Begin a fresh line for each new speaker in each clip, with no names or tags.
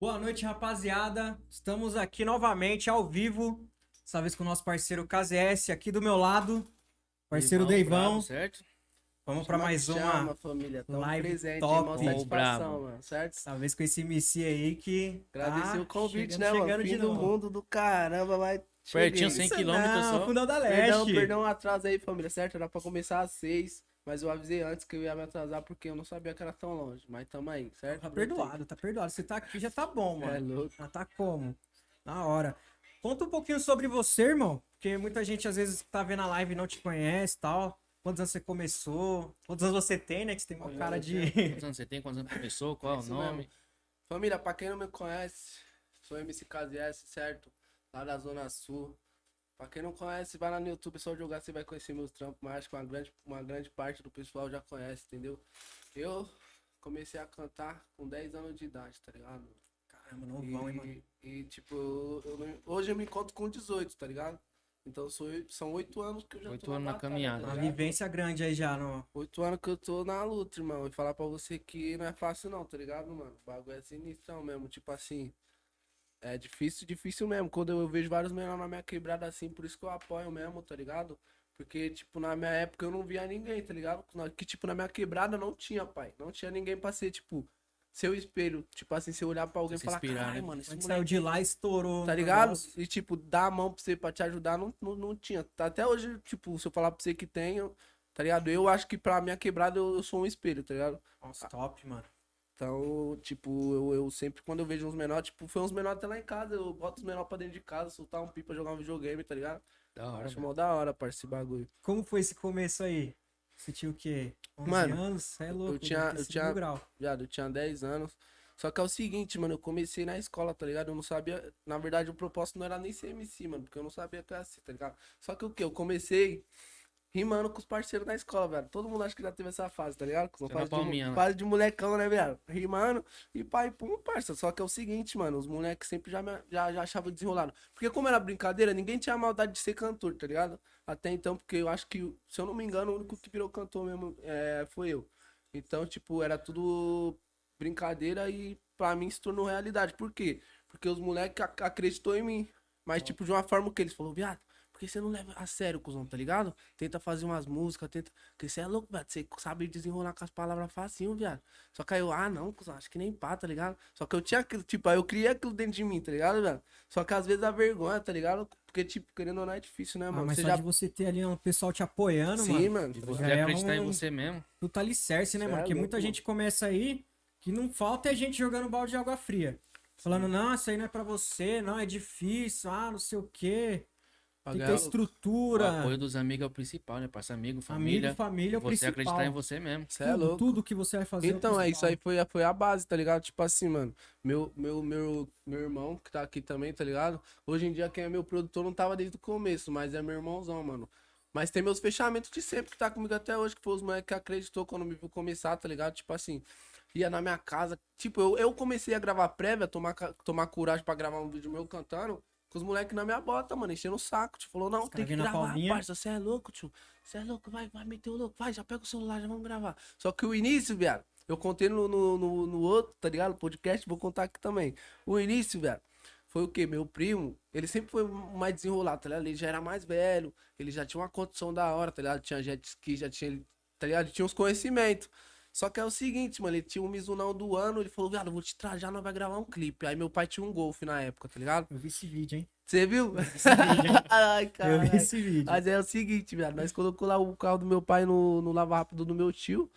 Boa noite, rapaziada. Estamos aqui novamente ao vivo. Dessa vez com o nosso parceiro KZS aqui do meu lado. Parceiro Deivão.
bravo, certo?
Vamos para mais
Chama,
uma.
família, tão
live
presente,
top.
irmão,
Ô,
satisfação,
bravo.
mano, certo?
Dessa vez com esse MC aí que. tá
Agradecer o convite,
chegando,
né, mano?
Chegando
Fim
de
do
novo. é
mundo do caramba, mas...
Pertinho,
cheguei.
100 quilômetros
Não,
só.
Fundão da Leste.
Perdão, perdão o atraso aí, família, certo? Era pra começar às seis, mas eu avisei antes que eu ia me atrasar porque eu não sabia que era tão longe. Mas tamo aí, certo?
Tá perdoado, tá perdoado. Você tá aqui já tá bom,
É
mano.
louco.
Já tá como? Na hora. Conta um pouquinho sobre você, irmão. Porque muita gente às vezes tá vendo a live e não te conhece e tal. Quantos anos você começou? Quantos anos você tem, né? Que você tem uma
Olha,
cara
eu
de.
é Quantos anos você tem? Quantos anos começou? Qual é o
Isso
nome?
mesmo. Família, pra quem não me conhece, sou MC KZS, certo? Lá da Zona Sul. Pra quem não conhece, vai lá no YouTube, só jogar, você vai conhecer meus trampos, mas acho que uma grande, uma grande parte do pessoal já conhece, entendeu? Eu comecei a cantar com 10 anos de idade, tá ligado?
Caramba, novão, hein, mano.
E, tipo, eu- eu não- hoje eu me encontro com 18, tá ligado? Então sou, são 8 anos que eu já
Oito
tô
anos na
batalha,
caminhada.
tá
Uma
ligado?
vivência grande aí já, não.
Oito anos que eu tô na luta, irmão. E falar pra você que não é fácil não, tá ligado, mano? O bagulho é sinistrão mesmo. Tipo assim, é difícil, difícil mesmo. Quando eu vejo vários menores na minha quebrada assim, por isso que eu apoio mesmo, tá ligado? Porque, tipo, na minha época eu não via ninguém, tá ligado? Na- Que, tipo, na minha quebrada não tinha, pai. Não tinha ninguém pra ser, tipo, seu espelho. Tipo assim, você olhar pra alguém e
Se
falar,
inspirar,
caralho,
né?
mano, esse
Quando
moleque
saiu de lá, estourou.
Tá
no
ligado?
negócio.
E tipo, dar a mão pra você pra te ajudar, não, não, não tinha. Tá, Até hoje, tipo, se eu falar pra você que tem, eu- tá ligado? Eu acho que pra minha quebrada eu, eu sou um espelho, tá ligado?
Nossa, top, mano.
Então, tipo, eu, eu sempre, quando eu vejo uns menores, tipo, foi uns menores até lá em casa, eu boto os menores pra dentro de casa, soltar um pipa, jogar um videogame, tá ligado?
Da hora.
acho mó da hora, parça, esse bagulho.
Como foi esse começo aí? Você tinha o quê? 11
Mano,
anos? Cê é louco.
tinha-
deve ter
eu
sido
tinha-
mil grau.
Viado, eu tinha 10 anos. Só que é o seguinte, mano, eu comecei na escola, tá ligado? Eu não sabia. Na verdade, o propósito não era nem ser MC, mano, porque eu não sabia que era assim, tá ligado? Só que o que? Eu comecei rimando com os parceiros na escola, velho. Todo mundo acha que já teve essa fase, tá ligado? Com
Você na
fase,
palminha,
de,
né?
fase de molecão, né, velho? Rimando e pai, pum, parça. Só que é o seguinte, mano, os moleques sempre já, me- já, já achavam desenrolado. Porque como era brincadeira, ninguém tinha a maldade de ser cantor, tá ligado? Até então, porque eu acho que, se eu não me engano, o único que virou cantor mesmo é, foi eu. Então, tipo, era tudo brincadeira e pra mim se tornou realidade. Por quê? Porque os moleques ac- acreditou em mim. Mas, tipo, de uma forma que eles falaram, viado, por que você não leva a sério, cuzão, tá ligado? Tenta fazer umas músicas, tenta. Porque você é louco, viado. Você sabe desenrolar com as palavras facinho, viado. Só que aí eu, ah, não, cuzão, acho que nem pá, tá ligado? Só que eu tinha aquilo, tipo, aí eu criei aquilo dentro de mim, tá ligado, velho? Só que às vezes a vergonha, tá ligado? Porque, tipo, querendo ou não é difícil, né,
Ah,
mano?
mas
você
só
já.
de você ter ali um pessoal te apoiando, mano.
Sim, mano.
E
tá
você
Já
ligado?
é
acreditar
um-
em você mesmo.
puta alicerce, né,
Cê
mano?
é
Porque
louco,
muita
mano.
gente começa aí que não falta é gente jogando balde de água fria. Falando, não, isso aí não é pra você, não, é difícil, ah, não sei o quê. Tem que
Pagar
ter
o, o
estrutura,
apoio dos amigos é o principal, né? Parça amigo,
família,
família.
família, é o
você
principal.
acreditar em você mesmo.
Você é
tudo,
louco.
tudo que você vai fazer. o
Então, é isso
principal.
aí foi, a- foi a base, tá ligado? Tipo assim, mano, meu, meu, meu, meu irmão que tá aqui também, tá ligado? Hoje em dia quem é meu produtor não tava desde o começo, mas é meu irmãozão, mano. Mas tem meus fechamentos de sempre que tá comigo até hoje, que foi os moleques que acreditou quando me viu começar, tá ligado? Tipo assim, ia na minha casa. Tipo, eu, eu comecei a gravar prévia, tomar, ca- tomar coragem pra gravar um vídeo meu cantando, com os moleques na minha bota, mano, enchendo o saco. Tipo, falou, não,
cara
tem que
vindo na
gravar,
palminha.
parça, você é louco, tio. Você é louco, vai, vai meter o louco, vai, já pega o celular, já vamos gravar. Só que o início, velho, eu contei no, no, no, no outro, tá ligado? Podcast, vou contar aqui também. O início, velho, foi o quê? Meu primo, ele sempre foi mais desenrolado, tá ligado? Ele já era mais velho, ele já tinha uma condição da hora, tá ligado? Tinha jet ski, já tinha, tá ligado? Ele tinha uns conhecimentos. Só que é o seguinte, mano, ele tinha um Mizunão do ano, ele falou, viado, vou te trajar, nós vai gravar um clipe. Aí meu pai tinha um golfe na época, tá ligado?
Eu vi esse vídeo, hein?
Você viu? Ai,
Eu
cara.
vi esse vídeo.
Mas é o seguinte, viado. Nós colocou lá o carro do meu pai no, no lava rápido do meu tio.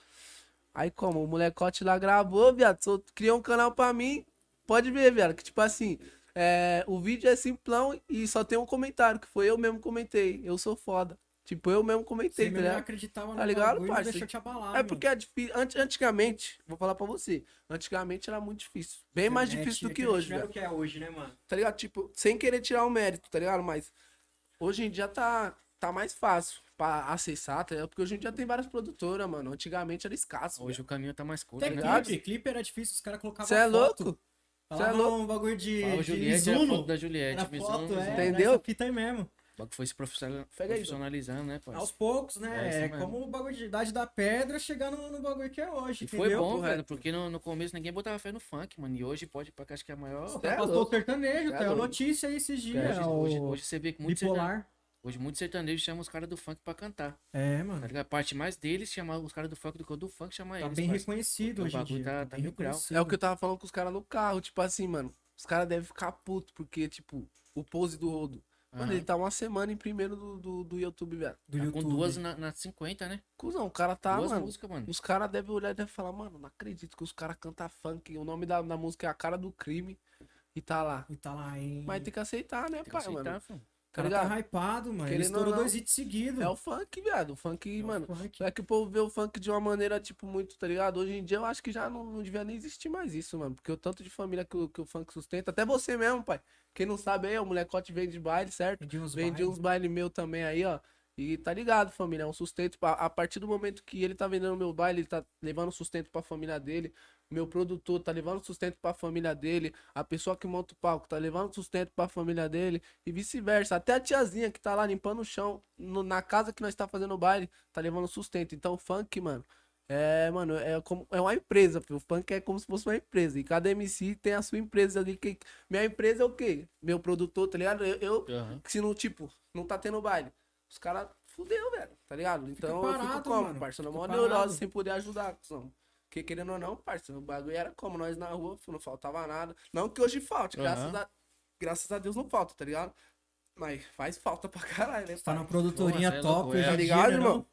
Aí como? O molecote lá gravou, viado. Só criou um canal pra mim. Pode ver, viado. Que tipo assim, é, o vídeo é simplão e só tem um comentário, que foi eu mesmo comentei. Eu sou foda. Tipo, eu mesmo
Você
comentei, tá
mesmo não
ligado?
acreditava
Tá
no
ligado,
bagulho, não
parça?
deixou te abalar,
É
é mano.
porque é difícil. Ant- antigamente, vou falar pra você, antigamente era muito difícil. Bem é mais
Internet,
difícil do que
internet
hoje,
não era
velho.
o é que é hoje, né, mano?
tá ligado? Tipo, sem querer tirar o mérito, tá ligado? Mas hoje em dia tá, tá mais fácil pra acessar, tá ligado? Porque hoje em dia tem várias produtoras, mano. Antigamente era escasso.
Hoje o caminho tá mais curto,
Tem
né?
ligado?
clipe, clipe era difícil, os caras colocavam
Você é
foto,
louco? Cê é
Falava um bagulho de,
Fala
de
Juliette, é a
Mizuno.
foto da Juliette.
Era
Mizuno,
foto, é,
Mizuno.
era
Entendeu?
essa fita aí mesmo.
bagulho foi se profissional-
Pega aí, Dom.
profissionalizando, né, pai?
Aos poucos,
É isso
né? É,
mesmo.
como o bagulho de idade da pedra chegar no, no bagulho que é hoje.
E foi
entendeu?
bom,
Correto.
velho, porque no, no começo ninguém botava fé no funk, mano. E hoje pode, pra cá, acho que é a maior.
Pô,
Cê é
Passou o
louco.
sertanejo,
Cê é
tá? É
louco.
notícia aí esses dias.
Hoje, hoje,
é o
hoje você vê que muito sertanejo,
bipolar.
hoje muito sertanejo chama os caras do funk pra cantar.
É,
Tá
mano.
ligado? A parte mais deles chama os caras do funk do que o do funk chama
Tá
eles.
bem
parça.
reconhecido
O
hoje em
bagulho
dia.
tá- tá
bem
mil grau.
reconhecido.
É o que eu tava falando com os caras no carro, tipo assim, mano. Os caras devem ficar putos, porque, tipo, o pose do rodo. Mano,
Aham.
ele tá uma semana em primeiro do, do, do YouTube, velho.
do
Tá
YouTube.
com duas na, na 50, né?
Cusão, o cara tá,
duas
mano.
músicas, mano.
Os caras devem olhar e devem falar, mano, não acredito que os caras cantam funk. O nome da, da música é A Cara do Crime. E tá lá.
E tá lá em.
Mas tem que aceitar, né,
Tem que
pai,
aceitar,
mano?
filho.
O
Tá
cara
ligado?
tá hypado, mano. Ele
Querendo ou
estourou
não,
dois hits seguidos.
É o funk, viado. O funk,
É o
mano.
funk.
É que o povo vê o funk de uma maneira, tipo, muito, tá ligado? Hoje em dia eu acho que já não, não devia nem existir mais isso, mano. Porque o tanto de família que o, que o funk sustenta, até você mesmo, pai. Quem não sabe aí, o molecote vem de baile, certo?
Vendi uns
Vendi
bailes.
uns baile meu também aí, ó. E tá ligado, família, é um sustento. pra- a partir do momento que ele tá vendendo meu baile, ele tá levando sustento pra família dele. Meu produtor tá levando sustento pra família dele. A pessoa que monta o palco tá levando sustento pra família dele. E vice-versa. Até a tiazinha que tá lá limpando o chão no- na casa que nós tá fazendo o baile, tá levando sustento. Então, o funk, mano. É, mano, é como é uma empresa, filho. o funk é como se fosse uma empresa. E cada MC tem a sua empresa ali. Que, minha empresa é o quê? Meu produtor, tá ligado? Eu, eu-
Aham.
que se não, tipo, não tá tendo baile. Os caras fudeu, velho, tá ligado? Então eu
parado,
fico como,
mano,
parça? Na
fica
maior
parado.
neurose, sem poder ajudar, cuzão. Porque querendo ou não, parça, o bagulho era como nós na rua, filho, não faltava nada. Não que hoje falte,
Aham.
graças, a, graças a Deus não falta, tá ligado? Mas faz falta pra caralho, né?
Tá na
pai?
produtorinha
Nossa, é
top.
louco,
hoje
é.
em
Tá
dia,
ligado,
né,
irmão?
não?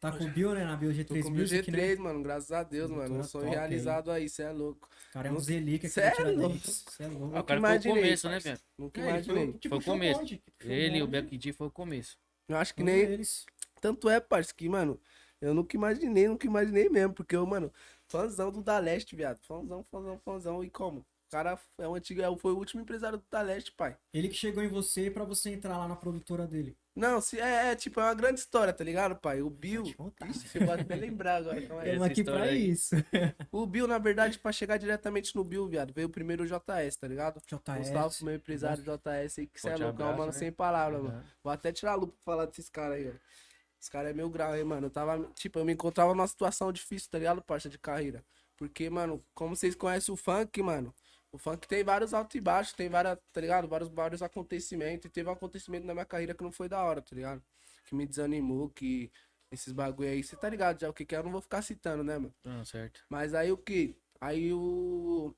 Tá com o Bill, né? Na Bill
Tô
G3
com o meu
Music, né?
G3, mano, graças a Deus, mano.
Produtora
Eu sou
top, hein?
realizado aí, cê é louco.
O cara é
Não-
um zelica que
Sério,
tira
não?
dez. Cê é louco.
Ah, o cara
Nunca
foi o
imaginei,
começo, né,
parça.
velho?
Nunca
É, ele
imaginei.
que
Foi o
puxou
começo.
bonde, que puxou
Ele e o
bonde.
Beck D foi o começo.
Eu acho que
Um
nem.
deles.
Tanto é, parça, que, mano, eu nunca imaginei, nunca imaginei mesmo. Porque eu, mano, fãzão do Da Leste, viado. Fãzão, fãzão, fãzão. E como? O cara é um antigo, é- foi o último empresário do Da Leste, pai.
Ele que chegou em você pra você entrar lá na produtora dele.
Não, se, é, é, tipo, é uma grande história, tá ligado, pai? O Bill.
Pode contar.
Ixi, eu vou até lembrar agora. calma aí.
Estamos aqui pra
história aí.
isso.
O Bill, na verdade, pra chegar diretamente no Bill, viado, veio primeiro o JS, tá ligado? Um salve pro
JS.
meu empresário JS aí, que você é
Forte
louco, é um
abraço,
mano
né?
sem palavras, mano.
Aham.
Vou até tirar a lupa pra falar desses caras aí, ó. Os caras é meu grau, hein, mano. Eu tava, tipo, eu me encontrava numa situação difícil, tá ligado, parça, de carreira. Porque, mano, como vocês conhecem o funk, mano, o funk tem vários altos e baixos, tem várias, tá ligado? Vários, vários acontecimentos. E teve um acontecimento na minha carreira que não foi da hora, tá ligado? Que me desanimou, que esses bagulho aí, você tá ligado já o que que é, eu não vou ficar citando, né, mano?
Ah, certo.
Mas aí o que? Aí o.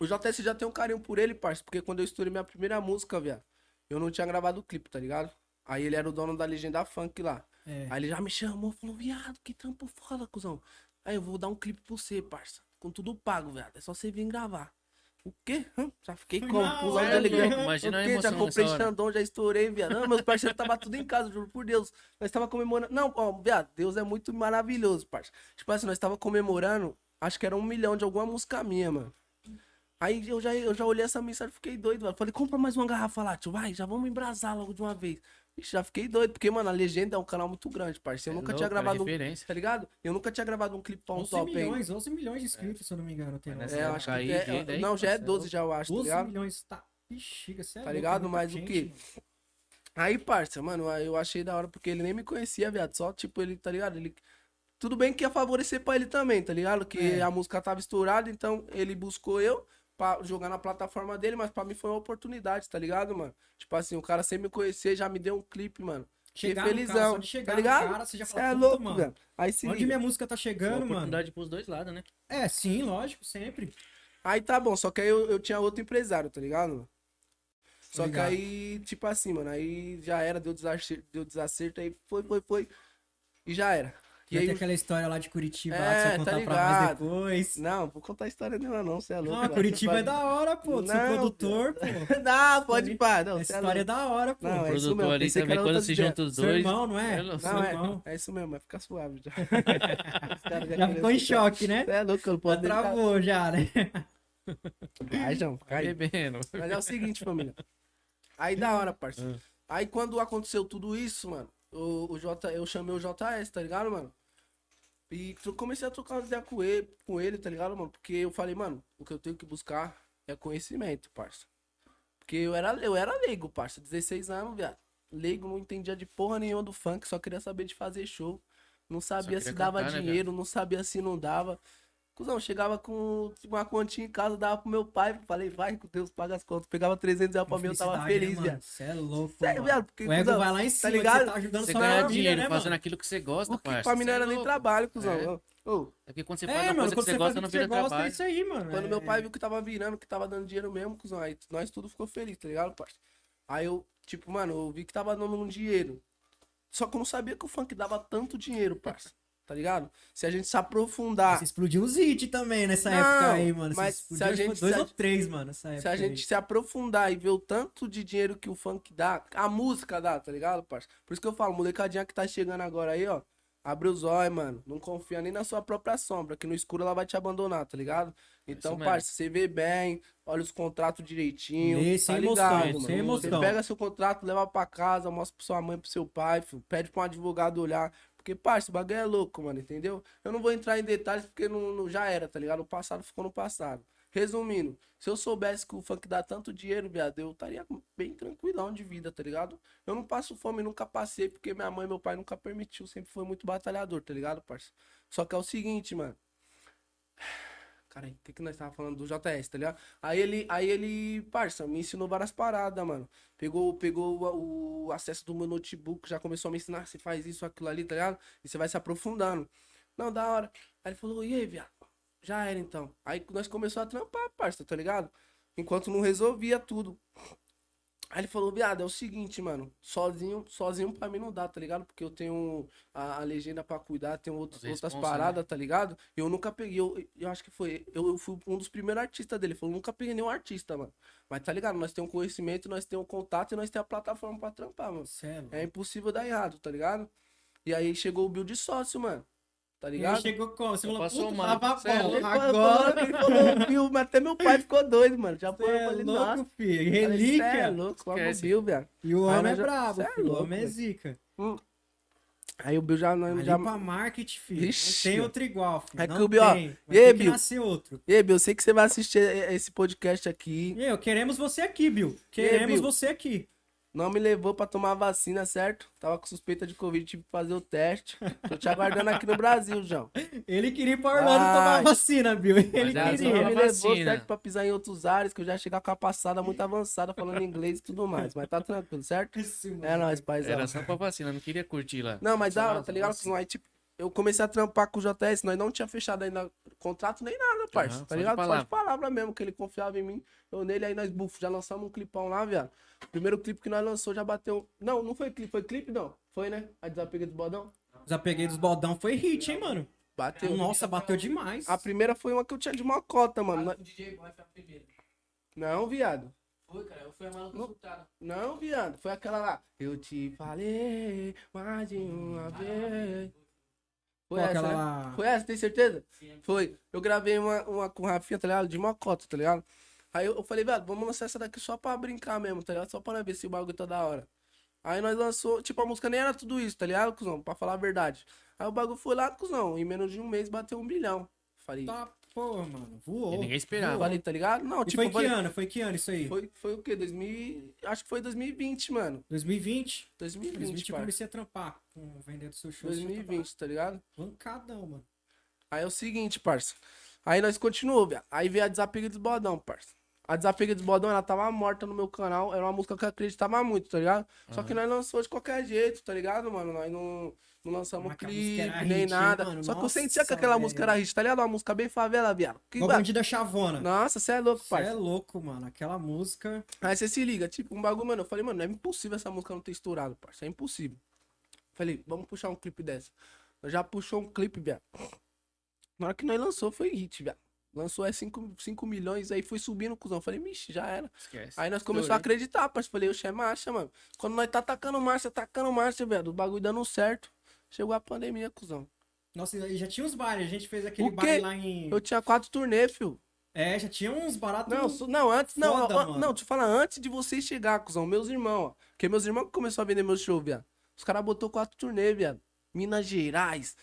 O JS já tem um carinho por ele, parça. Porque quando eu estourei minha primeira música, viado, eu não tinha gravado o clipe, tá ligado? Aí ele era o dono da legenda funk lá.
É.
Aí ele já me chamou, falou, viado, que trampo foda, cuzão. Aí eu vou dar um clipe pra você, parça. Com tudo pago, viado. É só você vir gravar. O quê? Hã? Já fiquei
Foi
como?
na
Pulando
hora,
da alegria.
né? Imagina
O
a
quê?
emoção
Já comprei
nessa hora.
Xandão, já estourei, viado. Não, meus parceiros tava tudo em casa, juro por Deus. Nós tava comemorando. Não, ó, viado, Deus é muito maravilhoso, parça. Tipo assim, nós tava comemorando, acho que era um milhão de alguma música minha, mano. Aí eu já, eu já olhei essa mensagem e fiquei doido, mano. Falei, compra mais uma garrafa lá, tio. Vai, já vamos embrasar logo de uma vez. Ixi, já fiquei doido, porque, mano, a legenda é um canal muito grande, parceiro. Eu
É
nunca
louco,
tinha
cara,
gravado um.
referência.
Tá ligado? Eu nunca tinha gravado um clipe pra um
11
top, hein?
milhões, 11 milhões de inscritos, se eu não me engano. Tem
Mas
lá.
É, eu acho que.
né? Aí,
até-
vem daí,
não, já é
parceiro.
12 já, eu acho, tá
12
ligado?
milhões, tá. Bexiga, cê é
Tá
louco,
ligado?
muita
Mas o
gente,
quê?
mano.
Aí, parça, mano, aí eu achei da hora porque ele nem me conhecia, viado. Só, tipo, ele, tá ligado? Ele. Tudo bem que ia favorecer pra ele também, tá ligado? Que
É.
a música tava estourada, então ele buscou eu pra jogar na plataforma dele, mas pra mim foi uma oportunidade, tá ligado, mano? Tipo assim, o cara sem me conhecer já me deu um clipe, mano. Fiquei
Chegar no
felizão,
cara, só de chegar
tá
no
ligado?
cara, você já
Cê
fala,
é
"Puta,
louco,
mano,
mano. Aí se
Onde
liga.
minha música tá
Uma
chegando, mano?
oportunidade pros dois lados, né?
É, sim, lógico, sempre.
Aí tá bom, só que aí eu, eu tinha outro empresário, tá ligado? Só
ligado.
que aí, tipo assim, mano, aí já era, deu desacerto, deu desacerto aí foi, foi, foi. E já era. E
E
aí,
tem aquela história lá de Curitiba, lá
É,
que você vai
tá
contar pra nós
ligado.
depois.
não, vou contar a história dela não, você é louco.
Não,
cara,
Curitiba
cê
é da hora, pô. Tu
Não,
é produtor, pô.
faz- Não, pode parar, não,
Essa
cê é
história é
louco.
da hora, pô.
Não,
O
é isso
produtor
mesmo,
ali
pensei que
também,
era
quando
outras
se
ideias.
juntam os
Seu
dois.
irmão, não é?
louco.
Seu irmão.
Não, é, é isso mesmo, vai ficar suave já. é
Já ficou em choque, né?
Você é louco, eu não
Já
posso deixar.
travou já, né?
Vai, João, fica aí.
Bebendo.
Mas é o seguinte, família. Aí da hora, parceiro.
Ah.
Aí quando aconteceu tudo isso, mano, o, o J, eu chamei o JS, tá ligado, mano? E tro- comecei a trocar umas ideias com ele, com ele, tá ligado, mano? Porque eu falei, mano, o que eu tenho que buscar é conhecimento, parça. Porque eu era, eu era leigo, parça. 16 anos, viado. leigo, não entendia de porra nenhuma do funk, só queria saber de fazer show. Não sabia
queria
se dava
cantar, né,
dinheiro, não sabia se não dava. Cusão, chegava com tipo, uma continha em casa, dava pro meu pai, falei, vai com Deus, paga as contas. Pegava 300 reais pra mim, eu tava
Felicidade,
feliz,
né,
viado.
mano? Cê é louco,
Sério,
mano.
viado, porque,
O ego
cuzão,
vai lá em
tá
cima, que
ligado?
você tá ajudando
Você
sua
ganhar
família,
dinheiro
né,
fazendo
mano?
aquilo que você gosta,
Porque
parça.
pra mim
Cê
não
é
era nem
louco.
trabalho, cuzão.
É.
Eu- eu,
É porque quando você faz
É,
uma
mano,
coisa que
quando
você
você
gosta,
faz
não
o que você
vira
gosta, é
trabalho.
isso aí, mano.
Quando
é-
meu pai viu que tava virando, que tava dando dinheiro mesmo, cuzão, aí nós tudo ficou feliz, tá ligado, parça? Aí eu, tipo, mano, eu vi que tava dando um dinheiro. Só que eu não sabia que o funk dava tanto dinheiro, parça. Tá ligado? Se a gente se aprofundar,
Você explodiu os hit também nessa
Ah. Não,
época aí, mano. Você
mas se
explodiu,
a
acho que
gente-
foi
se
dois
a-
ou três, mano, nessa época.
se a
aí.
gente se aprofundar e ver o tanto de dinheiro que o funk dá, a música dá, tá ligado, parça? Por isso que eu falo, molecadinha que tá chegando agora aí, ó. Abre os olhos, mano. Não confia nem na sua própria sombra, que no escuro ela vai te abandonar, tá ligado? Então,
mesmo.
parça, você vê bem, olha os contratos direitinho.
Lê,
tá
sem
ligado,
emoção,
mano?
sem
Você
emoção.
pega seu contrato, leva pra casa, mostra pra sua mãe, pro seu pai, filho, pede pra um advogado olhar. Porque, parça, o bagulho é louco, mano, entendeu? Eu não vou entrar em detalhes porque não, não- já era, tá ligado? O passado ficou no passado. Resumindo, se eu soubesse que o funk dá tanto dinheiro, viado, eu estaria bem tranquilão de vida, tá ligado? Eu não passo fome, nunca passei, porque minha mãe e meu pai nunca permitiu, sempre foi muito batalhador, tá ligado, parça? Só que é o seguinte, mano. Caralho, o que, que nós tava falando do JS, tá ligado? Aí ele, aí ele, parça, me ensinou várias paradas, mano. Pegou, pegou o, o acesso do meu notebook, já começou a me ensinar, você faz isso, aquilo ali, tá ligado? E você vai se aprofundando. Não, da hora. Aí ele falou, e aí, viado? Já era então. Aí nós começamos a trampar, parça, tá ligado? Enquanto não resolvia tudo. Aí ele falou, viado, é o seguinte, mano, sozinho, sozinho pra mim não dá, tá ligado? Porque eu tenho a, a legenda pra cuidar, tenho outros,
As
outras
responsa, né?
paradas, tá ligado? Eu nunca peguei, eu, eu acho que foi, eu, eu fui um dos primeiros artistas dele, ele falou, nunca peguei nenhum artista, mano. Mas tá ligado, nós temos conhecimento, nós temos contato e nós temos a plataforma pra trampar, mano.
Cê é louco.
É impossível dar errado, tá ligado? E aí chegou o Bill de sócio, mano. Tá
Ele
ligado?
chegou como? Você falou,
Passou
puta,
mal.
tava
Cê é
bom.
louco,
Agora que
Agora
ele falou o Bill, mas até meu pai ficou doido, mano. Já
você
foi, eu
é
falei,
louco,
nossa.
filho.
Cê é
Relíquia.
louco, logo o
Esquece.
Bill, velho.
E o
Aí
homem
nós
é
já-
brabo,
cê é
filho. O
louco,
homem é
velho.
zica.
Aí o Bill já...
Ali
já...
pra market, filho.
Vixe.
Não tem outro igual, filho.
É que
Não
o Bill, ó,
tem.
e aí,
Vai ter que
Bill?
nascer outro.
Ei, Bill, eu sei que você vai assistir e- esse podcast aqui.
Meu, queremos você aqui, Bill. Queremos
Bill?
você aqui.
Não me levou pra tomar a vacina, certo? Tava com suspeita de Covid, tive que fazer o teste. Tô te aguardando aqui no Brasil, João.
Ele queria ir pra Orlando
Ai.
tomar vacina, Bill. Ele
Mas é
Brasil
só
queria.
uma
me levou
vacina.
certo pra pisar em outros ares, que eu já chegar com a passada muito avançada, falando inglês e tudo mais. Mas tá tranquilo, certo?
Esse, mano.
É nóis, paizão.
Era só pra vacina, não queria curtir lá.
Não, mas
Só
da
na-
hora, tá ligado? Aí, tipo, eu comecei a trampar com o JS, nós não tinha fechado ainda contrato nem nada, parça.
Aham,
tá
só de
ligado? Só de
palavra.
palavra mesmo, que ele confiava em mim. Eu nele, aí nós, bufo, já lançamos um clipão lá, viado. Primeiro clipe que nós lançou já bateu. Não, não foi clipe, foi clipe não. Foi, né? A desapega do bodão.
Já peguei dos baldão, foi hit, hein, mano?
Bateu.
Nossa, bateu demais.
A primeira foi uma que eu tinha de mocota, mano. Nós-
DJ Boy foi a primeira.
Não, viado.
Foi, cara. Eu fui a maluca insultada.
Não, viado, foi aquela lá. Eu te falei mais de uma vez. Foi
Qual
essa,
aquela
né?
lá?
Foi essa, tem certeza? Foi. Eu gravei uma, uma com o Rafinha, tá ligado? De mocota, tá ligado? Aí eu, eu falei, viado, vamos lançar essa daqui só pra brincar mesmo, tá ligado? Só pra nós ver se o bagulho tá da hora. Aí nós lançou, tipo, a música nem era tudo isso, tá ligado, cuzão? Pra falar a verdade. Aí o bagulho foi lá, cuzão, em menos de um mês bateu um milhão. Falei,
Tá, porra, mano. Voou.
E ninguém esperava.
falei, tá ligado? Não,
um E
tipo,
foi
eu
que
falei-
ano? Foi que ano isso aí?
foi, foi o quê? 2000, acho que foi 2020, mano.
2020?
2020,
2020 eu
parça.
comecei a trampar com vendendo seu show.
2020, tá ligado?
Bancadão, mano.
Aí é o seguinte, parça. Aí nós continuamos, velho. Aí veio a Desapega dos Bodão, parça. A Desapega dos Bodão, ela tava morta no meu canal. Era uma música que eu acreditava muito, tá ligado? Só que nós lançamos de qualquer jeito, tá ligado, mano? Nós não, não lançamos
Mas que a música era
clipe, nem
hit, hein,
nada.
mano?
Só que eu
Nossa,
sentia que aquela
velho.
música era hit, tá ligado? Uma música bem favela, viado. Que
Igual
ba-
bandida chavona.
Nossa, você é louco,
Cê
parça.
é louco, mano. Aquela música.
Aí você se liga, tipo, um bagulho, mano. Eu falei, mano, é impossível essa música não ter estourado, parça. É impossível. Falei, vamos puxar um clipe dessa. Nós Já puxou um clipe, viado. Na hora que nós lançou, foi hit, viado. Lançou é 5 milhões, aí foi subindo, cuzão. Falei, mixe, já era.
Esquece.
Aí nós começamos a
Estourou.
acreditar, parça. Falei, oxe, é marcha, mano. Quando nós tá tacando marcha, tacando marcha, velho. O bagulho dando certo. Chegou a pandemia, cuzão.
Nossa, e já tinha uns bares. A gente fez aquele
O quê?
bar lá em.
Eu tinha quatro turnê, fio.
É, já tinha uns baratos.
Não, su- não, antes, não,
Foda,
ó, ó,
mano.
não, te falar, antes de você chegar, cuzão, meus irmãos, ó. Porque meus irmãos que começaram a vender meu show, viado. Os caras botou quatro turnê, viado. Minas Gerais,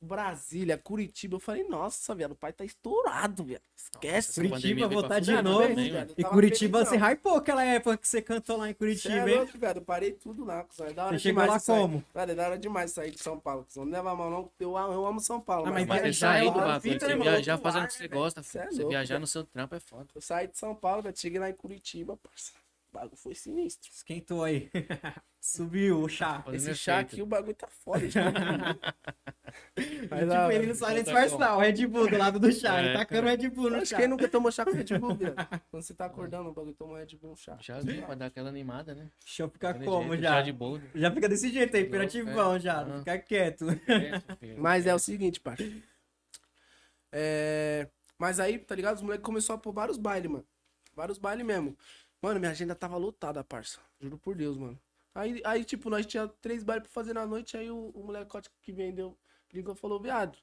Brasília, Curitiba. Eu falei, nossa, velho, o pai tá estourado, velho. Esquece.
Essa pandemia
Curitiba,
veio pra
voltar de
fuder
novo.
também, mano.
Eu
E
tava
Curitiba, você
felizão.
hypou aquela época que você cantou lá em
Cê
Curitiba,
é
hein?
louco, velho. Eu parei tudo lá, cuzão. É da hora
Você chegou lá
demais sair.
como?
Velho, é da hora demais sair de São Paulo, cuzão. Não leva a mão, não, porque eu amo, eu amo São Paulo.
Ah, mas
Mas
viajar
velho,
deixar aí
é
do
outra
bagulho.
fita,
Você
né, mano?
viajar
Outro
fazendo o
ar,
que
né,
você gosta,
Cê é
filho. Você
louco,
viajar
velho.
no seu trampo é foda.
Eu saí de São Paulo, velho. Cheguei lá em Curitiba, parça. O bagulho foi sinistro.
Esquentou aí. Subiu o chá.
Fazendo
Esse chá
efeito.
aqui, o bagulho tá foda. de todo mundo. Mas,
tipo,
ah,
ele não
velho,
sabe nem
tá bom.
disfarçar o Red Bull do lado do chá.
É,
ele tacando o Red Bull no
Acho
chá.
que quem nunca tomou chá com Red Bull, velho. Quando você tá acordando, o bagulho toma Red Bull, um chá.
Já vi, pra dar aquela animada, né?
Deixa eu ficar
Daquele
como
jeito,
já.
Chá de boldo.
Já fica desse jeito aí,
Não,
pirativão
é.
já.
Ah.
Fica quieto.
É, filho.
Mas é o seguinte, parça. É... Mas aí, tá ligado? Os moleques começaram a pôr vários bailes, mano. Vários bailes mesmo. Mano, minha agenda tava lotada, parça. Juro por Deus, mano. Aí, aí tipo, nós tinha três bailes pra fazer na noite, aí o, o molecote que vendeu ligou e falou, viado,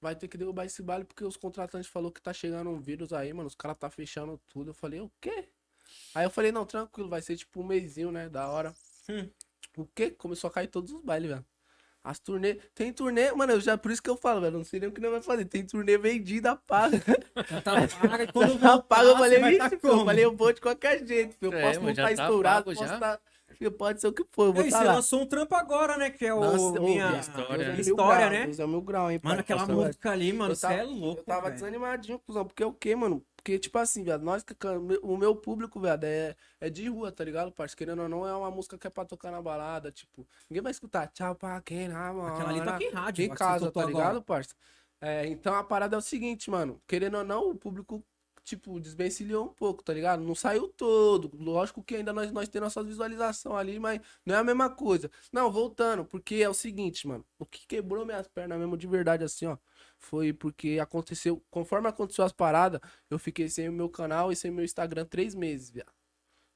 vai ter que derrubar esse baile porque os contratantes falaram que tá chegando um vírus aí, mano. Os caras tá fechando tudo. Eu falei, o quê? Aí eu falei, não, tranquilo, vai ser tipo um mesinho, né? Da hora. Tipo,
Hum.
O quê? Começou a cair todos os bailes, velho. As turnê. Tem turnê, mano, eu já, por isso que eu falo, velho. Não sei nem o que nós vai fazer. Tem turnê vendida, paga.
Tá paga, e quando
Tá
voltar,
paga, eu
você
falei,
vai
vixe,
tá
filho, eu
como?
falei, eu vou de qualquer jeito. filho. Eu
É,
posso
mas
não
já
tá
tá
estourado,
pago
posso
já.
tá. filho, Pode ser o que for, eu vou
Ei,
tá
você
lá.
lançou um trampo agora, né? Que é o
Nossa, ô,
minha
minha
história.
minha
Deus é mil
história,
grau,
né?
Deus é mil grau, hein,
Mano,
pai.
aquela
Nossa,
música ali, mano,
eu
você
tava-
é louco.
Eu tava
velho.
desanimadinho, cuzão, porque é o quê, mano? Porque, tipo assim, viado, nós, que can- o meu público, viado, é, é de rua, tá ligado, parceiro? Querendo ou não, é uma música que é pra tocar na balada, tipo, ninguém vai escutar tchau pra quem mano.
Aquela ali tá toca em rádio,
Em
a é que você
casa,
tocou
tá
agora.
ligado, parça? É, então a parada é o seguinte, mano, querendo ou não, o público, tipo, desvencilhou um pouco, tá ligado? Não saiu todo, lógico que ainda nós, nós temos nossas visualizações ali, mas não é a mesma coisa. Não, voltando, porque é o seguinte, mano, o que quebrou minhas pernas mesmo de verdade, assim, ó, foi porque aconteceu, conforme aconteceu as paradas, eu fiquei sem o meu canal e sem meu Instagram três meses, viado.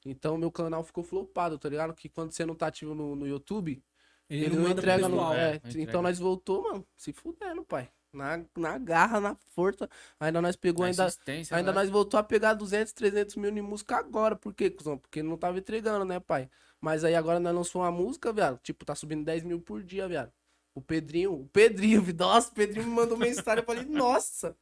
Então meu canal ficou flopado, tá ligado? Que quando você não tá ativo no, no YouTube,
Ele,
ele,
não
não
manda pro
entrega no.
pessoal.
é,
É,
não entrega.
Então nós voltou, mano, se fudendo, pai. Na, na garra, na força. Ainda nós pegou,
A
ainda,
insistência,
ainda
né?
nós voltou a pegar 200, 300 mil em música agora. Por quê, cuzão? Porque não tava entregando, né, pai? Mas aí agora nós lançou uma música, viado. Tipo, tá subindo 10 mil por dia, viado. O Pedrinho, o Pedrinho, vi- nossa, o Pedrinho me mandou mensagem. Eu falei, nossa,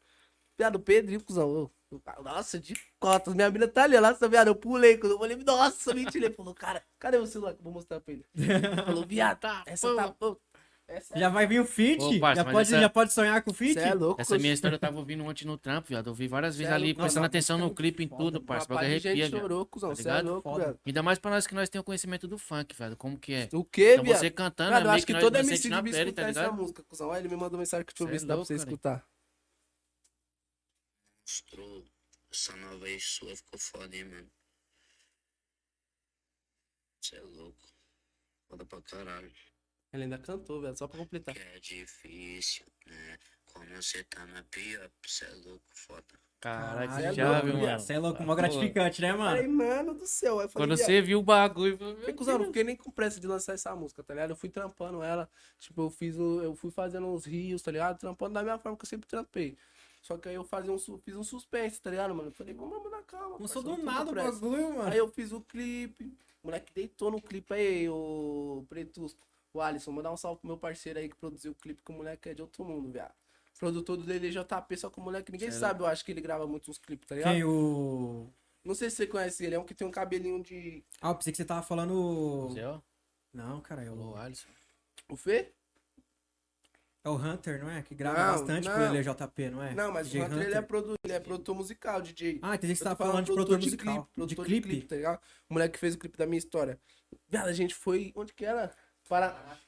viado, o Pedrinho, cuzão. eu- eu- nossa, de cotas. Minha mina tá ali, nossa, viado, eu pulei. Cuzão. Eu falei, nossa, mentira. Ele falou, cara, cadê o celular que eu vou mostrar pra ele? Ele falou, viado,
Tá,
essa tá. pô, Essa
Já vai vir o fit?
Ô, parça,
já,
mas
pode,
essa-
já pode sonhar com o fit?
Cê é louco,
Essa minha
cê-
história eu tava ouvindo ontem no trampo, viado. Eu ouvi várias vezes
Cê é
ali,
louco,
prestando
mano.
atenção no clipe, em tudo,
Uma
parça.
parte
Bagulho
de gente
arrepia, viado.
chorou, cuzão.
Tá
Você é
ligado?
louco,
Foda.
velho.
Ainda mais pra nós que nós temos conhecimento do funk, velho. Como que é?
O que,
Então
viado?
você cantando,
Cara, eu
meio
acho
que
que
nós-
todo
nós
MC
sente na
devia
pele, tá
escutar essa
ligado?
música, cuzão. Olha, ele me mandou mensagem que deixa eu
Cê
ver
é
se dá pra
louco,
você
cara.
escutar.
Mostrou. Essa nova aí sua ficou foda, hein, mano. Você é louco. Foda pra caralho.
Ele ainda cantou, velho, só pra completar.
Que é difícil, né? Como você tá na pia, você é louco, foda.
Caralho,
Ah, é
você já
louco,
viu,
viado.
mano.
Você é louco,
Ah,
mó
pô.
gratificante, né, mano?
Falei, mano do céu. Aí eu falei,
Quando
viado,
você viu o bagulho, falou,
Fiquei,
meu
cuzão, não
Deus.
fiquei nem com pressa de lançar essa música, tá ligado? Eu fui trampando ela, tipo, eu fiz o, eu fui fazendo uns rios, tá ligado? Trampando da mesma forma que eu sempre trampei. Só que aí eu fazia um, su- fiz um suspense, tá ligado, mano? Eu falei, vamos vamos na calma.
Não sou
parça,
do
não tô com
nada o
pressa.
bagulho, mano.
Aí eu fiz o clipe. O moleque deitou no clipe aí, o Pretusco. O Alisson, mandar um salve pro meu parceiro aí que produziu o clipe, que o moleque é de outro mundo, viado. Produtor do DDJP, só que o moleque, ninguém
Sério?
sabe, eu acho que ele grava muito uns clipes, tá ligado?
Quem o.
Não sei se você conhece ele, é um que tem um cabelinho de.
Ah, eu pensei que você tava falando.
Zé, ó.
Não, cara, é
Falou,
o...
Alisson.
O Fê?
é o Hunter, não é? Que grava
Não,
bastante
não.
pro LJP, não é?
Não, mas
DJ
o Hunter, ele é, produ... ele é produtor musical, DJ.
Ah, entendi que você
Eu tô
tava falando de produtor musical. De
produtor
clipe?
tá ligado? O moleque que fez o clipe da minha história. Viado, a gente foi. Onde que era? Para...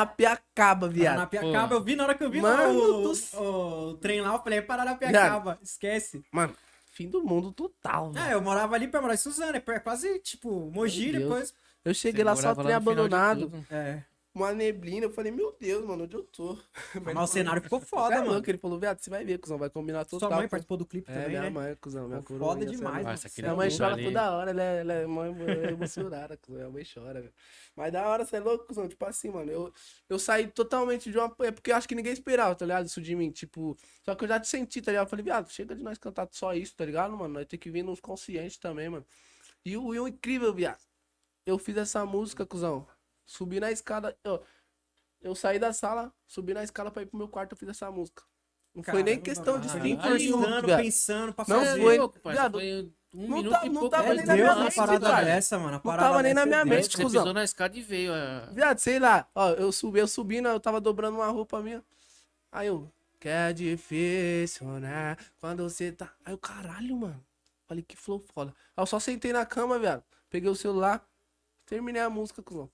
Paranapiacaba, viado.
Paranapiacaba,
Pô.
eu vi na hora que eu vi
Mano
lá o,
do-
o- o trem lá, eu falei, é Paranapiacaba, esquece.
Mano, fim do mundo total, velho.
Ah, eu morava ali pra morar em Suzano, é pra- quase, tipo, Mogi,
Meu Deus.
depois...
Eu cheguei lá só
morava
trem
no final de
abandonado,
tudo.
É,
uma neblina. Eu falei, meu Deus, mano, onde eu tô? Mas
mas o cenário ficou foda, mano.
é Ele falou, viado, você vai ver, cuzão, vai combinar total.
Sua mãe
com-
participou do clipe
É,
também,
minha
né?
mãe, cuzão, minha
Ficou
coroa.
foda
essa é
demais,
minha-
mano.
Nossa, aquele
Minha mãe
Louco,
chora
ali.
toda hora, ela é, ela é mãe, é emocionada, cuzão, minha mãe chora, velho. Mas da hora, você é louco, cuzão, tipo assim, mano, eu, eu saí totalmente de uma... É porque eu acho que ninguém esperava, tá ligado, isso de mim, tipo... Só que eu já te senti, tá ligado, eu falei, viado, chega de nós cantar só isso, tá ligado, mano, nós tem que vir nos conscientes também, mano. E o, e o incrível, viado, eu fiz essa música, cuzão, subi na escada, ó, Eu saí da sala, subi na escala pra ir pro meu quarto, eu fiz essa música. Não foi
Caramba,
nem questão de
mano.
tempo
Caralho,
nenhum,
Pensando,
viado.
pensando pra
Não
fazer. É,
foi.
louco, parça.
viado,
Foi um
não
minuto
tá-
e
não
pouco.
tava
Meu
mas
nem na
Deus,
deu
minha
uma
uma
mente,
parada
viado.
dessa, mano. uma
Não
parada
tava nem na
dessa é
minha
doido.
mente.
Você
cuzão.
pisou na escada e veio. A...
Viado, sei lá. Ó, eu subi, eu subindo, eu tava dobrando uma roupa minha. Aí eu. Que é difícil, né? Quando você tá. Aí eu, caralho, mano. Falei, que flow foda. Aí eu só sentei na cama, viado. Peguei o celular, terminei a música, cuzão.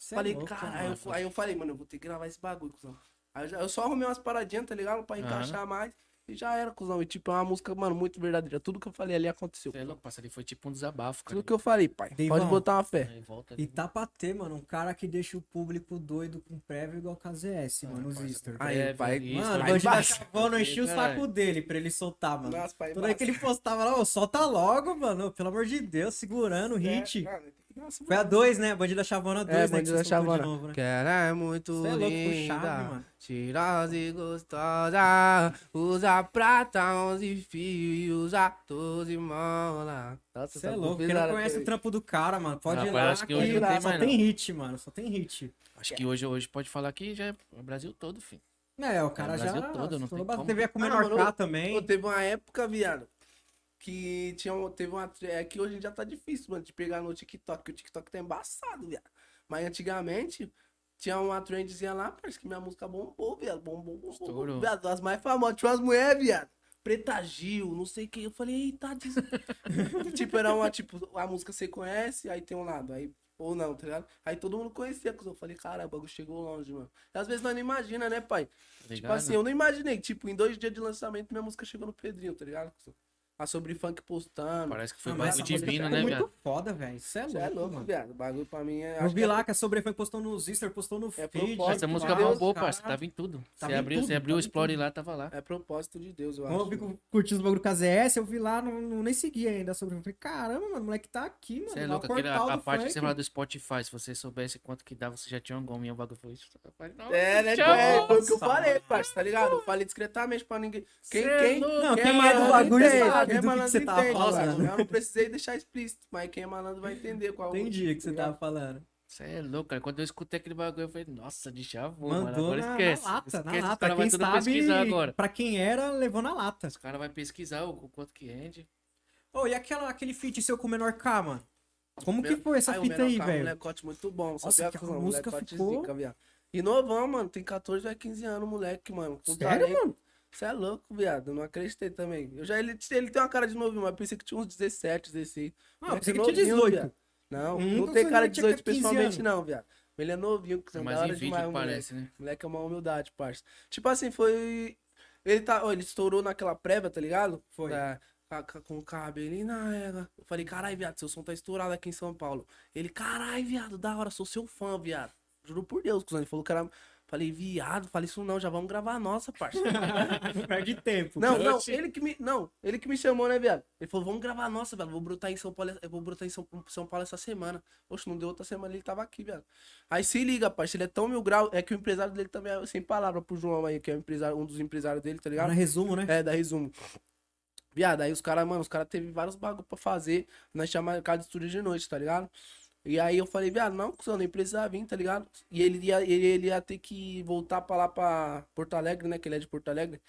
Cê é
falei,
louco,
cara,
mano.
aí eu, aí eu falei, mano, eu vou ter que gravar esse bagulho, cuzão. Aí eu, já- eu só arrumei umas paradinhas, tá ligado? Pra
Aham.
encaixar mais. E já era, cuzão. E tipo, é uma música, mano, muito verdadeira. Tudo que eu falei ali aconteceu.
Você é louco, parça. Ali foi tipo um desabafo, cara.
Tudo que é. eu falei, pai.
Deivão.
Pode botar uma fé.
Aí volta ali.
E tá pra ter, mano, um cara que deixa o público doido com prévio igual KZS, mano, os Easter.
Aí,
Breve,
pai.
isso,
Mano, hoje
vai
vai
tá
baixar.
chavando, enchi o
Caralho.
saco dele pra ele soltar, mano.
Nossa, pai,
Toda vez
massa.
que ele postava lá, ô, solta logo, mano, pelo amor de Deus, segurando o hit.
É, mano, nossa,
Foi a 2, né? Bandida Chavona 2,
É,
né? que
bandida
você soltou de
chavona.
novo, né?
Que ela é muito
Cê é louco, ficou
linda,
chave, mano.
cheirosa e gostosa, usa prata, 11 fios e usa 12 mola. Nossa,
Você é louco, quem não conhece o trampo do cara, mano, pode ir
Rapaz,
lá,
acho
que
que hoje não tem
só
mais,
tem
não.
hit, mano, só tem hit.
Acho que hoje, hoje pode falar que já é o Brasil todo, filho.
É, o cara
É, o
já...
Brasil todo, não tem
bastante.
como.
Teve a com o
Ah,
Menor
mano,
K
eu-
também.
Pô, teve uma época, viado, que tinha um, teve uma. É que hoje em dia tá difícil, mano, de pegar no TikTok, que o TikTok tá embaçado, viado. Mas antigamente. Tinha uma trendzinha lá, parece que minha música bombou, viado. Bombou, bombou, bombou.
Estourou.
Viado, as mais famosas. Tinha umas mulheres, viado. Preta Gil, não sei quem. Eu falei, eita, des... Tipo, era uma, tipo, a música você conhece, aí tem um lado, aí. Ou não, tá ligado? Aí todo mundo conhecia, cuzão. eu falei, caralho, o bagulho chegou longe, mano. E às vezes nós não imagina, né, pai?
Tá
Tipo
ligado?
assim, eu não imaginei. Tipo, em dois dias de lançamento, minha música chegou no Pedrinho, tá ligado? A sobre funk postando.
Parece que foi
Ah,
um
mas
bagulho
essa música
divino,
tá
ficou
né,
muito
viado?
foda, velho. Isso é
Cê
louco,
é louco,
mano.
viado. O bagulho pra mim é.
Eu
acho
vi
que
lá que a Sobrefunk postou no Zister, postou no
É
feed.
propósito,
Essa
Meu
música
Deus,
bombou,
cara.
parça. Tava em tudo.
Tava
Você
em
abriu,
tudo,
você abriu
tava
o
em
Explore lá, tava lá.
É propósito de Deus, eu acho.
Quando eu vi curtindo os bagulho do KZS, eu vi lá, não, não- nem segui ainda a Sobrefunk. Falei, caramba, mano, o moleque tá aqui, mano.
Você é
lá o
louco, aquele, a,
portal
a
do
parte que
funk.
você fala do Spotify, se você soubesse quanto que dava, você já tinha um gominho, o bagulho foi isso. Não,
É, né?
tchau.
É, foi o que eu
Nossa,
falei, parça, tá ligado? Eu falei discretamente pra ninguém. Quem,
Cê é
quem,
louco.
Não,
quem
quem é do
malandro
bagulho
entende,
sabe do que
quem
que
malandro
você tava
entende,
falando.
parça. Eu não precisei deixar explícito, mas quem é malandro vai entender qual tá
Entendi o que você
ligado?
tava falando.
Você é louco, cara. Quando eu escutei aquele bagulho, eu falei, nossa, de chavô, mano.
Mandou
Agora
na, na
esquece.
lata,
esquece,
na
Os caras
lata.
vão
Quem
tudo pesquisar agora.
sabe, pra quem era, levou na lata.
Os caras vão pesquisar o, o quanto que rende.
Ô, e aquela, aquele feat seu com o Menor K, mano? Como que
Meu-
foi essa
Ai, o
fita
Menor
aí,
K é um
velho?
molecote muito bom.
Nossa,
sabia,
que a
cuzão?
música
Molecote
ficou-
zica, viado. E novão, mano. Tem 14, vai 15 anos, moleque, mano. Com
Sério,
talento.
mano?
Você é louco, viado. Eu não acreditei também. Eu já, ele, ele tem uma cara de novinho, mas pensei que tinha uns 17, 16.
Ah,
Moleque
pensei que tinha
é novinho,
18.
viado. Não,
Hum,
não
então
tem
você
cara
não
de
tinha
18
15
pessoalmente,
anos.
não, viado. Ele é novinho, que
Mas
da
em
hora
vídeo
demais, o moleque.
parece, né?
O Moleque é uma humildade, parça. Tipo assim, foi. Ele, tá, ó, ele estourou naquela prévia, tá ligado?
Foi.
Da- ca- ca- com o cabelinho na égua. Eu falei, carai, viado, seu som tá estourado aqui em São Paulo. Ele, carai, viado, da hora, sou seu fã, viado. Juro por Deus, cuzão. Ele falou que era. Falei, viado, falei isso não, já vamos gravar a nossa, parça.
Perde tempo.
Não, não,
Putz.
ele que me, não, ele que me chamou, né, viado? Ele falou, vamos gravar a nossa, velho. Vou brotar em São Paulo, eu vou brotar em São, São Paulo essa semana. Poxa, não deu outra semana, ele tava aqui, velho. Aí se liga, parça, ele é tão mil grau, é que o empresário dele também é sem palavra pro João aí, que é o empresário, um dos empresários dele, tá ligado?
Cara, resumo, né?
É, dá resumo. Viado, aí os caras, mano, os caras teve vários bagulho pra fazer. Nós tinha marcado estúdio de noite, tá ligado? E aí eu falei, viado, não, cuzão, nem precisa vir, tá ligado? E ele ia, ele, ele ia ter que voltar pra lá pra Porto Alegre, né? Que ele é de Porto Alegre.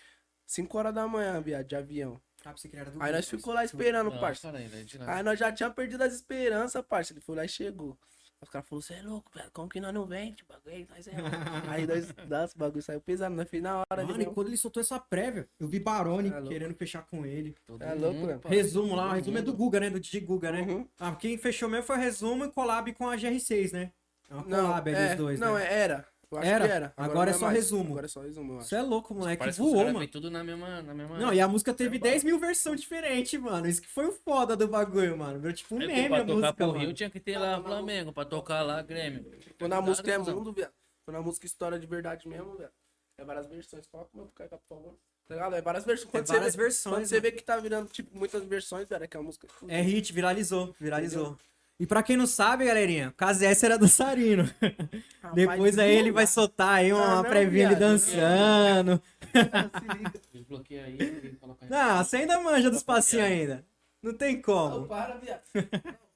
5 horas da manhã, viado, de avião.
Ah, pensei que ele era do
Aí nós
grupo,
ficou lá esperando,
Não,
parça. Ah,
caralho, né, de nada.
Aí nós já tínhamos perdido as esperanças, parça. Ele foi lá e chegou. Aí Os caras falaram, você é louco, velho, como que nós não vem? Tipo, bagulho, nós é louco." Aí nós, nossa, o bagulho saiu pesado, nós fez na hora
Mano,
ali.
e
mesmo.
quando ele soltou essa prévia, eu vi Barone
É louco.
querendo fechar com ele.
Todo
É louco,
mundo,
né?
parça.
resumo lá, o
Todo
resumo é do
mundo.
Guga, né? Do DJ Guga, né?
Uhum.
Ah, quem fechou mesmo foi o resumo e collab com a GR6, né? É uma collab ali
é,
os dois,
não,
né?
é- era. Eu acho
Era?
que era.
Agora
não
é só
mais.
resumo.
Agora é só resumo, eu acho.
Isso é louco, moleque.
Parece que os
Voou,
caras É
mano.
veem tudo na mesma. Na mesma
Não, e é a música teve
Vai, vai.
10 mil versões diferentes, mano. Isso que foi o foda do bagulho, mano. Virou tipo um
Aí, pô,
meme
pra
a
tocar
música,
É, pro
mano.
Rio tipo, tinha que ter lá Flamengo, pra tocar lá Grêmio.
Quando a música é
cuzão.
mundo, velho. Quando a música história de verdade mesmo, velho. É várias versões. Coloca o meu cara, por favor. Tá ligado? É várias versões. Quando,
várias
você, vê,
versões,
quando você
mano.
vê que tá virando, tipo, muitas versões, velho, é que a música.
É hit, viralizou, viralizou. E pra quem não sabe, galerinha, o KZS era dançarino.
Rapaz,
Depois aí ele vai soltar aí uma
Ah, não,
prévia ele
viado, não.
dançando.
Se liga.
Desbloqueia aí e coloca aí.
Ah, Não, você ainda manja dos passinhos ainda. Não tem como.
Não, para, viado. Não,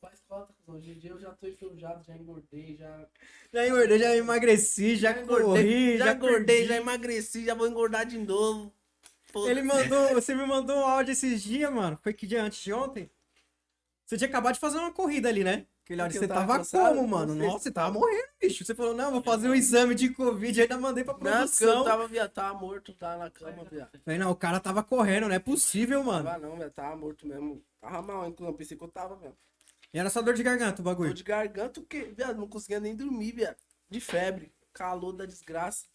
faz foda, cuzão. Hoje em dia eu já tô enferrujado, já engordei, já.
Já engordei, já emagreci, já, corri, já,
já engordei,
perdi.
já emagreci, já vou engordar de novo. Foda-se.
Ele mandou, você me mandou um áudio esses dias, mano. Foi que dia antes de ontem? Você tinha acabado de fazer uma corrida ali, né? Aquele áudio,
Porque
você
eu tava
tava
cansado,
como, mano?
não sei.
Nossa, você tava morrendo, bicho. Você falou, não, vou fazer um exame de Covid, ainda mandei pra
Não, porque
produção.
eu tava, viado, tava morto, tava na cama, viado.
Falei, não, o cara tava correndo, não é possível, mano.
Tava Ah, não, velho, tava morto mesmo. Tava mal, inclusive, pensei que eu tava mesmo.
E era só dor de garganta o
Tô
bagulho.
de garganta, porque, viado, não conseguia nem dormir, viado. De febre, calor da desgraça.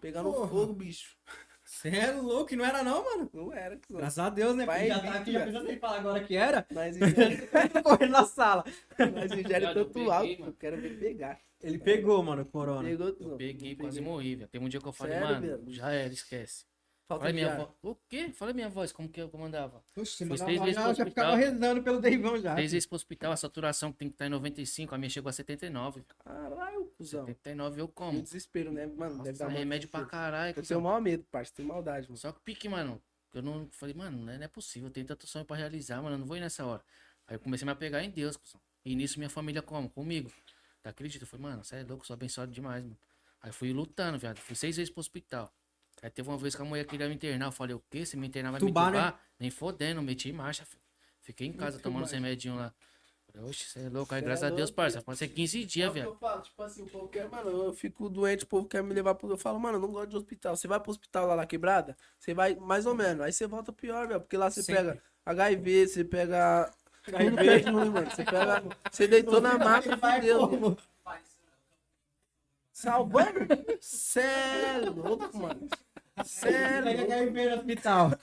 Pegando
Porra.
fogo, bicho.
Você é louco, e não era não, mano?
Não era, cuzão.
Graças a Deus, né?
Vai
Porque já
vir,
tá aqui, já
velho.
precisa sem falar agora que era.
Nós ingere,
correndo na sala.
nós ingere
Viado, eu
tanto
peguei,
álcool, que
mano.
eu quero ver pegar.
Ele pegou, mano, o corona.
É. Pegou,
Eu
cuzão.
peguei, quase morri, velho. Tem um dia que eu falei,
Sério,
mano,
velho?
já era, esquece.
Falta
Fala
de
minha
ar.
voz. O quê? Fala minha voz, como que eu comandava?
Oxi,
Foi
mano,
seis
eu
vezes
já,
pro
já ficava
hospital.
rezando pelo Deivão já.
Três vezes pro hospital, a saturação que tem que estar em 95, a minha chegou a 79. velho.
Caralho, cuzão.
79 eu
E o
como.
desespero, né? Mano, deve
Nossa, é
dar muito
remédio pra
desespero.
caralho.
Eu
cuzão.
tenho o maior medo, parceiro. Tem maldade, mano.
Só que pique, mano. Eu não falei, mano, não é, não é possível. Eu tenho tanto sonho pra realizar, mano. Eu não vou ir nessa hora. Aí eu comecei a me apegar em Deus, cuzão. E nisso minha família como? Comigo. Tá acredito? Eu falei, mano, você é louco, sou abençoado demais, mano. Aí fui lutando, viado. Fui seis vezes pro hospital. Aí teve uma vez que a mulher queria me internar. Eu falei, o quê? Se me internar vai
Tubar,
me
né?
tubar? Nem fodendo, meti em marcha. fi. Fiquei em casa
Muito
tomando
mais.
os remedinhos lá. Falei, oxe, você é louco. Aí
Cê é
graças a Deus,
louco,
parça.
viado.
Pode ser 15
É
dias,
o que
viado.
eu falo, tipo assim, o povo quer, mano, eu fico doente, o povo quer me levar pro. Eu falo, mano, eu não gosto de hospital. Você vai pro hospital lá na quebrada, você vai mais ou menos. Aí você volta pior, velho. Porque lá você
Sempre.
pega HIV, você pega. Tudo que é ruim, mano. Você pega. Você deitou na maca e fudeu. velho. Salvando? Cê é louco, mano. Cê é louco.
no hospital.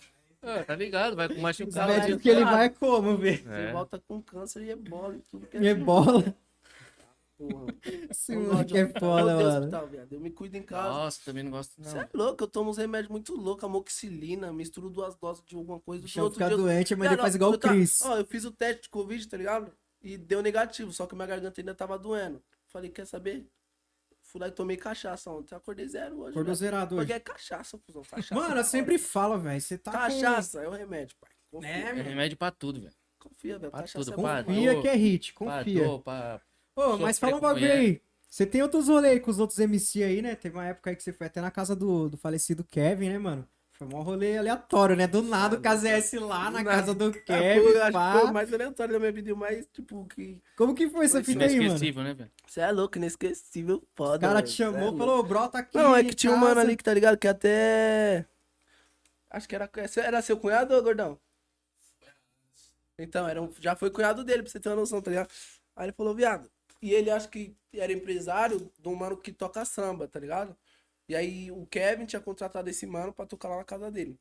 Ah, tá ligado? Vai com machucado.
Sabe
médico
médico
que ele
lá.
vai como, velho?
Você
É.
volta com câncer e ebola e tudo que é
Ebola.
porra.
Esse
Eu não
moleque é
gosto de-
foda,
Eu odeio
mano.
hospital, viado. Eu me cuido em casa.
Nossa, também não gosto, não.
Você é louco, eu tomo uns remédios muito loucos, amoxicilina, misturo duas doses de alguma coisa.
Deixa
do
eu
outro
ficar
dia eu-
doente, mas
Cara,
ele faz igual
eu
o
tava-
Cris.
Ó, eu fiz o teste de Covid, tá ligado? E deu negativo, só que minha garganta ainda tava doendo. Falei, quer saber? Fui lá e tomei cachaça ontem. Acordei zero hoje.
Acordou
velho.
zerado hoje.
Porque é cachaça, cuzão. Cachaça, é
Mano, eu sempre falo, velho. Você tá
Cachaça é o remédio, pai.
com...
Confia,
Né,
É
mano?
remédio pra tudo, velho.
confia velho.
Pra
Cachaça
tudo,
é bom.
para.
mano.
Confia que é hit,
Pra
confia.
dor, pra-
Ô, mas fala um
sofrer com
bagulho
mulher.
aí. Você tem outros rolês aí com os outros MC aí, né? Teve uma época aí que você foi até na casa do, do falecido Kevin, né, mano? Foi um rolê aleatório, né? Do nada o KZS lá na casa do
Ah, foi,
Kevin,
acho que foi o
pá.
mais aleatório da minha vida e o mais, tipo, que.
Como que foi essa
Foi
fita aí, mano?
Inesquecível, né, velho?
Você é louco, inesquecível,
O
foda.
cara
mano.
te
Cê é
chamou,
louco.
falou, "Ô, brota aqui
Não, é
em
que tinha um mano
casa."
ali que tá ligado, que até. Acho que era, era seu cunhado, ô, gordão? Então, era um- já foi cunhado dele, pra você ter uma noção, tá ligado? Aí ele falou, viado. E ele acho que era empresário de um mano que toca samba, tá ligado? E aí o Kevin tinha contratado esse mano pra tocar lá na casa dele.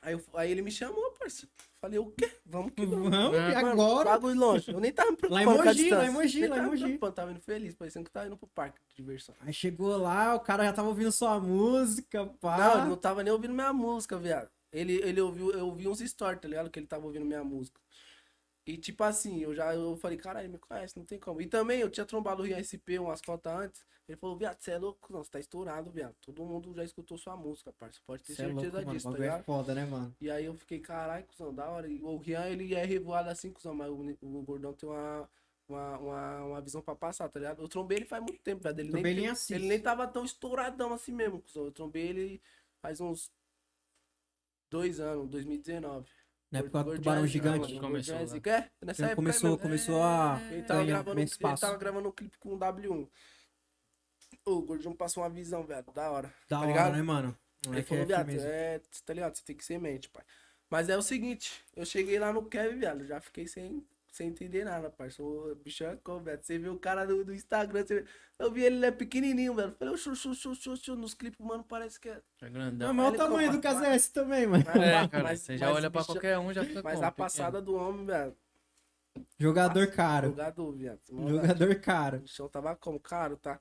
Aí, eu- aí ele me chamou, parceiro. Falei, o quê? Vamos que vamos.
Vamos, e
É, Mano,
agora?
Bagulho longe. Eu nem tava me
Lá em
preocupando com a
Mogi,
distância.
lá em Mogi,
Nem
lá em
tava me
Mogi.
preocupando, tava indo feliz, parecendo que tava indo pro parque de diversão.
Aí chegou lá, o cara já tava ouvindo sua música,
Não, ele
pá.
não tava nem ouvindo minha música, viado. Ele, ele ouviu, eu ouvi uns stories, tá ligado? Que ele tava ouvindo minha música. E tipo assim, eu já eu falei, caralho, ele me conhece, não tem como. E também eu tinha trombado o Rio SP umas contas antes. Ele falou, viado, você é louco? Não, você tá estourado, viado. Todo mundo já escutou sua música, parça. Pode ter
Você é
certeza
louco, mano. O
disso, tá
bagulho é
ligado?
foda, né, mano?
E aí eu fiquei, caralho, cuzão, da hora. E o Rian, ele é revoado assim, cuzão, mas o, o gordão tem uma, uma, uma, uma visão pra passar, tá ligado? Eu trombei ele faz muito tempo, velho. Ele,
Trombei
nem,
ele em Assis.
ele nem tava tão estouradão assim mesmo, cuzão. Eu trombei ele faz uns dois anos, 2019.
Na época do
Gordinho
Tubarão
é-
Gigante.
ah, mano,
Começou
Gordinho é
lá.
zica, é? Nessa
Ele
época
começou,
mesmo.
começou a
Ele tava,
ganhar
gravando,
ganhar
ele
espaço.
tava gravando um clipe com o W1. Ô, O Gordinho passou uma visão, velho, da hora.
Da
tá
hora,
ligado?
né, mano?
Ele
Moleque
falou,
é
viado,
firmeza.
é, cê tá ligado? Você tem que ser mente, pai. Mas é o seguinte, eu cheguei lá no Kevin, viado, já fiquei sem, sem entender nada, parceiro. O bicho é como, velho. Você vê o cara do, do Instagram, você vê... eu vi ele, ele é pequenininho, velho. Falei, chu, chu, chu, chu, chu, nos clipes, mano, parece que é.
É
Não,
grandão.
mas olha o
ele
tamanho do
toma-
KZS também, mano.
É, cara,
Mas-
você já
mas
olha pra
bicho-
qualquer um, já fica
Mas
como,
a
pequeno.
passada do homem, velho.
Jogador caro.
Jogador, viado.
Jogador caro.
O chão tava como? Caro, tá?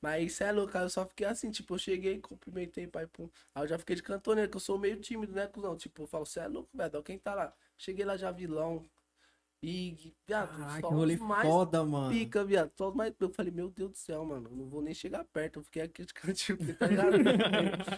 Mas isso é louco, cara. Eu só fiquei assim, tipo, eu cheguei, cumprimentei, pai, pum. Aí eu já fiquei de cantoneiro, que eu sou meio tímido, né, cuzão? Tipo, eu falo, você é louco, velho. ó, Quem tá lá? Cheguei lá já vilão. Big, viado,
Caraca,
só
Ah, que rolê
os mais
foda, mano.
pica, viado. Só os mais. Eu falei, meu Deus do céu, mano. eu Não vou nem chegar perto. Eu fiquei aqui de cantinho, tá ligado?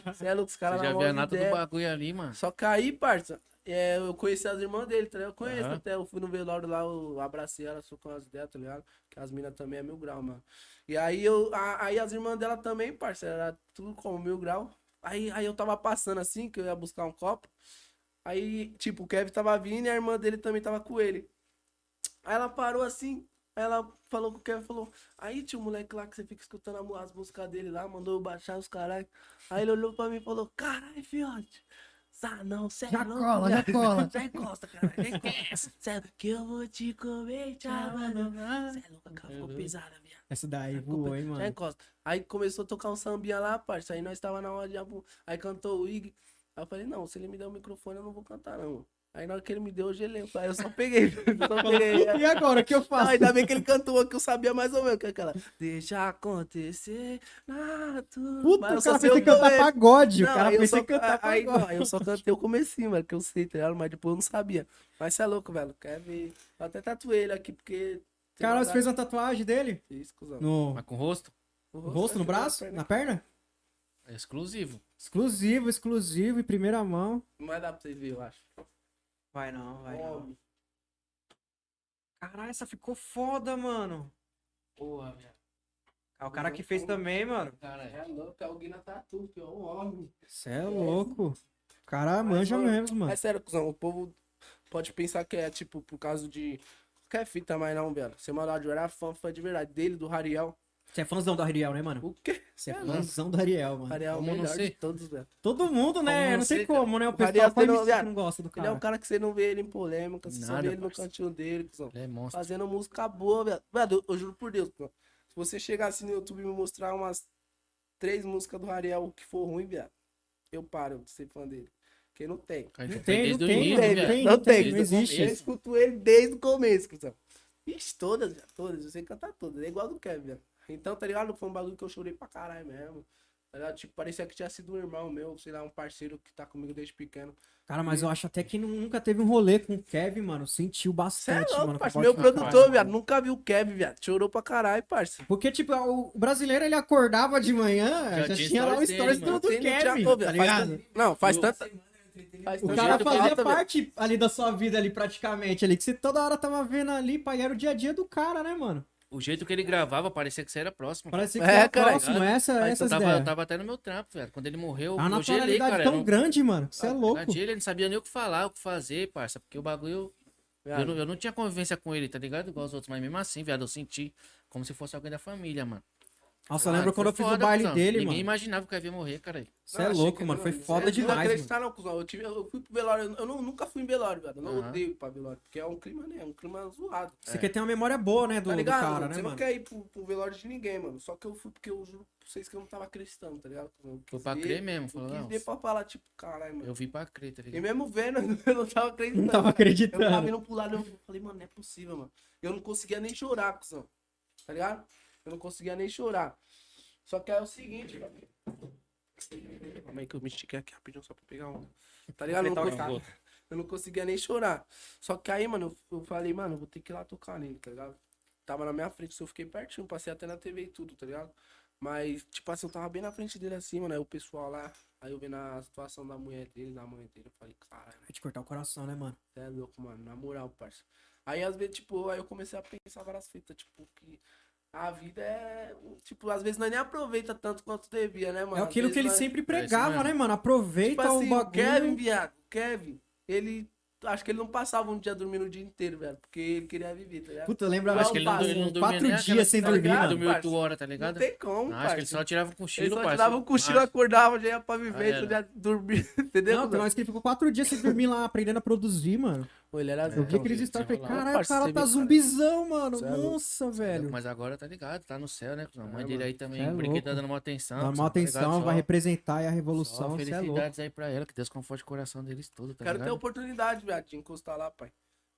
Você é louco, os caras
Você já
lá.
vê a
mó
nata do
ideia.
bagulho ali, mano.
Só caí, parça. é, eu conheci as irmãs dele, tá ligado? Eu conheço
Aham.
até, eu fui no velório lá, eu abracei ela, sou com as ideias, tá ligado? Que as minas também é mil grau, mano. E aí eu, a- aí as irmãs dela também, parceiro, era tudo como mil grau. Aí, aí eu tava passando assim, que eu ia buscar um copo. Aí, tipo, o Kevin tava vindo e a irmã dele também tava com ele. Aí ela parou assim, aí ela falou com o Kevin, falou, aí tio, o moleque lá que você fica escutando a mu- as músicas dele lá, mandou eu baixar os caralho. Aí ele olhou pra mim e falou, caralho, fiote, ah não, cê é
Já
louco,
cola, já
viado.
cola."
Já encosta, caralho, já encosta. Cê é- que eu vou te comer, tchau, mano. Cê é louco, a cara ficou pesada, viado.
Essa daí voou, hein,
Já
mano.
encosta. Aí começou a tocar um sambinha lá, parça. Aí nós tava na hora de abu- Aí cantou o Ig. Aí eu falei, não, se ele me der o microfone, eu não vou cantar, não. Aí na hora que ele me deu, eu gelei. Aí eu só peguei. eu só peguei.
E agora, o que eu
Não,
faço?
ainda bem que ele cantou uma que eu sabia mais ou menos, que é aquela. Deixa acontecer natural.
Puta, o cara fez você cantar pagode. O cara fez você cantar
aí, não,
pagode.
aí eu só cantei o comecinho, mano, que eu sei, tá ligado? Mas depois eu não sabia. Mas você é louco, velho. Quer ver? Eu até tatuei ele aqui, porque.
Caralho, você fez uma tatuagem dele?
Isso, cuzão.
No
Mas com o rosto?
O
rosto, no
aqui, na
braço?
perna
Na perna?
É exclusivo.
Exclusivo, exclusivo, em primeira mão.
Mas dá pra vocês verem, eu acho.
Vai não, vai não.
Óbvio.
Caralho, essa ficou foda, mano.
Porra, velho.
Ah, O cara que fez também, mano.
Cara,
É louco, é o Guina Tatu, que é um homem.
Você é louco. O cara manja
mano,
mesmo, mano.
É sério, cuzão, o povo pode pensar que é, tipo, por causa de qualquer fita, mas não, velho. Você maldade, eu era fã, fã de verdade dele, do Rariel.
Você é fãzão do Ariel, né, mano?
O quê?
Você é
É,
fãzão do Ariel,
O
mano.
Rariel é o
Como eu não
melhor
sei?
de todos, velho.
Todo mundo, né?
Como
Não,
não
sei
sei,
como, né? O
O
pessoal
Ariel você
tem
não-
MC que
viado,
não gosta do
Ele é um
cara.
cara que você não vê ele em polêmica, você só
Nada,
vê ele no
parça.
cantinho dele, cuzão.
ele é monstro.
Fazendo música boa, velho. Velho, eu, eu juro por Deus, cuzão. Se você chegar assim no YouTube e me mostrar umas três músicas do Rariel que for ruim, velho, eu paro de ser fã dele. Porque não tem.
Cara, ele
Não
já
tem,
fez
não
desde o
tem,
início,
velho,
viado.
tem.
Não tem,
Desde
não
o
existe.
começo.
Eu escuto ele desde o começo, cuzão. Ixi, todas, viado, todas. Eu sei cantar todas. É igual do Kevin, viado. Então, tá ligado? Foi um bagulho que eu chorei pra caralho mesmo. Tá ligado? Tipo, parecia que tinha sido um irmão meu, sei lá, um parceiro que tá comigo desde pequeno.
Cara, mas eu acho até que nunca teve um rolê com o Kevin, mano. Sentiu
Cê é
bastante,
louco,
mano. com a
parça.
voz
Meu
do cara.
produtor, viado, nunca viu o Kevin, viado. Chorou pra caralho, parça.
Porque, tipo, o o brasileiro ele acordava de manhã, já,
Já tinha
tinha lá o
stories
stories
dele, mano.
do, do
Ele não tinha-
Kevin, tá
Ô, viado, faz
ligado?
tanto- Não, faz
Eu-
tanta. faz
O
tanto
cara
tempo
fazia
falta, viado.
parte ali da sua vida ali, praticamente, ali. Que você toda hora tava vendo ali, pai, era o dia a dia do cara, né, mano?
O jeito que ele gravava parecia que você era próximo.
Parece que
É,
era
cara,
próximo, essa,
Mas
essa
eu, tava, eu
ideia.
tava até no meu trampo, velho. Quando ele morreu,
A
eu
naturalidade
gelei, cara. um Ah,
tão
eu não-
grande, mano, que você é
Na
louco.
gíria, ele não sabia nem o que falar, o que fazer, parça. Porque o bagulho. Eu não, eu não tinha convivência com ele, tá ligado? Igual os outros, mas mesmo assim, viado, eu senti como se fosse alguém da família, mano.
Nossa, eu
Ah,
lembro
foi
quando eu fiz o
foda,
baile
cuzão.
dele,
Ninguém
mano.
imaginava que eu ia morrer, cara.
Você é
Não, achei
louco,
que-
mano. Foi
não, é
foda
Não vou
demais, mano.
acreditar, não, cuzão. Eu, tive, eu fui pro velório. Eu não- nunca fui em velório, viado. Eu não
Aham.
odeio ir pra velório, porque é um clima, né? É um clima zoado.
É. Você quer ter uma memória boa, né, do,
Tá
do
ligado?
cara,
você
né,
não
mano?
quer ir pro, pro velório de ninguém, mano. Só que eu fui porque eu juro pra vocês que eu não tava cristão, tá ligado? Eu
Foi
quis
pra
ver,
crer mesmo.
Eu
Falou,
quis
não,
ver pra falar, tipo, caralho, mano.
eu vim pra crer, tá
E
ligado?
mesmo vendo, eu não tava acreditando.
Não tava
Eu tava
acreditando.
indo pro lado, eu falei, mano, não é possível, mano. Eu não conseguia nem chorar, cuzão. Tá ligado? Eu não conseguia nem chorar. Só que aí é o seguinte, mano. Calma aí que eu me estiquei aqui rapidinho só pra pegar um. Tá ligado? Eu não,
Completar
consegui- eu não conseguia nem chorar. Só que aí, mano, eu, eu falei, mano, eu vou ter que ir lá tocar nele, tá ligado? Tava na minha frente, só eu fiquei pertinho, passei até na TV e tudo, tá ligado? Mas, tipo assim, eu tava bem na frente dele assim, mano. Aí o pessoal lá, aí eu vendo a situação da mulher dele, da mãe dele, eu falei, caralho.
Vai te cortar o coração, né, mano?
Cê É louco, mano. Na moral, parça. Aí às vezes, tipo, aí eu comecei a pensar várias fitas, tipo, que a vida é. Tipo, às vezes nós nem aproveita tanto quanto devia, né, mano?
É
Às
aquilo
vezes
que ele
nós-
sempre
É isso
pregava,
mesmo.
né, mano? Aproveita
Tipo assim,
o
o Kevin,
bagulho.
viado, o Kevin, ele. Acho que ele não passava um dia dormindo o dia inteiro, velho. Porque ele queria viver, tá ligado?
Puta, eu lembro
Eu
acho
acho
Não,
que ele não,
parça,
ele não dormia
quatro
nem aquelas-
dias sem
tá
dormir,
ligado?
mano.
Dormiu oito
parça.
horas, tá
não
ligado?
tem como,
Não, acho que ele só tirava um
Ele
cochilo,
só
parça.
tirava um cochilo,
Acho.
acordava, já ia pra viver,
Ah,
já
era.
ia dormir, entendeu?
Não, tem um nós que ele ficou quatro dias sem dormir lá, aprendendo a produzir, mano.
Pô, ele era
Eu vi
doido.
aqueles
ele
stories e falei,
desenrolava.
caralho, o
Parceiro,
cara tá
cara.
zumbizão, mano.
Cê é louco.
Nossa, velho.
Mas agora tá ligado, tá no céu, né? A mãe
É,
dele
mano.
aí também,
Cê é
porque
louco.
tá dando uma atenção.
Dá
cuzão,
uma
tá ligado?
atenção,
Só-
vai representar aí a
Só
revolução, você é louco.
felicidades aí pra ela, que Deus conforte o coração deles todo, tá
Quero ter
ligado?
oportunidade, viado, de encostar lá, pai.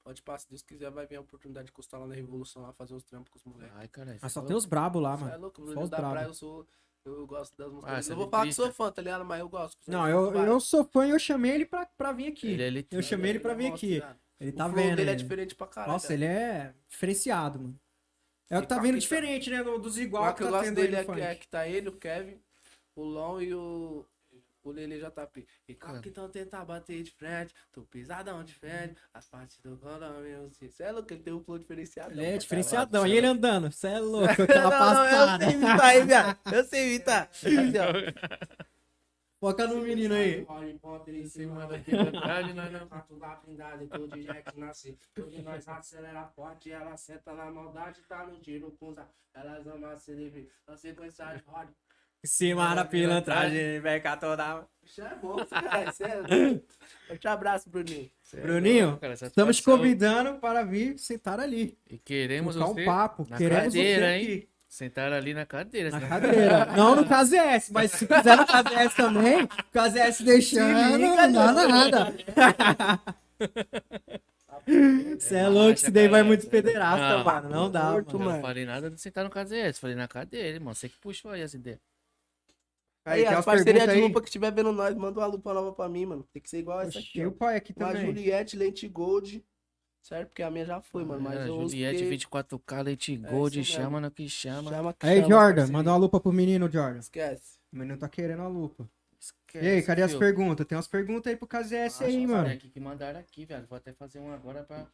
Pode passar, se Deus quiser, vai vir a oportunidade de encostar lá na Revolução, lá fazer uns trampos com os moleques.
Ai, caralho.
Mas
cê
Ah, só
é
tem os brabos lá,
Você é
mano.
louco,
só
Bruno
os
da
brabo.
Praia, eu sou. Eu gosto das
Ah,
músicas.
você
eu
é
vou falar que
letrista.
sou fã, tá ligado? Mas eu gosto. é
Não, eu, eu sou fã e eu chamei ele pra, pra vir aqui.
Ele é letrista.
eu chamei ele pra vir aqui. Ele tá
tá o flow
vendo.
dele é
né?
diferente pra caralho.
Nossa,
velho.
ele é diferenciado, mano. É o que
Ele
tá
tá
vindo
aqui,
diferente, né? do- Dos
O
igual
que,
que
eu
tá
gosto
tendo aí
dele
no
é que, é
funk.
que tá ele, o Kevin, o Lon e o. o Lele JP. E claro
Ah.
que então tenta bater de frente, tô pisadão de frente, as partes do condomínio. Você é louco, ele tem um flow diferenciado.
Ele é diferenciadão. E ele andando. Você é louco,
Não,
aquela
não, eu
passada.
sei imitar, hein, viado? Eu sei imitar. Assim, ó.
Foca
um
um
no menino aí.
Harry Potter em cima da verdade, nós não tá tudo blindado, tudo de Jack é nasce. Porque nós acelera forte, ela senta na maldade, tá no tiro punza. Elas amam se livre, na sequência de Harry.
Em cima da pilantragem, velho, cá toda.
Isso é bom, cara, isso é bom. Eu te abraço, Bruninho.
Cê é
Bruninho,
louco, cara,
estamos te
satisfação.
convidando para vir sentar ali.
E queremos
Trocar
você
um papo.
na
Queremos
cadeira,
você
hein?
aqui.
Sentar ali na cadeira.
Na
senão-
cadeira. Não no KZS, mas se quiser no KZS também, é KZS deixando, não dá nada. Você é louco, esse daí vai muito pederasta,
Ah.
Não,
mano. Não dá,
morto,
Eu
mano.
mano.
não falei nada de sentar no KZS, falei na cadeira, irmão. Você que puxou aí assim, as ideias.
Aí,
tem
as
umas
parcerias
perguntas
de
aí.
lupa que estiver vendo nós, manda uma lupa nova pra mim, mano. Tem que ser igual essa
Oxi,
aqui,
Tem
ó.
o pai é aqui
Uma
também.
Juliette Lente Gold, certo? Porque Ah, a minha já foi, mano. Mas
É,
eu uso
Juliette
porque É
24K, Leite
isso
Gold,
mesmo.
chama no que chama.
chama que
Aí,
chama,
Jordan,
parceria.
manda uma lupa pro menino, Jordan.
Esquece.
O menino tá querendo a lupa.
Esquece,
E aí, cadê as
fio.
perguntas? Tem umas perguntas aí pro KZS
Nossa,
aí,
essa
mano.
daqui que mandaram aqui, velho. Vou até fazer uma agora pra.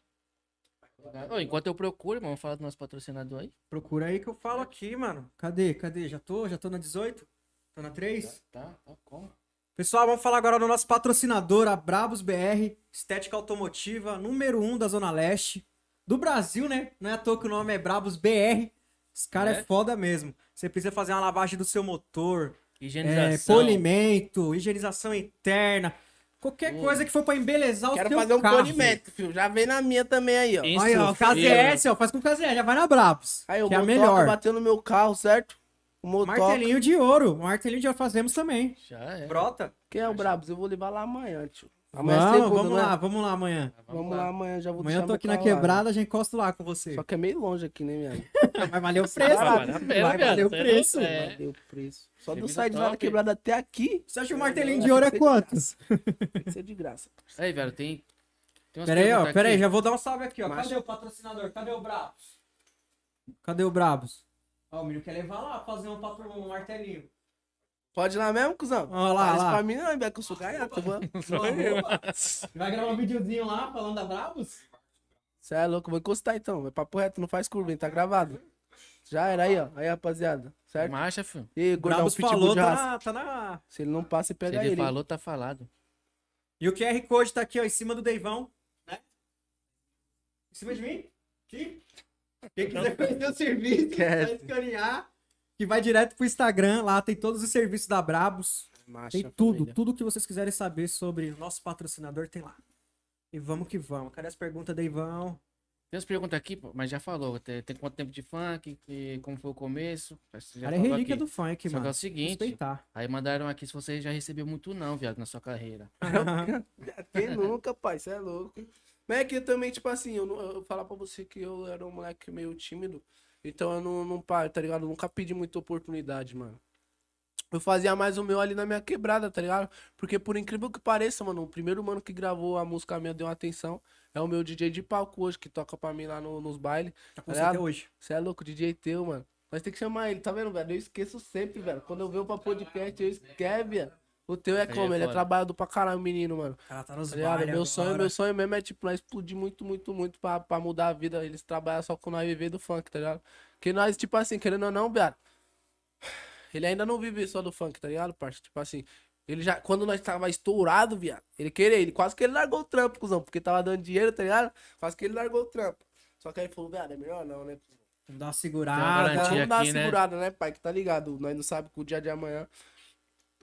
Ô, enquanto eu procuro, irmão, vamos falar do nosso patrocinador aí.
Procura aí que eu falo aqui, mano. Cadê? Cadê? Já tô? Já tô na 18? Tô na 3?
Tá, tá como?
Pessoal, vamos falar agora do nosso patrocinador, a Brabus BR, estética automotiva, número 1 da Zona Leste, do Brasil, né? Não é à toa que o nome é Brabus BR. Esse cara é,
É.
foda mesmo. Você precisa fazer uma lavagem do seu motor, é,
Higienização.
polimento, higienização interna, qualquer
Tudo.
coisa que for pra embelezar o
Quero
seu
fazer um
carro.
polimento, filho. Já vem na minha também aí, ó.
Em-
Aí, ó, o KZS, ó, faz com o KZS, já vai na Brabus,
Aí o
que é a
motoca
melhor.
bateu no meu carro, certo? O motoca.
Martelinho de ouro, martelinho de ouro fazemos também.
Já é.
Brota.
Quem é o Brabos? Eu vou levar lá amanhã, tio. Amanhã é
Vamos,
segunda,
vamos
né?
lá, vamos lá amanhã.
Vamos lá, amanhã já vou
Amanhã eu
deixar
tô
meu
aqui na
carro lá,
quebrada, já encosto lá com você.
né? Só que é meio longe aqui, né, minha? amiga?
Mas valeu o
Vai
preço.
valer a pena,
Vai valer
viado.
o
Cê é
preço.
louco, é.
Valeu o preço. Só do
Serviço
sair de lá da
top.
quebrada até aqui,
Você acha que o martelinho de ouro é quantos?
tem que ser de graça.
Aí, velho, É. tem. tem umas
Pera aí, ó.
perguntas
Pera aí,
aqui.
já vou dar um salve aqui, ó.
Mas-
Cadê o patrocinador? Cadê o Brabos? Cadê o Brabos? Ó, o menino quer levar lá, fazer um, patro... um martelinho.
Pode ir lá mesmo, cuzão?
Ó lá,
Fala isso
lá.
pra mim, não, velho, que eu sou gaiato, mano.
Vai gravar um videozinho lá, falando da Brabos?
Você é louco, vou encostar então. Vai papo reto, não faz curva, hein? Tá gravado. Já era aí, ó. Aí, rapaziada. Certo?
Marcha, filho.
E gordão,
Brabos
um pitbull
falou,
de
tá,
raça.
na- tá na...
Se ele não passa, você
Se
pega
ele
ele. hein?
falou, tá falado.
E o QR Code tá aqui, ó, em cima do Deivão, né? Em cima de mim? Aqui? Quem quiser conhecer o serviço, vai escanear. Que vai direto pro Instagram, lá tem todos os serviços da Brabos.
Macha,
Tem tudo,
família.
tudo que vocês quiserem saber sobre o nosso patrocinador tem lá. E vamos que vamos. Cadê as perguntas, Deivão?
Tem umas perguntas aqui, pô, mas já falou. Tem, tem quanto tempo de funk? que- como foi o começo? Você já
Cara, é
falou
relíquia
aqui.
do funk,
Só que é
mano.
o seguinte.
Respeitar.
Aí mandaram aqui se você já recebeu muito não, viado, na sua carreira.
Quem nunca, pai? Você é louco. Mas é que eu também, tipo assim, eu, não- eu vou falar pra você que eu era um moleque meio tímido. Então eu não, não paro, tá ligado? Eu nunca pedi muita oportunidade, mano. Eu fazia mais o meu ali na minha quebrada, tá ligado? Porque por incrível que pareça, mano, o primeiro mano que gravou a música minha deu uma atenção é o meu DJ de palco hoje, que toca pra mim lá no- nos bailes.
Tá com
Tá
você até
ligado?
hoje.
Você é louco, DJ teu, mano. Nós tem que chamar ele, tá vendo, velho? Eu esqueço sempre, velho. Quando eu venho pra podcast, eu esqueço, velho. O teu é
Aí é
como? Ele é
foda.
trabalhado pra caralho, menino, mano.
O cara tá nos
Tá ligado?
baile
Meu sonho,
agora.
meu sonho mesmo é, tipo, nós explodir muito, muito, muito pra, pra mudar a vida. Eles trabalham só com nós viver do funk, tá ligado? Que nós, tipo assim, querendo ou não, viado. Ele ainda não vive só do funk, tá ligado, parça? Tipo assim, ele já, quando nós tava estourado, viado, ele queria, ele quase que ele largou o trampo, cuzão, porque tava dando dinheiro, tá ligado? Quase que ele largou o trampo. Só que aí ele falou, viado, é melhor não, né? cuzão?
Dá uma
Tem uma
segurada.
garantia.
Vamos dar uma
aqui, né?
segurada, né? pai? Que tá ligado. Nós não sabe que o dia de amanhã.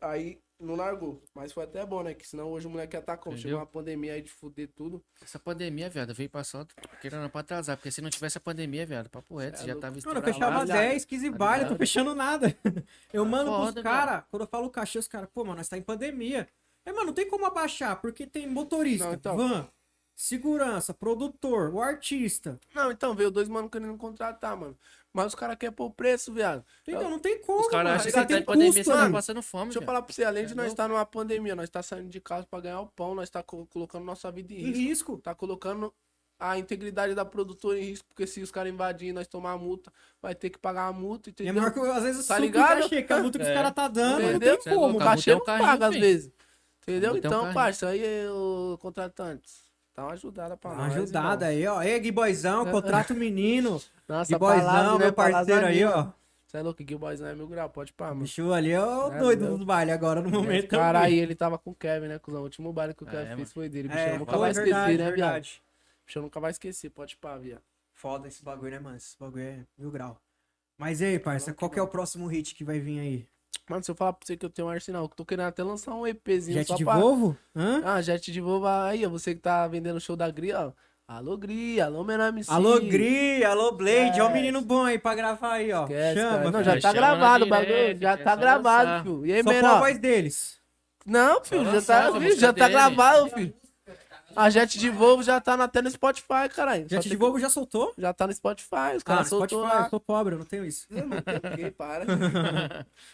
Aí não largou. Mas foi até bom, né? Que senão hoje o moleque ia tá como?
Entendeu?
Chegou uma pandemia aí de fuder tudo.
Essa pandemia, viado, veio passando querendo pra atrasar. Porque se não tivesse a pandemia, viado, papo reto,
Cê
você já
é louco.
tava
Mano, eu
estourado.
fechava
Caralho.
10, 15 baile, eu tô fechando nada. Eu mando
foda,
pros caras, quando eu falo cachê, os caras, pô, mano, nós tá em pandemia. É, mano, não tem como abaixar, porque tem motorista,
Não, então.
van, segurança, produtor, o artista.
Não, então veio dois mano querendo contratar, mano. Mas os caras querem pôr o preço, viado.
Então, não tem como,
Os
mano.
caras acham
Você
que tá
tem
em pandemia,
custo,
você tá
mano.
passando fome,
Deixa eu
viado.
falar pra você, além
Cê
de
é
nós
louco.
estar numa pandemia, nós tá saindo de casa pra ganhar o pão, nós tá co- tá colocando nossa vida em
Em
risco.
risco.
Tá colocando a integridade da produtora em risco, porque se os caras invadirem e nós tomar a multa, vai ter que pagar a multa,
E
entendeu?
é maior que às vezes o
Tá
suco
ligado?
cachê, que a multa que os
É.
caras tá dando, não
Entendeu
tem
Você é
como?
louco,
O
a multa
cachê
é
não
um carrinho,
paga às
filho.
vezes. Entendeu?
A multa é um
Então,
carrinho.
parça, aí o contratantes, dá uma ajudada pra
Dá Uma
nós.
ajudada
irmão.
aí, ó. Ei, Guiboizão, contrata o menino.
Nossa,
Guiboizão,
palavra, né,
meu parceiro aí, ó.
Você é louco, Gil Boyzão é mil grau, pode
O
pá, mano.
bicho ali é o
É,
doido
meu.
do baile agora no momento.
Caralho, ele tava com o Kevin, né, cuzão? O último baile que o
Ah,
Kevin
é,
fez
mano.
foi dele. Bicho,
É,
eu nunca
pô,
vai
é
esquecer,
verdade,
né, viado?
verdade.
Bicho, eu nunca vai esquecer, pode pá, viado.
Foda esse bagulho, né, mano? Esse bagulho é mil grau. Mas e aí,
Tá
parça, qual que é o próximo hit que vai vir aí?
Mano, se eu falar pra você que eu tenho um arsenal, eu tô querendo até lançar um EPzinho
Jet
só
de
pra...
Volvo? Hã?
Ah, Jet de Volvo aí, ó, você que tá vendendo o show da Gri, ó. Alô, Gri, alô, meu nome
Alô, Gri, alô, Blade. Ó, o
Esquece.
menino bom aí pra gravar aí, ó.
É. Esquece,
Chama,
cara. Não,
filho.
já
filho.
tá
Chama
gravado o
na
bagulho,
direct,
já
é
tá
só
gravado,
lançar.
filho. E aí,
Só põe a
menor?
voz deles.
Não, filho, já
lançar
tá,
essa
filho,
música
já tá
dele.
gravado, filho. A Jet de Volvo já tá na tela no Spotify, caralho.
Jet
Só tem
de
que-
Volvo já soltou?
Já tá no Spotify, os
Ah,
caras
Spotify,
soltou
eu
lá.
sou pobre, eu não tenho isso.
Não, mano, tem o quê? para.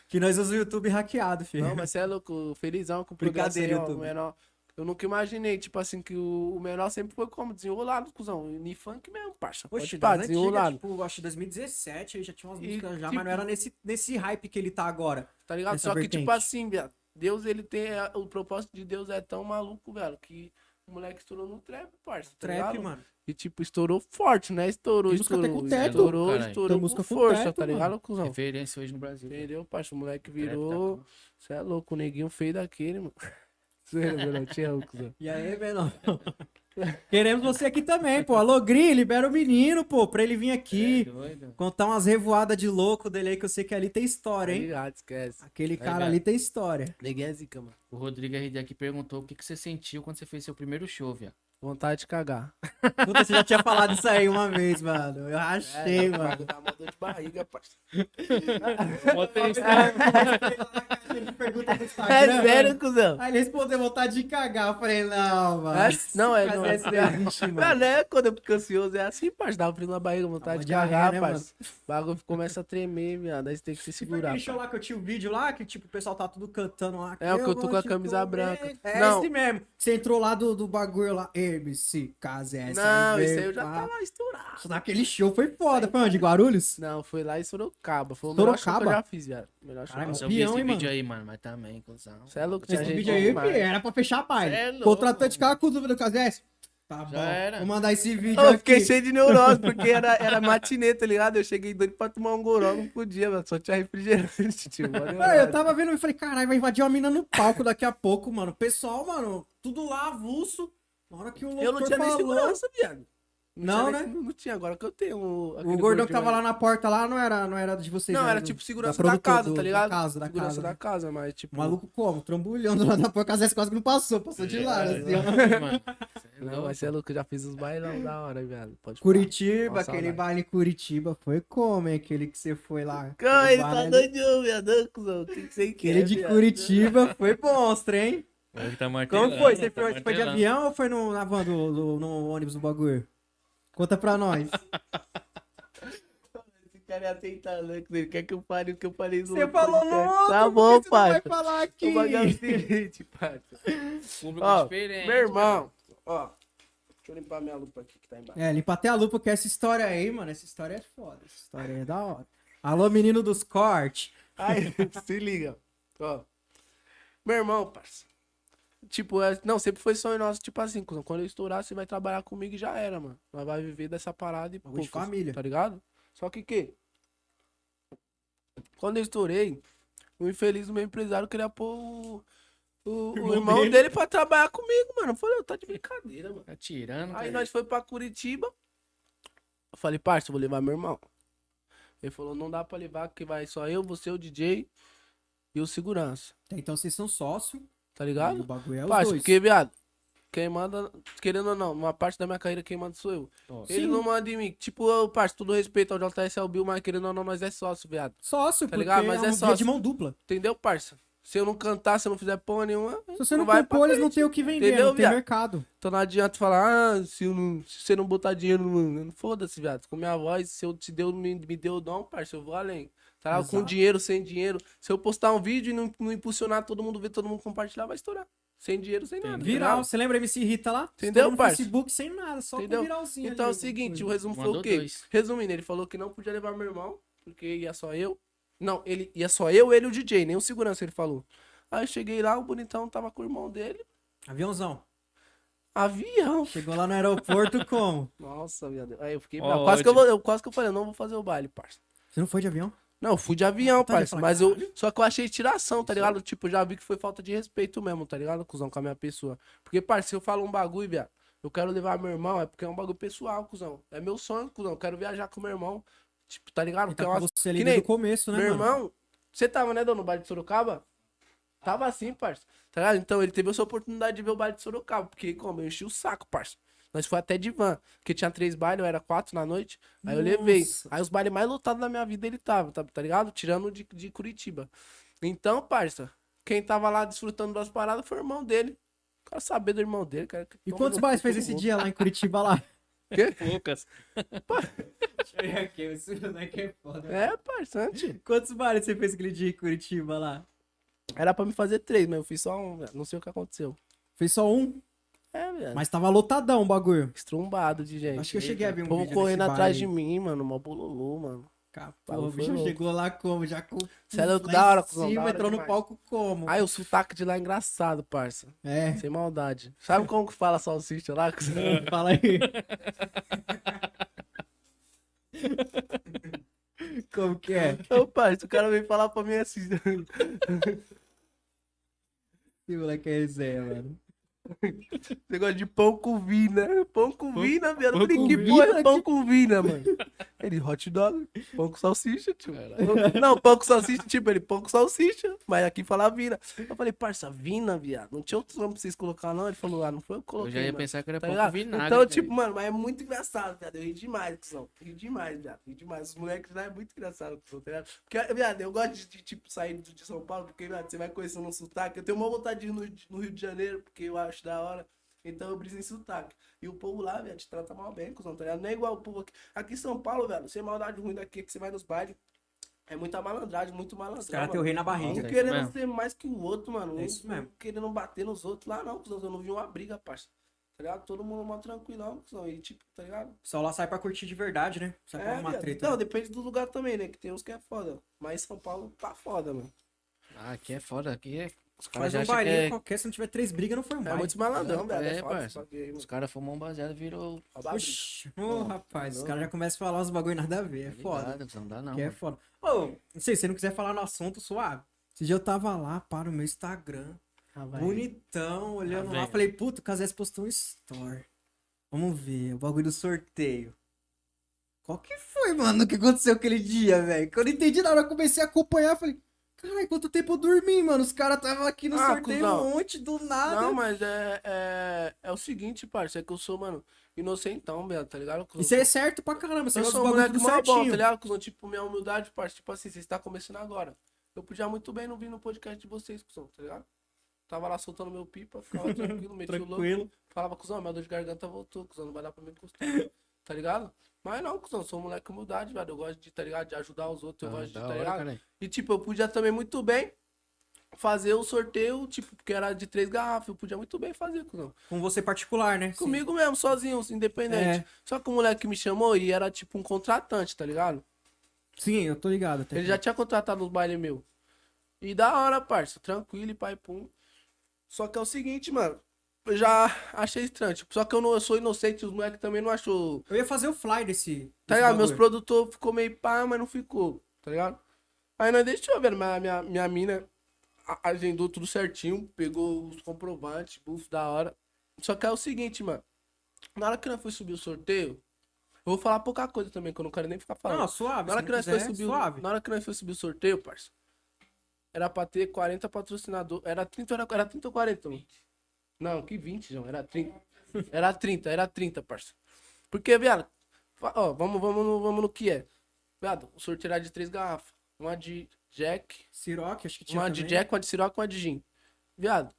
Que nós usamos o YouTube hackeado, filho.
Não, mas você é louco, felizão com o
Brincadeira,
progresso aí, ó, o
YouTube.
um menor. Eu nunca imaginei, tipo assim, que o o menor sempre foi como? Desenrolado, cuzão. Ni funk mesmo, parça.
Oxe, é
Pode pá,
das antigas,
desenrolado.
tipo, acho que 2017 aí já tinha umas
E,
músicas já, mas
tipo-
não era nesse, nesse hype que ele tá agora.
Tá ligado?
Nessa
Só que,
vertente.
tipo assim, viado, Deus, ele tem. a- O propósito de Deus é tão maluco, velho, que o moleque estourou no trap, parça. Tá
Trap,
ligado?
mano.
E, tipo, estourou forte, né? Estourou,
Tem música até
estourou.
com teto.
Estourou,
Caralho.
Tem
estourou.
música
com
com
força,
teto,
tá
mano.
ligado, cuzão?
Referência hoje no Brasil.
Entendeu, parça? O moleque
Trap tá
virou.
com-
Você é louco, o neguinho feio daquele, mano. é Zoeira, menor, te amo, cuzão.
E aí, menor? Queremos você aqui também, pô. Alô, Gri, libera o menino, pô, pra ele vir
É
aqui.
doido.
Contar umas revoadas de louco dele aí, que eu sei que ali tem história, hein?
Obrigado, Tá esquece.
Aquele
Tá
cara
ligado.
ali tem história.
Neguinho é zica, mano.
O Rodrigo RD aqui perguntou o que, que você sentiu quando você fez seu primeiro show, viado.
Vontade de cagar.
Puta, você já tinha falado isso aí uma vez, mano. Eu achei, mano.
Tá mandando de barriga, parça.
É Ele pergunta no Instagram,
É
mano.
sério, cuzão.
Aí ele respondeu vontade de cagar. Eu falei, não, mano.
É, não, é, não.
Mas esse existe, mano.
Ah, né? Quando eu fico ansioso, é assim, parça. Dá um frio na barriga,
Dá
vontade
uma
de
diarreia,
cagar,
né,
parça. O bagulho começa a tremer, viado. Aí você tem que se
Tipo Foi
segurar.
aquele show lá que eu tinha o vídeo lá, que tipo, o pessoal tá tudo cantando lá.
É, o que eu tô
vou
com a
te
camisa
comer.
branca.
É
Não.
esse mesmo. Você entrou lá do, do bagulho lá, MC, casa é essa.
Não,
vem,
isso aí eu já
pá.
tava estourado.
Isso Naquele show foi foda, foi onde? Guarulhos?
Não, foi lá em Sorocaba. Foi o melhor show que eu
Sorocaba?
já fiz, viado. Melhor show.
Caralho,
que
Nossa,
eu
eu vi
Campeão,
esse
hein,
vídeo aí, mano, mas também, cuzão.
Cê é louco,
Esse
tinha gente né?
vídeo aí,
demais.
filho, era pra fechar a
Cê é
baile.
louco,
Contratante
mano.
ficava com dúvida do Casés. Tá bom.
era.
Vou mandar esse vídeo.
Eu
aqui.
fiquei cheio de neurose, porque era, era matinê, tá ligado? Eu cheguei doido pra tomar um goró, não podia, mano. Só tinha refrigerante, tio. mó
Mano, eu
neurose.
tava vendo e falei, caralho, vai invadir uma mina no palco daqui a pouco, mano. O Pessoal, mano, tudo lá avulso. Na hora que o
Eu não
locutor
tinha nem
falou-
segurança, viado.
Não,
tinha nem-
né?
Não, tinha, agora que eu tenho. O,
O
aquele
gordão que tava
aí.
lá na porta lá não era, não era de vocês.
Não,
né?
era
Do-
tipo segurança
da
da,
produtora,
casa,
do-
tá ligado?
Da casa, da
segurança
casa.
da casa, mas tipo.
O maluco como? Trambulhão do lado da porta. Casés quase que não passou, passou
É.
de lá. assim, ó.
é Mano, cê é
Não,
louco.
mas você é louco, eu já fiz uns bailão da hora, viado. Pode falar.
Curitiba,
Nossa,
aquele
saudade.
baile em Curitiba foi como, hein? Aquele que você foi lá.
Calma,
Aquele
ele tá
baile-
doidinho, viado. cuzão. O que que você quer?
Aquele de
viado?
Curitiba foi monstro, hein?
Ele tá
Como
martelando,
foi? Você
tá
foi, você foi de
martelando.
avião ou foi no, na van do, do- no ônibus do bagulho? Conta pra nós.
Esse cara é ia tentar, louco. Ele quer que eu pare o que eu parei no
Você
outro
falou no outro,
podcast. Tá
por que
bom,
você não vai
pai.
falar aqui.
O bagulho é o seguinte, parça.
Público
Ó,
diferente.
meu irmão, ó. Deixa eu limpar minha lupa aqui que tá embaixo.
É, limpa até a lupa, porque essa história aí, mano, essa história é foda. Essa história aí é da hora. Alô, menino dos cortes.
Aí, se liga. Ó. Meu irmão, parça. Tipo, é- não, sempre foi sonho nosso, tipo assim, cuzão, quando eu estourar, você vai trabalhar comigo e já era, mano. Nós vai viver dessa parada e
Bagulho de
poucas,
família.
Tá ligado? Só que que? Quando eu estourei, o infeliz do meu empresário queria pôr o, o, o irmão, dele. pra trabalhar comigo, mano. Eu falei, eu tá de brincadeira, mano.
Tá tirando, cara.
Aí nós foi pra Curitiba. Eu falei, parça, eu vou levar meu irmão. Ele falou, não dá pra levar, porque vai só eu, você, o DJ e o segurança.
Então vocês são sócio.
Tá
e O
ligado?
bagulho é os
Parça,
dois.
porque, viado, quem manda, querendo ou não, uma parte da minha carreira quem manda sou eu.
Ó,
Ele não manda em mim. Tipo, eu, parça, todo respeito ao JS ao Bill, mas querendo ou não, nós é sócio, viado.
Sócio,
Tá
porque
ligado? Mas
é
é
um dia
sócio.
de mão dupla.
Entendeu, parça? Se eu não cantar, se eu não fizer porra nenhuma,
Se você não,
vai pra
compor, eles não tem o que vender,
Entendeu,
não tem
viado?
mercado.
Então não adianta falar, ah, se, eu não- se você não botar dinheiro no. no- Foda-se, viado. Com minha voz, se eu te deu, me, me deu o dom, parceiro, eu vou além. Tá ligado? com
Exato.
dinheiro, sem dinheiro. Se eu postar um vídeo e não, não impulsionar, todo mundo ver, todo mundo compartilhar, vai estourar. Sem dinheiro, sem nada.
Viral. Você lembra MC Rita lá?
Entendeu,
Estourou no
parça?
Facebook sem nada, só
Entendeu?
com viralzinho.
Então é o
ali,
seguinte, o
coisa.
resumo foi
Mandou
o quê?
dois.
Resumindo, ele falou que não podia levar meu irmão, porque ia só eu. Não, ele ia só eu, ele e o DJ, nem o segurança, ele falou. Aí eu cheguei lá, o bonitão tava com o irmão dele.
Aviãozão.
Avião.
Chegou lá no aeroporto como?
Nossa, meu Deus. Aí eu fiquei
Ó,
bravo. Quase que eu,
ótimo.
vou- eu, quase que eu falei, eu não vou fazer o baile, parça.
Você não foi de avião?
Não, eu fui de avião,
Vontade Tá de
parça.
falar,
Mas eu. Só que eu achei tiração, tá ligado? Tipo, já vi que foi falta de respeito mesmo, tá ligado? Cuzão com a minha pessoa. Porque, parça, se eu falo um bagulho, viado, eu quero levar meu irmão, é porque é um bagulho pessoal, cuzão. É meu sonho, cuzão. Eu quero viajar com meu irmão. Tipo, tá ligado?
Ele
Porque
tá
é uma-
com você ali
que
desde
nem-
o começo, né,
meu
mano?
irmão, você tava, né, dono, no baile de Sorocaba? Tava assim, parça. Tá ligado? Então ele teve essa oportunidade de ver o baile de Sorocaba, porque como eu enchi o saco, parça. Nós foi até de van, porque tinha três bailes, eu era quatro na noite. Aí eu levei.
Nossa.
Aí os bailes mais lotados da minha vida ele tava, tá, tá ligado? Tirando o de, de Curitiba. Então, parça, quem tava lá desfrutando das paradas foi o irmão dele. Quero saber do irmão dele, cara.
E quantos bailes fez esse dia lá em Curitiba lá?
Poucas.
né?
É, parça, antes.
Quantos bares você fez aquele dia em Curitiba lá?
Era pra me fazer três, mas eu fiz só um, velho. não sei o que aconteceu.
Fez só um,
É, velho.
mas tava lotadão o bagulho.
Estrumbado de gente.
Acho que eu cheguei a ver um
O povo
vídeo
correndo
desse
atrás de
baile aí.
mim, mano. Mó bololô, mano.
Cara, pô,
Bagulho
o bicho
foi louco.
chegou lá como? Já com.
Cê é louco,
lá
da hora,
em
cuzão, da
cima,
hora
entrou no
demais.
palco como?
Aí o sotaque de lá é engraçado, parça.
É,
Sem maldade. Sabe como que fala salsicha lá?
fala aí. como que é?
Ô, parça, o cara veio falar pra mim assim.
Esse moleque é resenha, mano.
Negócio de pão com vina. Pão com vina, velho.
pão
Eu falei,
com
que porra
vina,
é pão com vina, mano? Ele, hot dog, pão com salsicha, tio.
Caralho.
Não, pão com salsicha, tipo, ele, pão com salsicha. Mas aqui fala vina. Eu falei, parça, vina, viado. Não tinha outro nome pra vocês colocar, não? Ele falou, ah, não foi eu que
Eu
coloquei,
já ia
mano.
pensar que era
Tá
pouco
ligado?
vinagre.
Então,
velho.
tipo, mano, mas é muito engraçado, viado. Eu ri demais, cuzão. Ri demais, viado. Ri demais. Os moleques lá é muito engraçado, cuzão, tá ligado? Porque, viado, eu gosto de, de, tipo, sair de de São Paulo, porque, viado, você vai conhecendo um sotaque. Eu tenho uma vontade de ir no, no Rio de Janeiro, porque eu acho da hora. Então eu briso em sotaque. E o povo lá, velho, te trata mal bem, cuzão, tá ligado? Não é igual o povo aqui. Aqui em São Paulo, velho, sem maldade ruim daqui, que você vai nos bailes. É muita malandragem, muito malandragem.
Os caras têm o rei na
Um
barriga.
Nossa. é isso
querendo
mesmo.
ser mais que o outro, mano.
É
Um
isso mesmo.
querendo bater nos outros lá, não, cuzão. Eu não vi uma briga, parça. Tá ligado? Todo mundo mó tranquilão, cuzão. E tipo, tá ligado?
O pessoal lá sai pra curtir de verdade, né? Sai pra
É,
arrumar
viado.
treta.
Não, depende do lugar também, né? Que tem uns que é foda. Mas São Paulo tá foda, mano.
Ah, aqui é foda. Aqui é. Os caras
Faz
já
um
acham que
bailinho
é...
qualquer, se não tiver três brigas, não foi um
É
baile.
muito malandrão,
é, é,
velho. É foda esse
parça.
bagulho aí, mano.
Os caras fumam um baseado virou.
Ó, dá briga.
Oxi, ô rapaz, os caras já começam a falar uns bagulho nada a ver, é foda.
tá Ligado, Não dá não.
Que é
mano.
foda. Ô, não sei, se você não quiser falar no assunto, suave. Esse dia eu tava lá, para o meu Instagram, bonitão, olhando
Ah,
lá,
velho.
falei, puta, o Casés postou um story. Vamos ver, o bagulho do sorteio. Qual que foi, mano, o que aconteceu aquele dia, velho? Que eu não entendi nada, eu comecei a acompanhar, falei, caralho, quanto tempo eu dormi, mano? Os caras estavam aqui no
Ah,
sorteio
cuzão.
um monte, do nada.
Não, mas é, é, é o seguinte, parça. É que eu sou, mano, inocentão, velho, tá ligado? cuzão?
Isso é certo pra caramba, você
eu
gosta
sou
do
um
bagulho
moleque
tudo
mal bom, tá
certinho.
ligado? Cusão? Tipo, minha humildade, parça, tipo assim, você está começando agora. Eu podia muito bem não vir no podcast de vocês, cuzão, tá ligado? Tava lá soltando meu pipa, ficava tranquilo, metia o louco.
Tranquilo.
Falava, cuzão, minha dor de garganta voltou, cuzão, não vai dar pra mim custar, tá ligado? Mas não, cuzão, sou um moleque humildade, velho. Eu gosto de, tá ligado? De ajudar os outros, eu
Ah,
gosto de,
da
tá
hora,
ligado?
caralho.
E tipo, eu podia também muito bem fazer o sorteio, tipo, porque era de três garrafas, eu podia muito bem fazer, cuzão.
Com você particular, né? Sim.
é Comigo mesmo, sozinho, assim, independente.
É.
Só que o moleque me chamou e era tipo um contratante, tá ligado?
Sim, eu tô ligado. até
Ele já tinha contratado os bailes meu. E da hora, parça. Tranquilo e pai pum. Só que é o seguinte, mano. Eu já achei estranho. Tipo, só que eu, não, eu sou inocente, os moleques também não achou.
Eu ia fazer o fly desse.
Tá
desse
ligado? Meus
bagulho.
produtores ficou meio pá, mas não ficou, tá ligado? Aí nós deixou, velho. Minha, minha, minha mina a- agendou tudo certinho, pegou os comprovantes, buff da hora. Só que é o seguinte, mano. Na hora que nós foi subir o sorteio, eu vou falar pouca coisa também, que eu não quero nem ficar falando.
Não, suave.
Na hora,
se
que
não
nós foi
quiser,
subir, o-
suave.
na hora que nós foi subir o sorteio, parça, era pra ter 40 patrocinadores. Era 30, era, era 30 ou 40? mano? Não, que 20, João. Era 30. Era 30, era 30, parça. Porque, viado, fa- ó, vamos, vamos, no, vamos no que é. Viado, o sorteio era de três garrafas. Uma de Jack,
Ciroc, acho que tinha.
uma
também.
de Jack, uma de Siroc, uma de Gin. Viado,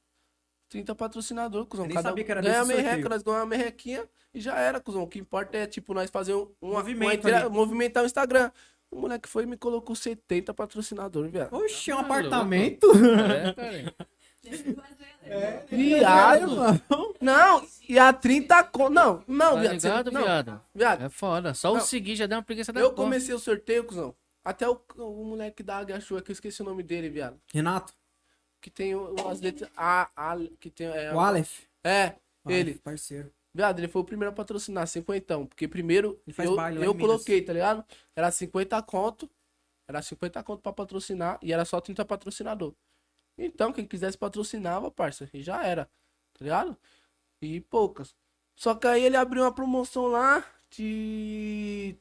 30 patrocinador, cuzão.
Eu nem
Cada um
sabia que era
ganha a
desse
merreca,
sorteio.
nós ganhamos uma merrequinha e já era, cuzão. O que importa é, tipo, nós fazer um, uma-
Movimento
uma intera-
ali.
movimentar o Instagram. O moleque foi e me colocou 70 patrocinador, viado.
Oxi, é um
Tá maluco.
apartamento?
É, cara.
É.
Viado.
mano.
Não, e a 30 co... Não, não,
Tá
viado. você-
ligado,
não,
viado?
viado,
É foda. Só o
Não.
seguir já deu uma preguiça da
eu
porra.
comecei o sorteio, cuzão. Até o, o moleque da Águia Chua, que eu esqueci o nome dele, viado.
Renato,
Que tem o, as letras. A, a, que tem. É,
o Aleph.
é ele.
Aleph, Parceiro.
Viado, ele foi o primeiro a patrocinar, 50. Porque primeiro
Ele faz
eu,
baile lá em
eu
Minas.
coloquei, tá ligado? Era 50 conto. Era 50 conto pra patrocinar e era só 30 patrocinador. Então, quem quisesse patrocinava, parça. E já era, tá ligado? E poucas. Só que aí ele abriu uma promoção lá de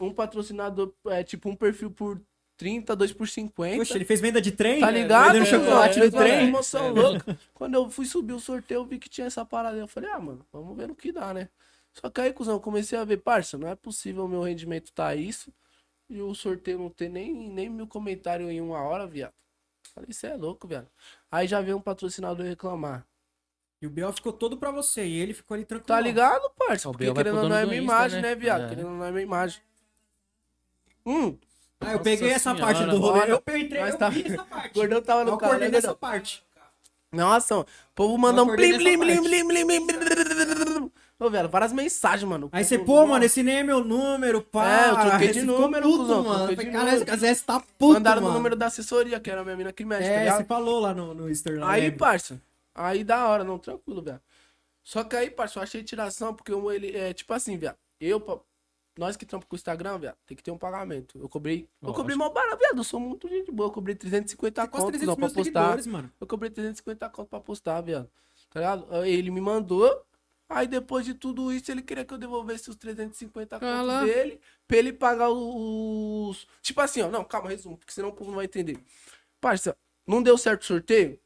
um patrocinador, é tipo um perfil por 30, dois por 50.
Poxa, ele fez venda de trem?
Tá
É,
né?
ligado?
Vendendo chocolate no
mano? Uma
trem.
promoção louca. Quando eu fui subir o sorteio, eu vi que tinha essa parada. Eu falei, ah, mano, vamos ver no que dá, né? Só que aí, cuzão, eu comecei a ver, parça, não é possível o meu rendimento tá isso. E o sorteio não ter nem, nem mil comentários em uma hora, viado. Falei, isso é louco, viado. Aí já veio um patrocinador reclamar.
E o B.O. ficou todo pra você. E ele ficou ali tranquilo.
Tá ligado, parça?
O
Porque
Biel vai
querendo
pro
ou não
dono
é
do
minha
Insta,
imagem,
né?
né, viado?
É.
Querendo ou não é minha imagem. Hum,
Ah, eu
Nossa
peguei essa
senhora,
parte do rolê.
olha,
Eu peguei,
nós
eu
tá-
vi essa parte.
o gordão tava
Eu
no carro, né,
acordei
gordão?
nessa parte.
Nossa, o povo manda
Eu
um
acordei
blim,
nessa
blim, blim,
parte.
blim, blim, blim, blim. Ô, velho, várias mensagens, mano.
Aí você,
Povo-
pô, mano, esse nem é meu número, pá.
É, eu troquei
Aí
de
você ficou
número,
puto,
cuzão,
mano.
troquei
Falei,
de
Caralho, esse
número.
Zé tá puto,
Mandaram
mano.
no número da assessoria, que era a minha mina que mexe, tá
É,
ligado?
você falou lá no, no Instagram. eu
Aí,
lembro.
parça. Aí da hora, não, tranquilo, velho. Só que aí, parça, eu achei tiração, porque eu- ele é tipo assim, velho. Eu, pa- nós que trampamos com o Instagram, velho, tem que ter um pagamento. Eu cobrei. Eu
Lógico.
cobrei mó barato, velho. Eu sou muito gente boa. Eu cobrei 350
Tem quase
contos
300
não, tá pra
mil
postar.
seguidores, mano.
Eu cobrei 350 conto pra postar, viado. Tá ligado? Aí Ele me mandou. Aí depois de tudo isso, ele queria que eu devolvesse os 350 conto
Cala.
dele pra ele pagar os. Tipo assim, ó. Não, calma, resumo, porque senão o povo não vai entender. Parça, não deu certo o sorteio?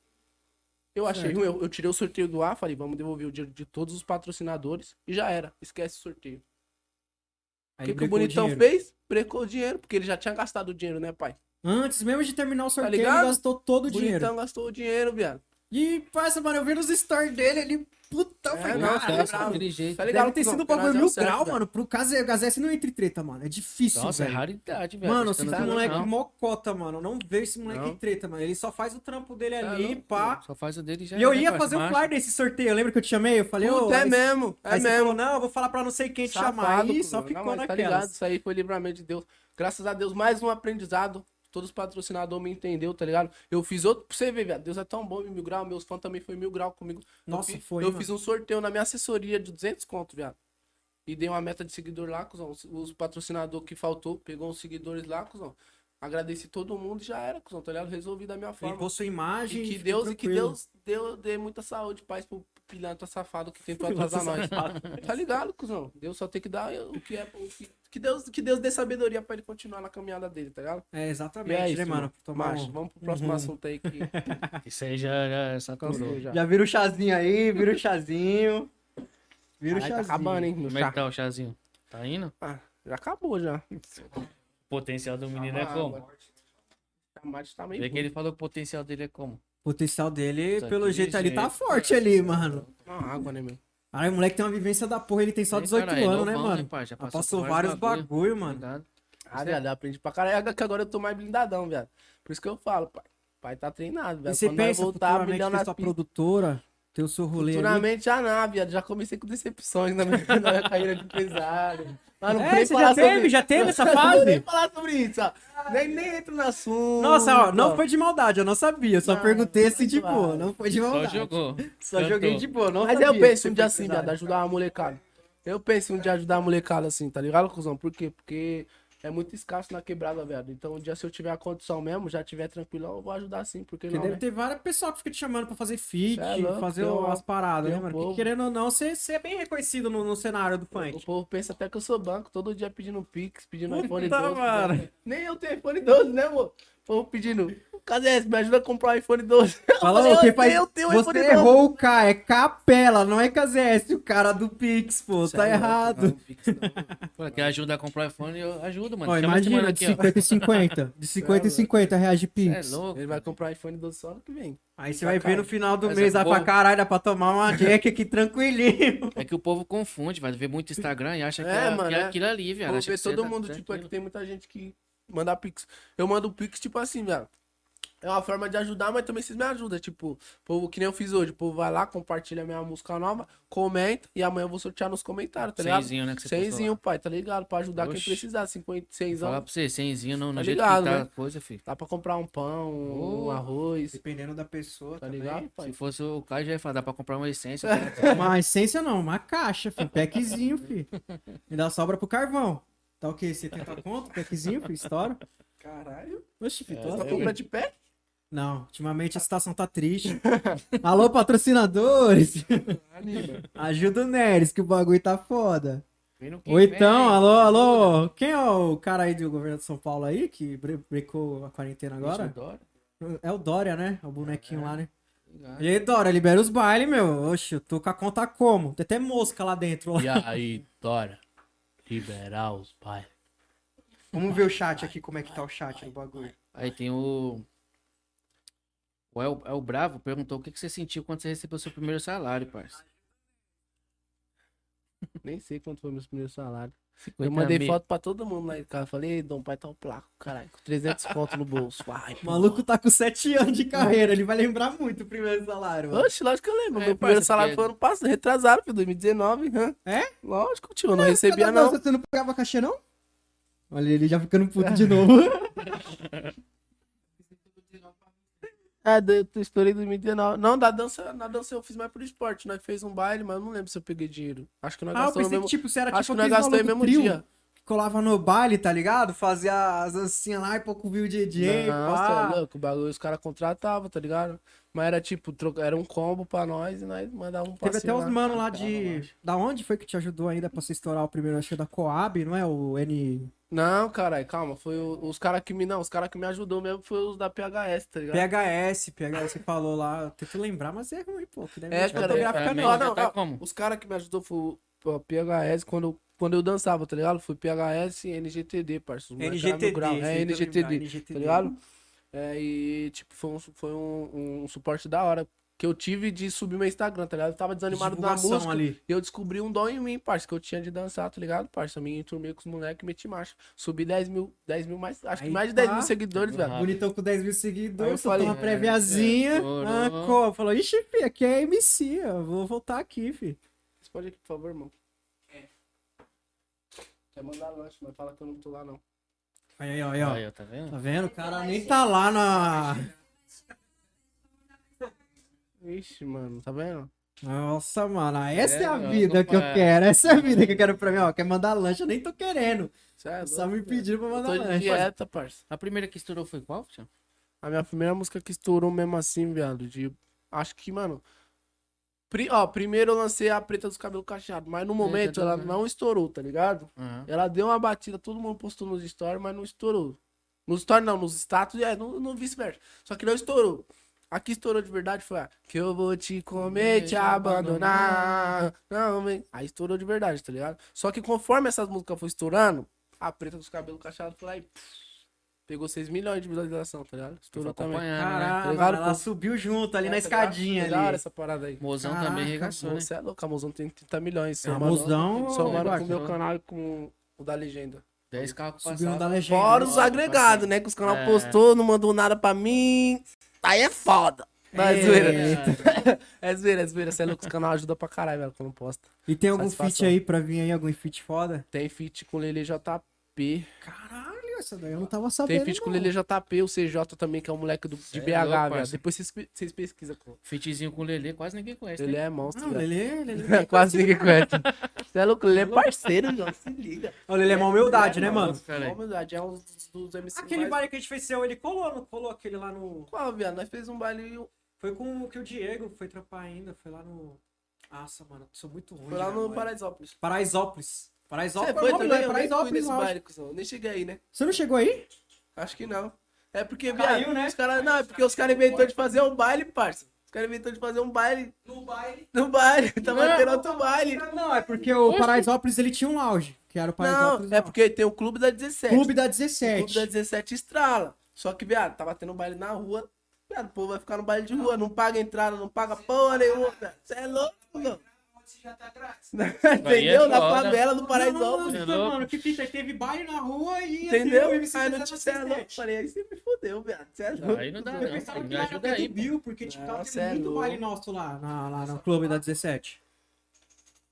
Eu achei
Certo.
ruim. Eu, eu tirei o sorteio do ar, falei, vamos devolver o dinheiro de todos os patrocinadores. E já era. Esquece o sorteio.
Aí
o que, que o
brecou
bonitão
dinheiro.
fez? Brecou o dinheiro, porque ele já tinha gastado o dinheiro, né, pai?
Antes mesmo de terminar o sorteio, ele
Tá ligado?
gastou todo
O
o
bonitão
dinheiro.
gastou o dinheiro, viado.
E, parça, mano, eu vi nos stories dele ali, puta,
É,
foi caralho,
não,
Nossa,
tá
bravo.
gasta
bravo.
daquele jeito.
Tá ligado?
Deve ter sido um
Cuzão,
bagulho
nada
mil
certo, né?
grau,
velho.
mano. Pro caso, a Gazesse não entre em treta, mano. É difícil,
Nossa, é
velho.
raridade, velho.
Mano, eu
Esse
sinto
cara
um
não-
moleque
não.
mocota, mano. Eu Não vejo esse moleque
é Não. é
em treta, mano. Ele só faz o trampo dele
Tá
ali,
louco,
pá.
mano. Só faz o dele e já.
E eu
era,
ia
parça,
fazer um o
macho.
flyer desse sorteio. Lembra que eu te chamei? Eu falei, ô.
Puta, é
aí-
mesmo. É
Aí você
mesmo.
falou, não, eu vou falar pra não sei quem te chamar.
Safado,
Aí
cuzão.
só
Não,
ficou
mas Tá ligado?
naquelas.
Isso aí foi livramento de Deus. Graças a Deus, mais um aprendizado. Todos os patrocinadores me entendeu, tá ligado? Eu fiz outro pra você ver, velho. Deus é tão bom em mil grau. Meus fãs também foi mil grau comigo.
Nossa,
eu fiz,
foi,
Eu
mano.
fiz um sorteio na minha assessoria de 200 conto, viado. E dei uma meta de seguidor lá, cuzão. Os, os patrocinadores que faltou, pegou uns seguidores lá, cuzão. Agradeci todo mundo e já era, cuzão, tá ligado? Resolvi da minha forma.
Limpou sua imagem.
E que
ficou
Deus, e que
tranquilo.
Deus deu, dê muita saúde, paz pro pilantra safado que tentou atrasar nós. tá ligado, cuzão? Deus só tem que dar o que é. O que, que, Deus, que Deus dê sabedoria pra ele continuar na caminhada dele, tá ligado?
É,
E é
exatamente,
isso,
né, mano?
mano.
Tomar
Macho,
um-
vamos pro próximo
Uhum.
assunto aí que
Isso aí já, já
cansou
saturou.
Uhum. já.
Já vira o chazinho aí, vira o chazinho. Vira o
Caralho,
chazinho.
tá acabando, hein? meu
Como é que
chá.
tá o chazinho? Tá indo?
Ah, já acabou já.
O potencial do menino é
Ah,
como?
agora- A Mate tá meio.
Vê que ele falou que o potencial dele é como?
O potencial dele,
Isso
pelo
aqui,
jeito ali, tá
é
gente,
forte ali, mano.
Uma água, né, meu?
Caralho, o moleque tem uma vivência da porra, ele tem só
Tem,
18
cara, é
anos, né,
novão,
mano?
pai? Já
Já
por
passou vários bagulho,
tá
mano.
ligado?
Ah, viado, eu aprendi pra caralho. é Que agora eu tô mais blindadão, viado. Por isso que eu falo, pai. Pai tá treinado,
E
velho.
você
Quando nós
pensa
voltar,
futuramente
milhão
ter
na
sua produtora, ter o seu rolê ali.
Futuramente já não, viado. Já comecei com decepções na minha, na minha carreira de empresário. Mas não
É,
vou nem
você
falar
já teve?
sobre-
Já teve essa
Não vou
fase?
nem falar sobre isso, ó. Nem, nem entro no assunto.
Nossa, ó, não foi de maldade, eu não sabia. Só
Não,
perguntei
não
assim de
vai.
boa, não foi de
Só
maldade.
jogou.
Só joguei de boa, não
Mas
sabia
eu
que
penso
você
um dia
foi
assim, viado,
empresário.
ajudar a molecada. Eu penso um dia ajudar a molecada assim, tá ligado, cuzão? Por quê? Porque é muito escasso na quebrada, velho. Então um dia se eu tiver a condição mesmo, já tiver tranquilão, eu vou ajudar sim, porque
Porque
não,
deve
né?
ter várias pessoas que ficam te chamando pra fazer feat,
É louco,
fazer
tem uma-
umas paradas,
tem
né,
um
mano? Porque
povo.
querendo ou não, você você é bem reconhecido no, no cenário do
O
funk.
povo pensa até que eu sou banco, todo dia pedindo Pix, pedindo
Puta,
iPhone 12.
mano.
né? Nem eu tenho iPhone 12, né, amor? O povo pedindo, cadê me ajuda a comprar um iPhone 12? Eu
Fala,
falei,
ô, quem
eu,
faz...
tenho, eu tenho um
você
iPhone 12.
errou o K, é Capela, não é KZS, o cara do Pix, pô,
Isso
tá
é louco,
errado.
não, Pix não.
Pô, Quer ajuda a comprar o iPhone? Eu ajudo, mano.
Ó,
Chama esse mano
imagina, de
aqui, ó.
50 e 50, de
é
50 e 50 reais de
Cê É
Pix.
louco.
Ele vai comprar um iPhone 12 só ano que vem.
Aí você vai ver no final do
Mas
mês,
é
vai pra
bom.
caralho, dá pra tomar uma Jack aqui tranquilinho.
É que o povo confunde, vai ver muito Instagram e acha que,
É,
é,
mano,
que é
é.
aquilo ali,
Eu
viado.
vou
Acha
ver
que cê
todo
tá
tipo, mundo, tipo, é que
tranquilo.
tem muita gente que manda Pix. Eu mando Pix, tipo assim, velho. é uma forma de ajudar, mas também vocês me ajudam. Tipo, o povo, que nem eu fiz hoje, o povo vai lá, compartilha minha música nova, comenta e amanhã eu vou sortear nos comentários, tá ligado?
Cenzinho, né, que você postou
Cenzinho,
lá.
pai, tá ligado? Pra ajudar quem
Oxi.
precisar, 50, 100
Falar pra você, cenzinho não, no
Tá
jeito
ligado,
que tá
né?
a coisa, filho.
Dá pra comprar um pão, um
Ô,
arroz,
Dependendo da pessoa,
tá
também.
ligado, pai? É.
Se fosse o Caio, já ia falar, dá pra comprar uma essência. tá cara.
Uma essência não, uma caixa, filho. Packzinho, filho. Me dá sobra pro carvão. Tá o quê? 70 conto? Packzinho, filho? Estoura?
Caralho,
Oxi, filho.
só
tô-
compra é de pé?
Não, ultimamente a situação tá triste. Alô, patrocinadores!
Anima.
Ajuda o Neres, que o bagulho tá foda.
Vem no que
Ou então,
vem,
alô,
ajuda.
alô. Quem é o cara aí do governo de São Paulo aí, que bre- brecou a quarentena agora?
Adoro.
É o Dória, né? É o bonequinho lá, né?
Obrigado.
E aí, Dória, libera os bailes, meu. Oxe, eu tô com a conta como? Tem até mosca lá dentro.
E aí, Dora? Liberar os pais.
Vamos ver o chat aqui, como é que tá o chat do bagulho.
Aí tem o. O El, El Bravo perguntou o que, que você sentiu quando você recebeu seu primeiro salário, parça.
Nem sei quanto foi meu primeiro salário.
50
Eu mandei
mil.
foto pra todo mundo lá em casa. Falei, ei, Dom, pai, tá um placo, caralho. Com 300 conto no bolso. Ai,
O maluco tá com 7 anos de carreira, ele vai lembrar muito o primeiro salário. mano.
Oxe, lógico que eu lembro.
É,
meu
parça,
primeiro salário
porque-
foi ano passado, retrasado, foi 2019. hã?
É?
Lógico, tio, eu não recebia
Cada
não.
bolsa Você não pagava cachê, não? Olha ele já ficando puto de novo.
É, da- eu estourei em 2019. Não, da dança, na dança eu fiz mais por esporte. Nós fez um baile, mas eu não lembro se eu peguei dinheiro. Acho que nós
Ah, eu
gastamos
pensei
no mesmo...
que tipo, você era
Acho
tipo
que nós
aqueles
gastamos no
maluco
mesmo
trio
dia.
que colava no baile, tá ligado? Fazia as dancinhas lá e pouco viu o DJ,
Nossa,
pá.
é louco, o bagulho os caras contratavam, tá ligado? Mas era tipo, troca- era um combo pra nós e nós mandávamos um
Teve até uns mano lá
Caralho,
de... Da onde foi que te ajudou ainda pra você estourar o primeiro acho que da Coab, não é? O N...
Não, caralho, calma. Foi o- os caras que me. Não, os caras que me ajudou mesmo foi os da PHS, tá ligado?
PHS, PHS que falou lá. Eu tento lembrar, mas é ruim, pô. Que deve
É,
ser
cara,
fotográfica
é,
Também
não.
não,
já
não,
tá
não.
como?
Os caras que me ajudou foi o foi o PHS quando, eu- quando eu dançava, tá ligado? Foi PHS e NGTD, parça. Os moleque era meu
NGTD.
grau. É,
tenta lembrar,
NGTD.
NGTD.
tá ligado? É, e, tipo, foi, um, su- foi um, um suporte da hora que eu tive de subir meu Instagram, tá ligado? Eu tava desanimado na
Divulgação
música
ali.
e eu descobri um dom em mim, parça, que eu tinha de dançar, tá ligado, parça? Eu me enturmei com os moleques e meti marcha. Subi 10 mil, 10 mil mais, acho
Aí
que mais de 10
pá.
mil seguidores, velho.
Ah,
Bonitão com 10 mil
Aí eu
seguidores, soltou
falei,
uma
é,
préviazinha,
estourou.
arrancou, falou, ixi, fi, aqui é MC, eu vou voltar aqui, fi.
Você pode ir aqui, por favor, irmão. É. Quer mandar lanche, mas fala que eu não tô lá, não.
Aí, aí, ó, aí, ó.
Aí, ó, tá vendo?
Tá vendo? O cara nem tá lá na...
Ixi, mano, tá vendo?
Nossa, mano, essa é,
É,
a
mano,
vida que eu
compa-
quero, essa é a vida que eu quero pra mim, ó, quer mandar lanche, eu nem tô querendo,
Cê é
só
louco,
me
velho.
pediram pra
Eu
mandar
Tô de
lanche.
dieta, parça.
A primeira que estourou foi qual, tio?
A minha primeira música que estourou mesmo assim, viado. De... Acho que, mano. pri- Ó, primeiro eu lancei a preta dos cabelos cacheados, mas no momento
tá
ela
ligado.
não estourou, tá ligado?
Aham.
Ela deu uma batida, todo mundo postou nos stories, mas não estourou. Nos stories não, nos status, é, no, no vice-versa. Só que não estourou. A que estourou de verdade foi a que eu vou te comer, te
Te
abandonar. Não, vem. Aí estourou de verdade, tá ligado? Só que conforme essas músicas foram estourando, a preta dos cabelos cacheados foi lá e pff, pegou 6 milhões de visualização, tá ligado?
Tô
Estourou também.
acompanhando, né?
Caralho,
Levaram
mano, ela
pro-
subiu junto ali
Tá É,
na
tá ligado?
escadinha
Da hora
ali.
essa parada aí.
Mozão
Caraca,
também arregaçou, né?
Você é louco, a Mozão tem 30 milhões.
É, a
somando- um-
Mozão-
Somando com
Eduardo.
o meu canal e com o da legenda.
10 carros
Subiu um da
passados.
legenda.
Fora os
Nossa,
agregados, né? Que os canal
É.
postou, não mandou nada pra mim. Aí é foda. Não, é
É.
zoeira. É zoeira, é zoeira. Você é louco, os canal ajuda pra caralho, velho, quando posta.
E tem algum feat
Satisfação.
aí pra vir aí, algum feat foda?
Tem feat com o Lele JP.
Caralho, essa daí eu não tava
Tem
sabendo,
feat com o
não.
Lele JP, o CJ também, que é um moleque do, de
Cê é
BH,
louco,
velho.
parça.
Depois vocês, vocês pesquisam. pô.
Fitzinho com o Lelê, quase ninguém conhece.
Ele
né?
é monstro,
Não,
velho.
Lelê, Lelê.
Quase ninguém conhece. Você é louco, ele é parceiro, João. Se liga.
Ó, Lelê é uma humildade, né, mano?
Cara aí.
Mó humildade, é um dos, dos MCs.
Aquele
mais-
baile que a gente fez seu, ele colou, não colou aquele lá no.
Qual, viado? Nós fez um baile.
Foi com o que o Diego foi trampar ainda, foi lá no. Nossa, mano, eu sou muito ruim.
Foi lá
de
no
memória.
Paraisópolis.
Paraisópolis. Paraisópolis,
Você foi
mano,
também? Eu nem fui
é né? Paraisópolis,
nesse
mano.
baile, cuzão. Nem cheguei aí, né?
Você não chegou aí?
Acho que não. É porque,
Caiu,
viado,
né?
os caras. Não, é porque os caras inventou de fazer um baile, parça. Os caras inventou de fazer um baile. No baile? No baile. Tava
Não.
tendo outro baile.
Não, é porque o Paraisópolis ele tinha um lounge, que era o
Não,
Paraisópolis.
é porque tem o clube da 17.
Clube da
O
17.
clube da 17 estrala. Só que, viado, tava tendo um baile na rua. Viado, o povo vai ficar no baile de rua. Não paga entrada, não paga porra nenhuma. Você é louco, mano.
você já tá grátis.
é Entendeu? Na
foda.
favela do
Nossa,
Paraisópolis.
É louco.
mano, que fita. Teve baile na rua e
Entendeu?
o MC
Aí não
Zezé
te cê é louco.
77.
Falei, aí você me fudeu, viado. Você é louco.
Aí não dá,
Eu
não.
pensava
pai,
que
Me
lá era
ajuda
até
aí.
do
pô.
Bill, porque tipo, tava
Nossa, é
tendo muito
louco.
baile nosso lá, na, lá no clube da 17.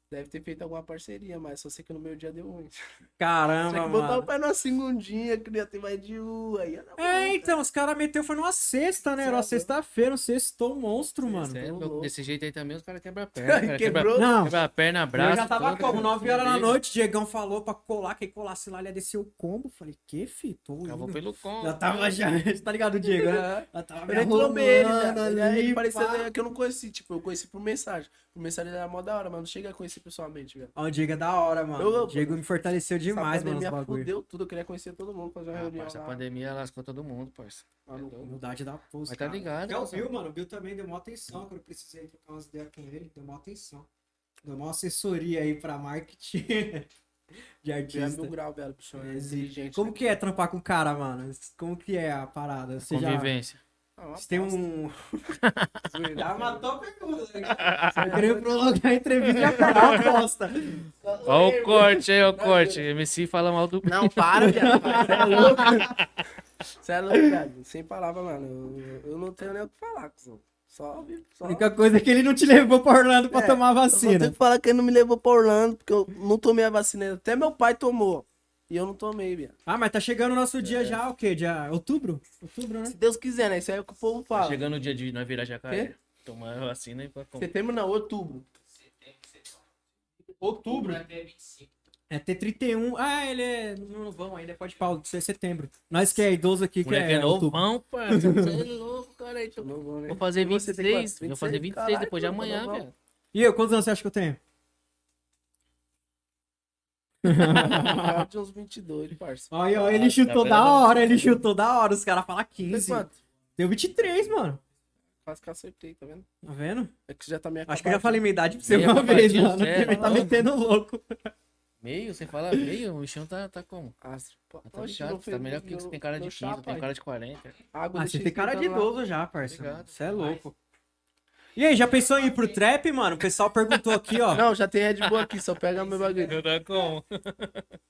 Deve ter feito alguma parceria, mas só sei que no meu dia deu ruim. Tinha
Caramba,
que botar o
mano.
pé numa segundinha, queria ter mais de rua. Aí ia dar
É,
bom,
então, os caras meteu, foi numa sexta, né?
Cê é
Era uma
louco.
sexta-feira, um sextou monstro, mano.
Cê é
Tô
louco.
louco.
Desse jeito aí também os caras quebram a perna. cara. Quebra,
Quebrou?
Não,
quebra a perna,
Eu
braço.
já tava
tudo.
como? 9 horas da
Beleza.
noite, Diegão falou pra colar, quem colasse lá, ele ia descer o combo. Falei, que fito?
Eu vou pelo com.
Já tava já, tá ligado, o Diego? né?
cara.
Já tava
Eu
me
nem trombei ele,
arrumando
né? Ele,
ali,
ele parecia
pá.
né, que eu não conheci, tipo, eu conheci por mensagem. Por mensagem ele era mó da hora, mas não cheguei a conhecer pessoalmente, velho.
Ó, o Diego é da hora, mano.
Eu- eu-
o Diego me fortaleceu demais,
Essa
mano, os
pandemia
bagulho.
fudeu tudo, eu queria conhecer todo mundo, fazer uma
Ah,
reunião
parça, a
lá.
pandemia lascou todo mundo, parça.
lá no-
Humildade da força.
Mas tá ligado,
É o
cuzão.
Bill, mano. O Bill também deu uma atenção. Quando eu precisei trocar umas ideias com ele, deu uma atenção. Deu uma assessoria aí pra marketing de
é
Já mil
artista.
grau, velho, bicho. É
É,
inteligente.
Como que é trampar com o cara, mano? Como que é a parada? Você já...
Convivência.
Ah, uma
Você tem
bosta,
um.
zoeira.
Já matou a pergunta, tá ligado? Você queria prolongar a entrevista já parar a aposta.
Ó o corte aí, ó o corte. MC fala mal do.
Não, para, viado. Você é louco. Você é louco, viado. Sem palavra, mano. Eu, eu não tenho nem o que falar, cuzão. Só,
A
só.
única coisa é que ele não te levou pra Orlando pra
É,
tomar a
Eu vou ter
vacina.
que falar que ele não me levou pra Orlando, porque eu não tomei a vacina. Até meu pai tomou. E eu não tomei, viado.
Ah, mas tá chegando o nosso
É.
dia já, o quê? Dia. Outubro? Outubro, né?
Se Deus quiser, né? Isso aí é o que o povo
Tá
fala.
chegando o dia de nós virar jacaré.
Quê?
Tomar a vacina e pra comprar.
Setembro não, outubro.
Outubro?
Até 25.
É T31. Ah, ele é. Não não vão ainda, pode pau, de ser setembro. Nós que é idoso aqui, que
Moleque
é.
é
outubro.
novão, parça. Você é louco, cara. aí, tô-
Não vou, né?
Vou fazer
E você tem quantos?
26. Vou fazer 26 depois de
Caralho,
amanhã,
não, não.
velho.
E eu, quantos anos você acha que eu tenho?
Ah, de uns 22, parça.
Olha, ó, ele chutou
tá
da
vendo?
hora, ele chutou da hora. Os caras falam
Fez
15.
quanto?
Deu 23, mano.
Quase que eu acertei, tá vendo?
Tá vendo?
É que já tá meio
Acho que eu já falei minha idade pra você
Meio
uma vez,
acabadinho,
mano.
sério,
Ele tá
mano.
metendo louco.
Meio? Você fala meio? O bichão tá, tá como?
né? Astro. Pô,
Ah, Tá
oxe,
ligado?
não
Você
fez
tá melhor que
meu-
você tem cara de
meu
15,
chá,
tem
pai.
cara de 40.
Água,
Ah,
deixa
você tem cara de
esquentando tá lá.
idoso já, parça.
Obrigado.
Você é louco. E aí, já pensou em ir pro trap, mano? O pessoal perguntou aqui, ó.
Não, já tem Red Bull aqui, só pega meu bagulho.
tá como?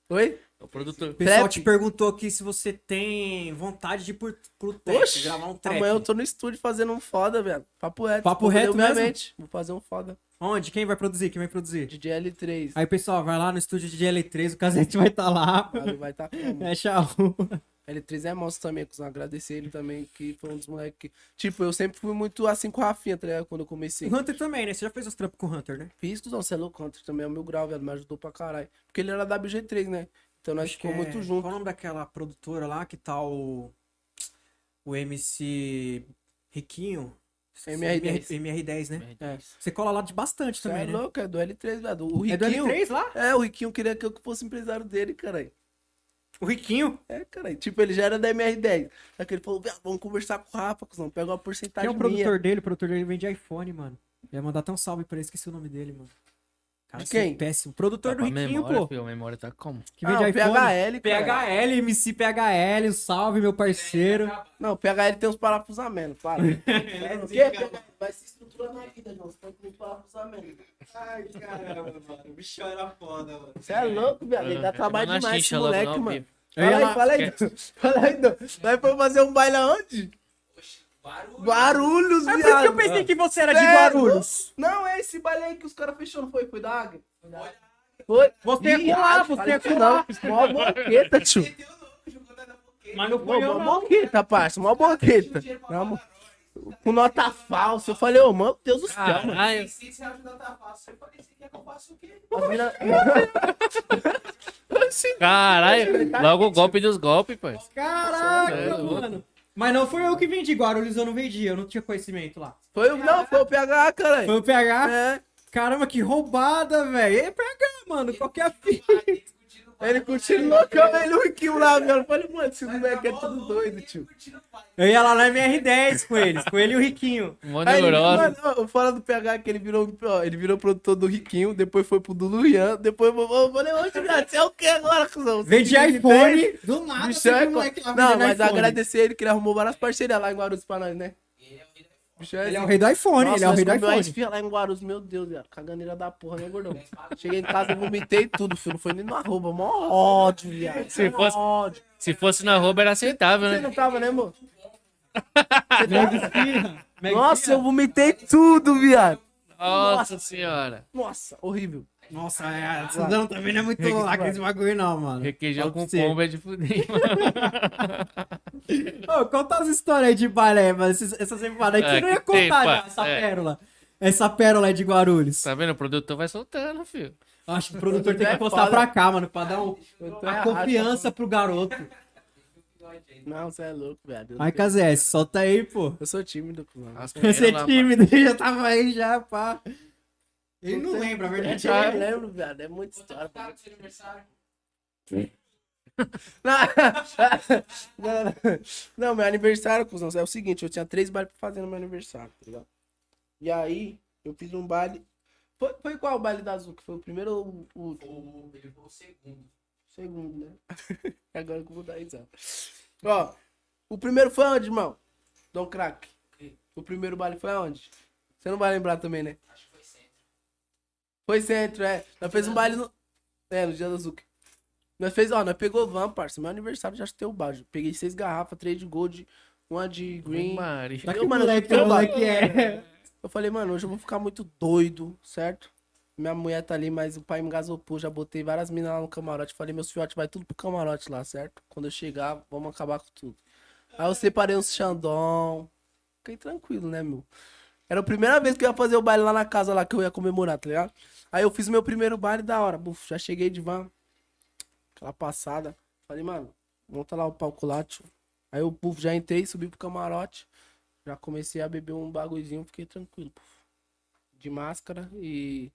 Oi?
É O produtor.
O pessoal
trap?
te perguntou aqui se você tem vontade de ir pro, pro trap,
Oxe,
gravar um trap.
Amanhã eu tô no estúdio fazendo um foda, velho. Papo reto.
Papo
Vou
reto
fazer minha
mesmo?
mente. Vou fazer um foda.
Onde? Quem vai produzir? Quem vai produzir?
DJ L3.
Aí, pessoal, vai lá no estúdio de L3, o Casete vai estar tá lá.
Aí vai tá como?
Fecha a rua.
L3 é monstro também, cuzão. Agradecer ele também, que foi um dos moleques que... Tipo, eu sempre fui muito assim com o Rafinha, tá ligado? Quando eu comecei.
O Hunter também, né? Você já fez os trampos com o Hunter, né?
Fiz, cuzão, você é louco, Hunter também é o meu grau, velho. Me ajudou pra caralho. Porque ele era da BG3, né? Então nós
que
ficou muito
é-
junto.
Qual o nome daquela produtora lá que tá o. O MC Riquinho?
MR10.
MR10, né?
Tá
É.
Você cola lá de bastante
Você
também,
é
né?
louco, é do L3, velho. O
É
Riquinho...
do L3 lá?
É, o Riquinho queria que eu fosse empresário dele, caralho.
O Riquinho,
É, cara, tipo, ele já era da MR10. Só que ele falou, "Viado, vamos conversar com o Rafa, cuzão, pega uma
que é
porcentagem
o
minha.
produtor dele, o produtor dele vende iPhone, mano. Eu ia mandar até um salve pra ele, esqueci o nome dele, mano. Cara,
De
você é
quem?
péssimo. Produtor do
pra
Riquinho,
memória,
pô.
Filho, Tá a memória tá como?
Que vende
ah, o
iPhone.
PHL, cara.
PHL, MC PHL, um salve, meu parceiro.
Não, o PHL tem uns parafusamentos, para. o quê? Vai se estruturar na vida, João, você tem uns parafusamentos.
Ai, caramba, mano. O bicho era foda, mano.
Você é louco, velho, ele dá trabalho
Chama na
demais esse
xixa logo,
moleque,
não,
mano.
Pipo.
Eu ia
Fala aí,
lá-
fala aí, fala aí, Dom. Nós foi fazer um baile aonde?
Barulho.
Guarulhos,
É por isso que eu
viado.
pensei que você era de
Sério?
Guarulhos.
Não, é esse baile aí que os caras fechou, não foi? Foi da Águia? Foi.
Você é colar, você é colar.
Não, mó boqueta, tio.
Meteu o nome, jogou na boquete.
Mas não
Pô,
foi eu,
mó
não.
boqueta, parça, mó boqueta. Na mo- Com nota falsa. Eu falei, ô, meu Deus do céu, mano.
Caralho.
600 reais da fácil. Eu falei, você quer que eu faça o quê?
As mina- tá
Caralho. Logo o golpe dos golpes, pai. É
Caraca,
louco.
mano. Mas não foi eu que vendi Guarulhos, eu não vendi, eu não tinha conhecimento lá.
Foi o. Não, foi o PH,
Foi
caralho.
o PH.
É,
Caramba, que roubada, velho. É PH, mano, qualquer fita.
É, ele curtindo loucão, ele o Riquinho lá, velho. Eu falei, mano, esse moleque é tudo doido, tio.
Eu ia lá na MR10 com eles, com ele e o Riquinho.
Mó
Aí, ele-
Um neurose.
mano, ó, fora do PH que ele virou, ó, ele virou produtor do Riquinho, depois foi pro do Luian, depois eu eu falei, ô, Juliano, você é o que agora, cuzão? Você
Vendi
tem
iPhone. Do nada,
Bicho, é
teve um
co-
moleque lá
Não,
vendendo
mas
iPhone.
agradecer ele que ele arrumou várias parcerias lá em Guarulhos pra nós, né? Bicho é
Ele é o
zica.
rei do iPhone,
Nossa,
ele é o
nós
rei do
comeu uma
iPhone.
esfirra lá em Guarulhos, meu Deus, velho. Caganeira da porra, né, gordão?
Dez palos.
Cheguei em casa, vomitei tudo, filho. Não foi nem no arroba. Mó ódio, viado.
Se
Mó
fosse-
ódio.
Se fosse na roupa era aceitável,
Você
né?
não tava, né, amor?
tá Mega
Nossa,
esfirra.
eu vomitei tudo, viado.
Nossa senhora.
Nossa, horrível.
Nossa, é, a Suzano também não é muito
Requeijão.
aquele bagulho, não, mano.
Requeijão
Fala pra
com
você.
pomba é de fuder, mano.
Ô, conta as histórias aí de balé, mano. Essas, essas empanadas aí que
É,
você não ia
que tem,
contar,
pá.
já, essa
É.
pérola. Essa pérola aí de Guarulhos.
Tá vendo? O produtor vai soltando, filho.
Acho que o produtor tem que
É
postar
foda. é
pra cá, mano, pra dar um- uma
errado,
confiança pro garoto.
Não, você é louco, viado. Eu,
Aí, KZS, solta aí, pô.
eu sou tímido, mano.
As
Você
mulheres
é
lá,
tímido, ele já tava aí, já, pá. Ele não
Puta.
lembra, a verdade é.
Eu lembro, viado. É muita história.
Tá no seu aniversário.
Não, não, não. Não, meu aniversário, cuzão, é o seguinte, eu tinha três bailes pra fazer no meu aniversário, tá ligado? E aí, eu fiz um baile. Foi, foi qual o baile da Azul? Que foi o primeiro ou o, o
Ou ele foi o segundo.
segundo, né? Agora que eu vou dar risada. Ó, o primeiro foi onde, irmão? Dom Crack. O primeiro baile foi onde? Você não vai lembrar também, né?
Acho que foi centro.
Foi centro, é. Nós fez um baile no. É, no dia da Zuc. Nós fez, ó, nós pegou van, parça. Meu aniversário já chutei o baixo. Peguei seis garrafas, três de gold, uma de
Ave
green.
Maria.
Tá que
Eu, mano,
moleque,
eu-
moleque é.
Eu falei, mano, hoje eu vou ficar muito doido, certo? Minha mulher tá ali, mas o pai me gasopou. Já botei várias minas lá no camarote. Falei, meus fiotes, vai tudo pro camarote lá, certo? Quando eu chegar, vamos acabar com tudo. Aí eu separei uns Xandão. Fiquei tranquilo, né, meu? Era a primeira vez que eu ia fazer o baile lá na casa lá que eu ia comemorar, tá ligado? Aí eu fiz o meu primeiro baile da hora. Buf, já cheguei de van. Aquela passada. Falei, mano, monta lá o palco lá, tio. Aí eu, buf, já entrei, subi pro camarote. Já comecei a beber um bagulhozinho, fiquei tranquilo, puf. De máscara e.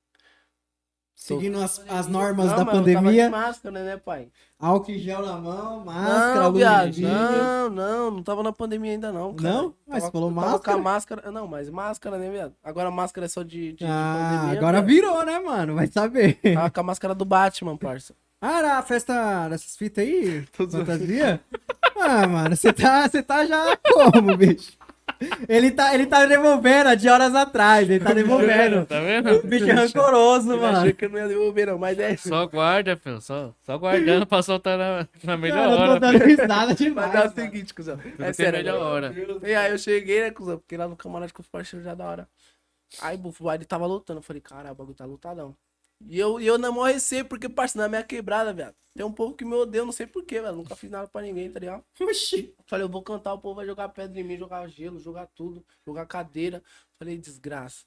Seguindo as, as normas
Não,
da
mano, eu Tava de
pandemia,
máscara, né, pai?
álcool em gel na mão, máscara,
não,
luz
viado,
de Ah, dia.
não, não, não tava na pandemia ainda não, cara.
Não? Mas
Tava-
falou
eu tava
máscara?
com a máscara, não, mas máscara, né, viado? Agora a máscara é só de, de- de
Ah,
pandemia,
agora
viado.
virou, né, mano? Vai saber.
Tava com a máscara do Batman, parça.
Ah, era a festa dessas fitas aí? Fantasia? Ah, mano, você tá, você tá já como, bicho? Ele tá, ele tá devolvendo há de horas atrás, ele tá devolvendo.
Tá
O
vendo?
bicho é rancoroso,
Eu achei
mano.
que eu não ia devolver não, mas é isso.
Só guarda, filho. Só, só guardando pra soltar na, na melhor
Cara, eu tô
hora.
dando risada demais.
Mas é o
mano.
seguinte, cuzão.
tem
É sério.
melhor
né?
hora.
E aí eu cheguei, né, cuzão? Porque lá no camarote que eu fui parceiro já da hora. Aí, bufo, ele tava lutando. Eu falei, caralho, o bagulho tá lutadão. E eu, e eu não morri receio, porque, parceiro, na minha quebrada, velho. Tem um povo que me odeia, eu não sei porquê, velho. Nunca fiz nada pra ninguém, tá ligado?
Oxi.
Falei, eu vou cantar, o povo vai jogar pedra em mim, jogar gelo, jogar tudo, jogar cadeira. Falei, desgraça.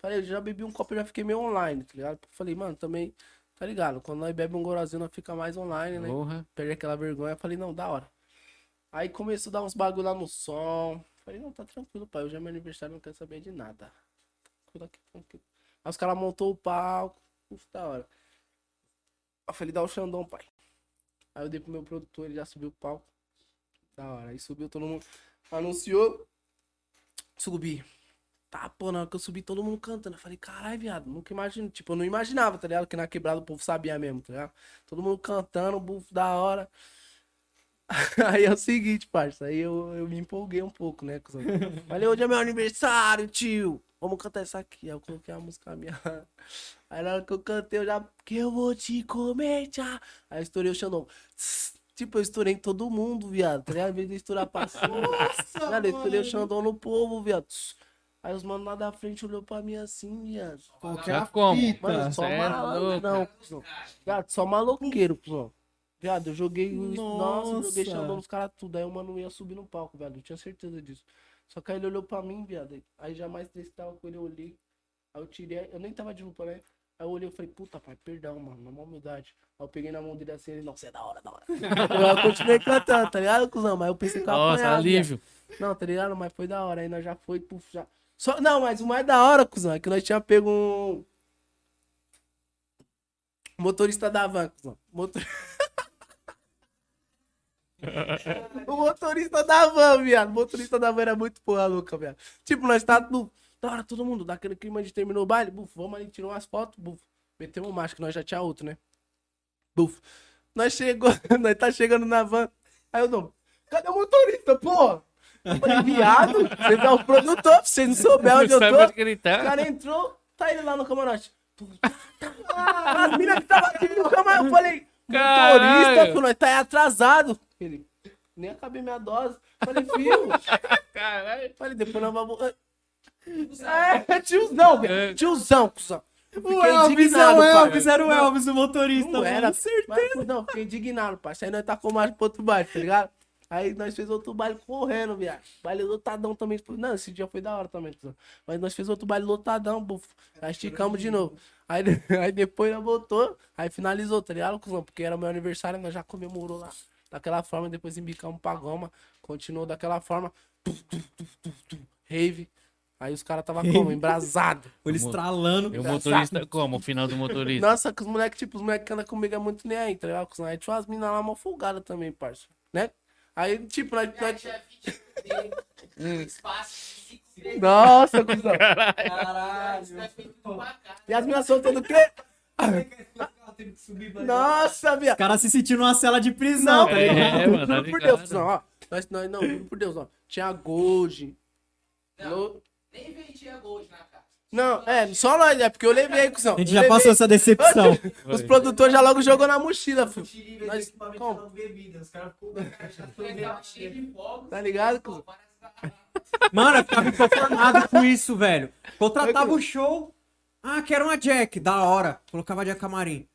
Falei, eu já bebi um copo e já fiquei meio online, tá ligado? Falei, mano, também, tá ligado? Quando nós bebemos um gorozinho, nós fica mais online, né?
Porra.
Perdi aquela vergonha. Falei, não, da hora. Aí começou a dar uns bagulho lá no som. Falei, não, tá tranquilo, pai. Hoje é meu aniversário, não quero saber de nada. Tranquilo aqui, tranquilo. Aí os caras montou o palco. Uf, da hora. Eu falei, dá o Xandão, pai. Aí eu dei pro meu produtor, ele já subiu o palco. Da hora. Aí subiu, todo mundo anunciou. Subi. Tá, pô, na hora que eu subi, todo mundo cantando. Eu falei, caralho, viado, nunca imagino. Tipo, eu não imaginava, tá ligado? Que na quebrada o povo sabia mesmo, tá ligado? Todo mundo cantando, bufo da hora. Aí é o seguinte, parça. Aí eu, eu me empolguei um pouco, né? cuzão? Falei, hoje é meu aniversário, tio. Vamos cantar isso aqui. Aí eu coloquei a música minha. Aí na hora que eu cantei, eu já. Que eu vou te comer, tchá. Aí eu estourei o Xandão. Tss, Tipo, eu estourei em todo mundo, viado. Tá ligado? Em vez de estourar pra cima. Cara, eu estourei o Xandão no povo, viado. Tss. Aí os manos lá da frente olhou pra mim assim, viado.
Já
Qualquer
como?
fita.
Mano, só
cê é
malandro,
louco.
não, cuzão. Viado, só maloqueiro, cuzão. Viado, eu joguei. o- Nossa, eu joguei
Nossa.
chamando os caras tudo. Aí o mano ia subir no palco, velho. Eu tinha certeza disso. Só que aí ele olhou pra mim, viado. Aí já mais três que tava com ele, eu olhei. Aí eu tirei. Eu nem tava de lupa, né? Aí eu olhei e falei, puta, pai, perdão, mano, na maior humildade. Aí eu peguei na mão dele assim, ele, não, você é da hora, da hora. eu continuei cantando, tá ligado, cuzão? Mas eu pensei que eu ia
Nossa, é
apanhar, viado.
alívio.
Não, tá ligado? Mas foi da hora. Aí nós já foi, puf, já. Só... Não, mas o mais da hora, cuzão, é que nós tinha pego um. Motorista da van, cuzão. Motor... o motorista da van, viado. O motorista da van era muito porra louca, viado. Tipo, nós tá no... da hora todo mundo, daquele clima de terminou o baile, buf, vamos ali, tirou umas fotos, buf. Meteu um macho, que nós já tinha outro, né? Buf. Nós chegou, nós tá chegando na van. Aí eu dou, cadê o motorista, porra? Eu falei, viado, vocês é o produtor, pra vocês não souberem onde eu
sabe
tô.
onde
O
que ele tá.
cara entrou, tá ele lá no camarote. Ah, As minas que tava aqui no camarote, eu falei, motorista,
Caralho.
filho, nós tá atrasado. Ele, nem acabei minha dose. Eu Falei, viu?
Caralho.
Falei, depois nós vamos... É, tiozão, velho. tiozão, cuzão. Eu
O
fiquei
Elvis é
indignado,
o
pai.
Elvis, era o
Não,
Elvis, o motorista.
não
mano.
era, mas, pô, não, fiquei indignado, parça. Aí nós tacou mais pro outro baile, tá ligado? Aí nós fez outro baile correndo, viado. Baile lotadão também. tipo, Não, esse dia foi da hora também, cuzão. Mas nós fez outro baile lotadão, bufo. Aí esticamos de novo. Aí, de- aí depois nós voltou, aí finalizou, tá ligado, cuzão? Porque era meu aniversário, nós já comemorou lá. Daquela forma, depois embicamos pra goma. Continuou daquela forma. Tu, tu, tu, tu, tu, Rave. Aí os caras tava como? Embrasado.
Ele estralando.
E o motorista como? O final do motorista.
Nossa, que os moleques, tipo, os moleques que andam comigo é muito nem aí, tá ligado? cuzão? Aí tinha umas minas lá mó folgada também, parça. Né? Aí, tipo, nós.
E aí,
nós-
chefe de
Hum.
poder, espaço físico,
Nossa, cuzão.
Caralho.
isso é feito pra cá.
E as minas soltando o quê? Nossa,
Os
viado.
caras se sentindo numa cela de prisão,
Não,
tá
velho.
ligado?
É, mano, tá
Juro por
ligado.
Deus, cuzão, ó. Nós, nós, não, juro por Deus, ó. Tinha Gold.
Não.
Lo-
Nem vendia gold na casa.
Não, é, só nós, é porque eu levei, cuzão.
A gente já passou essa decepção.
Os produtores já logo jogou na mochila, filho. Nós-
Nós
como?
compramos bebida, os caras ficam.
Tava cheio de fogos.
Tá ligado, cuzão?
Várias garrafas.
Mano, eu ficava inconformado com isso, velho. Contratava
Foi
o show. Ah, quero uma Jack. Da hora. Colocava a Jack Camarim.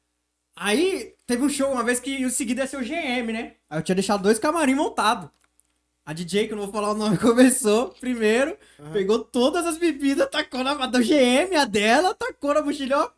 Aí, teve um show uma vez que o seguido ia ser o GM, né? Aí eu tinha deixado dois camarim montados. A DJ, que eu não vou falar o nome, começou primeiro. Pegou todas as bebidas, tacou na a do GM, a dela, tacou na mochilha. ó.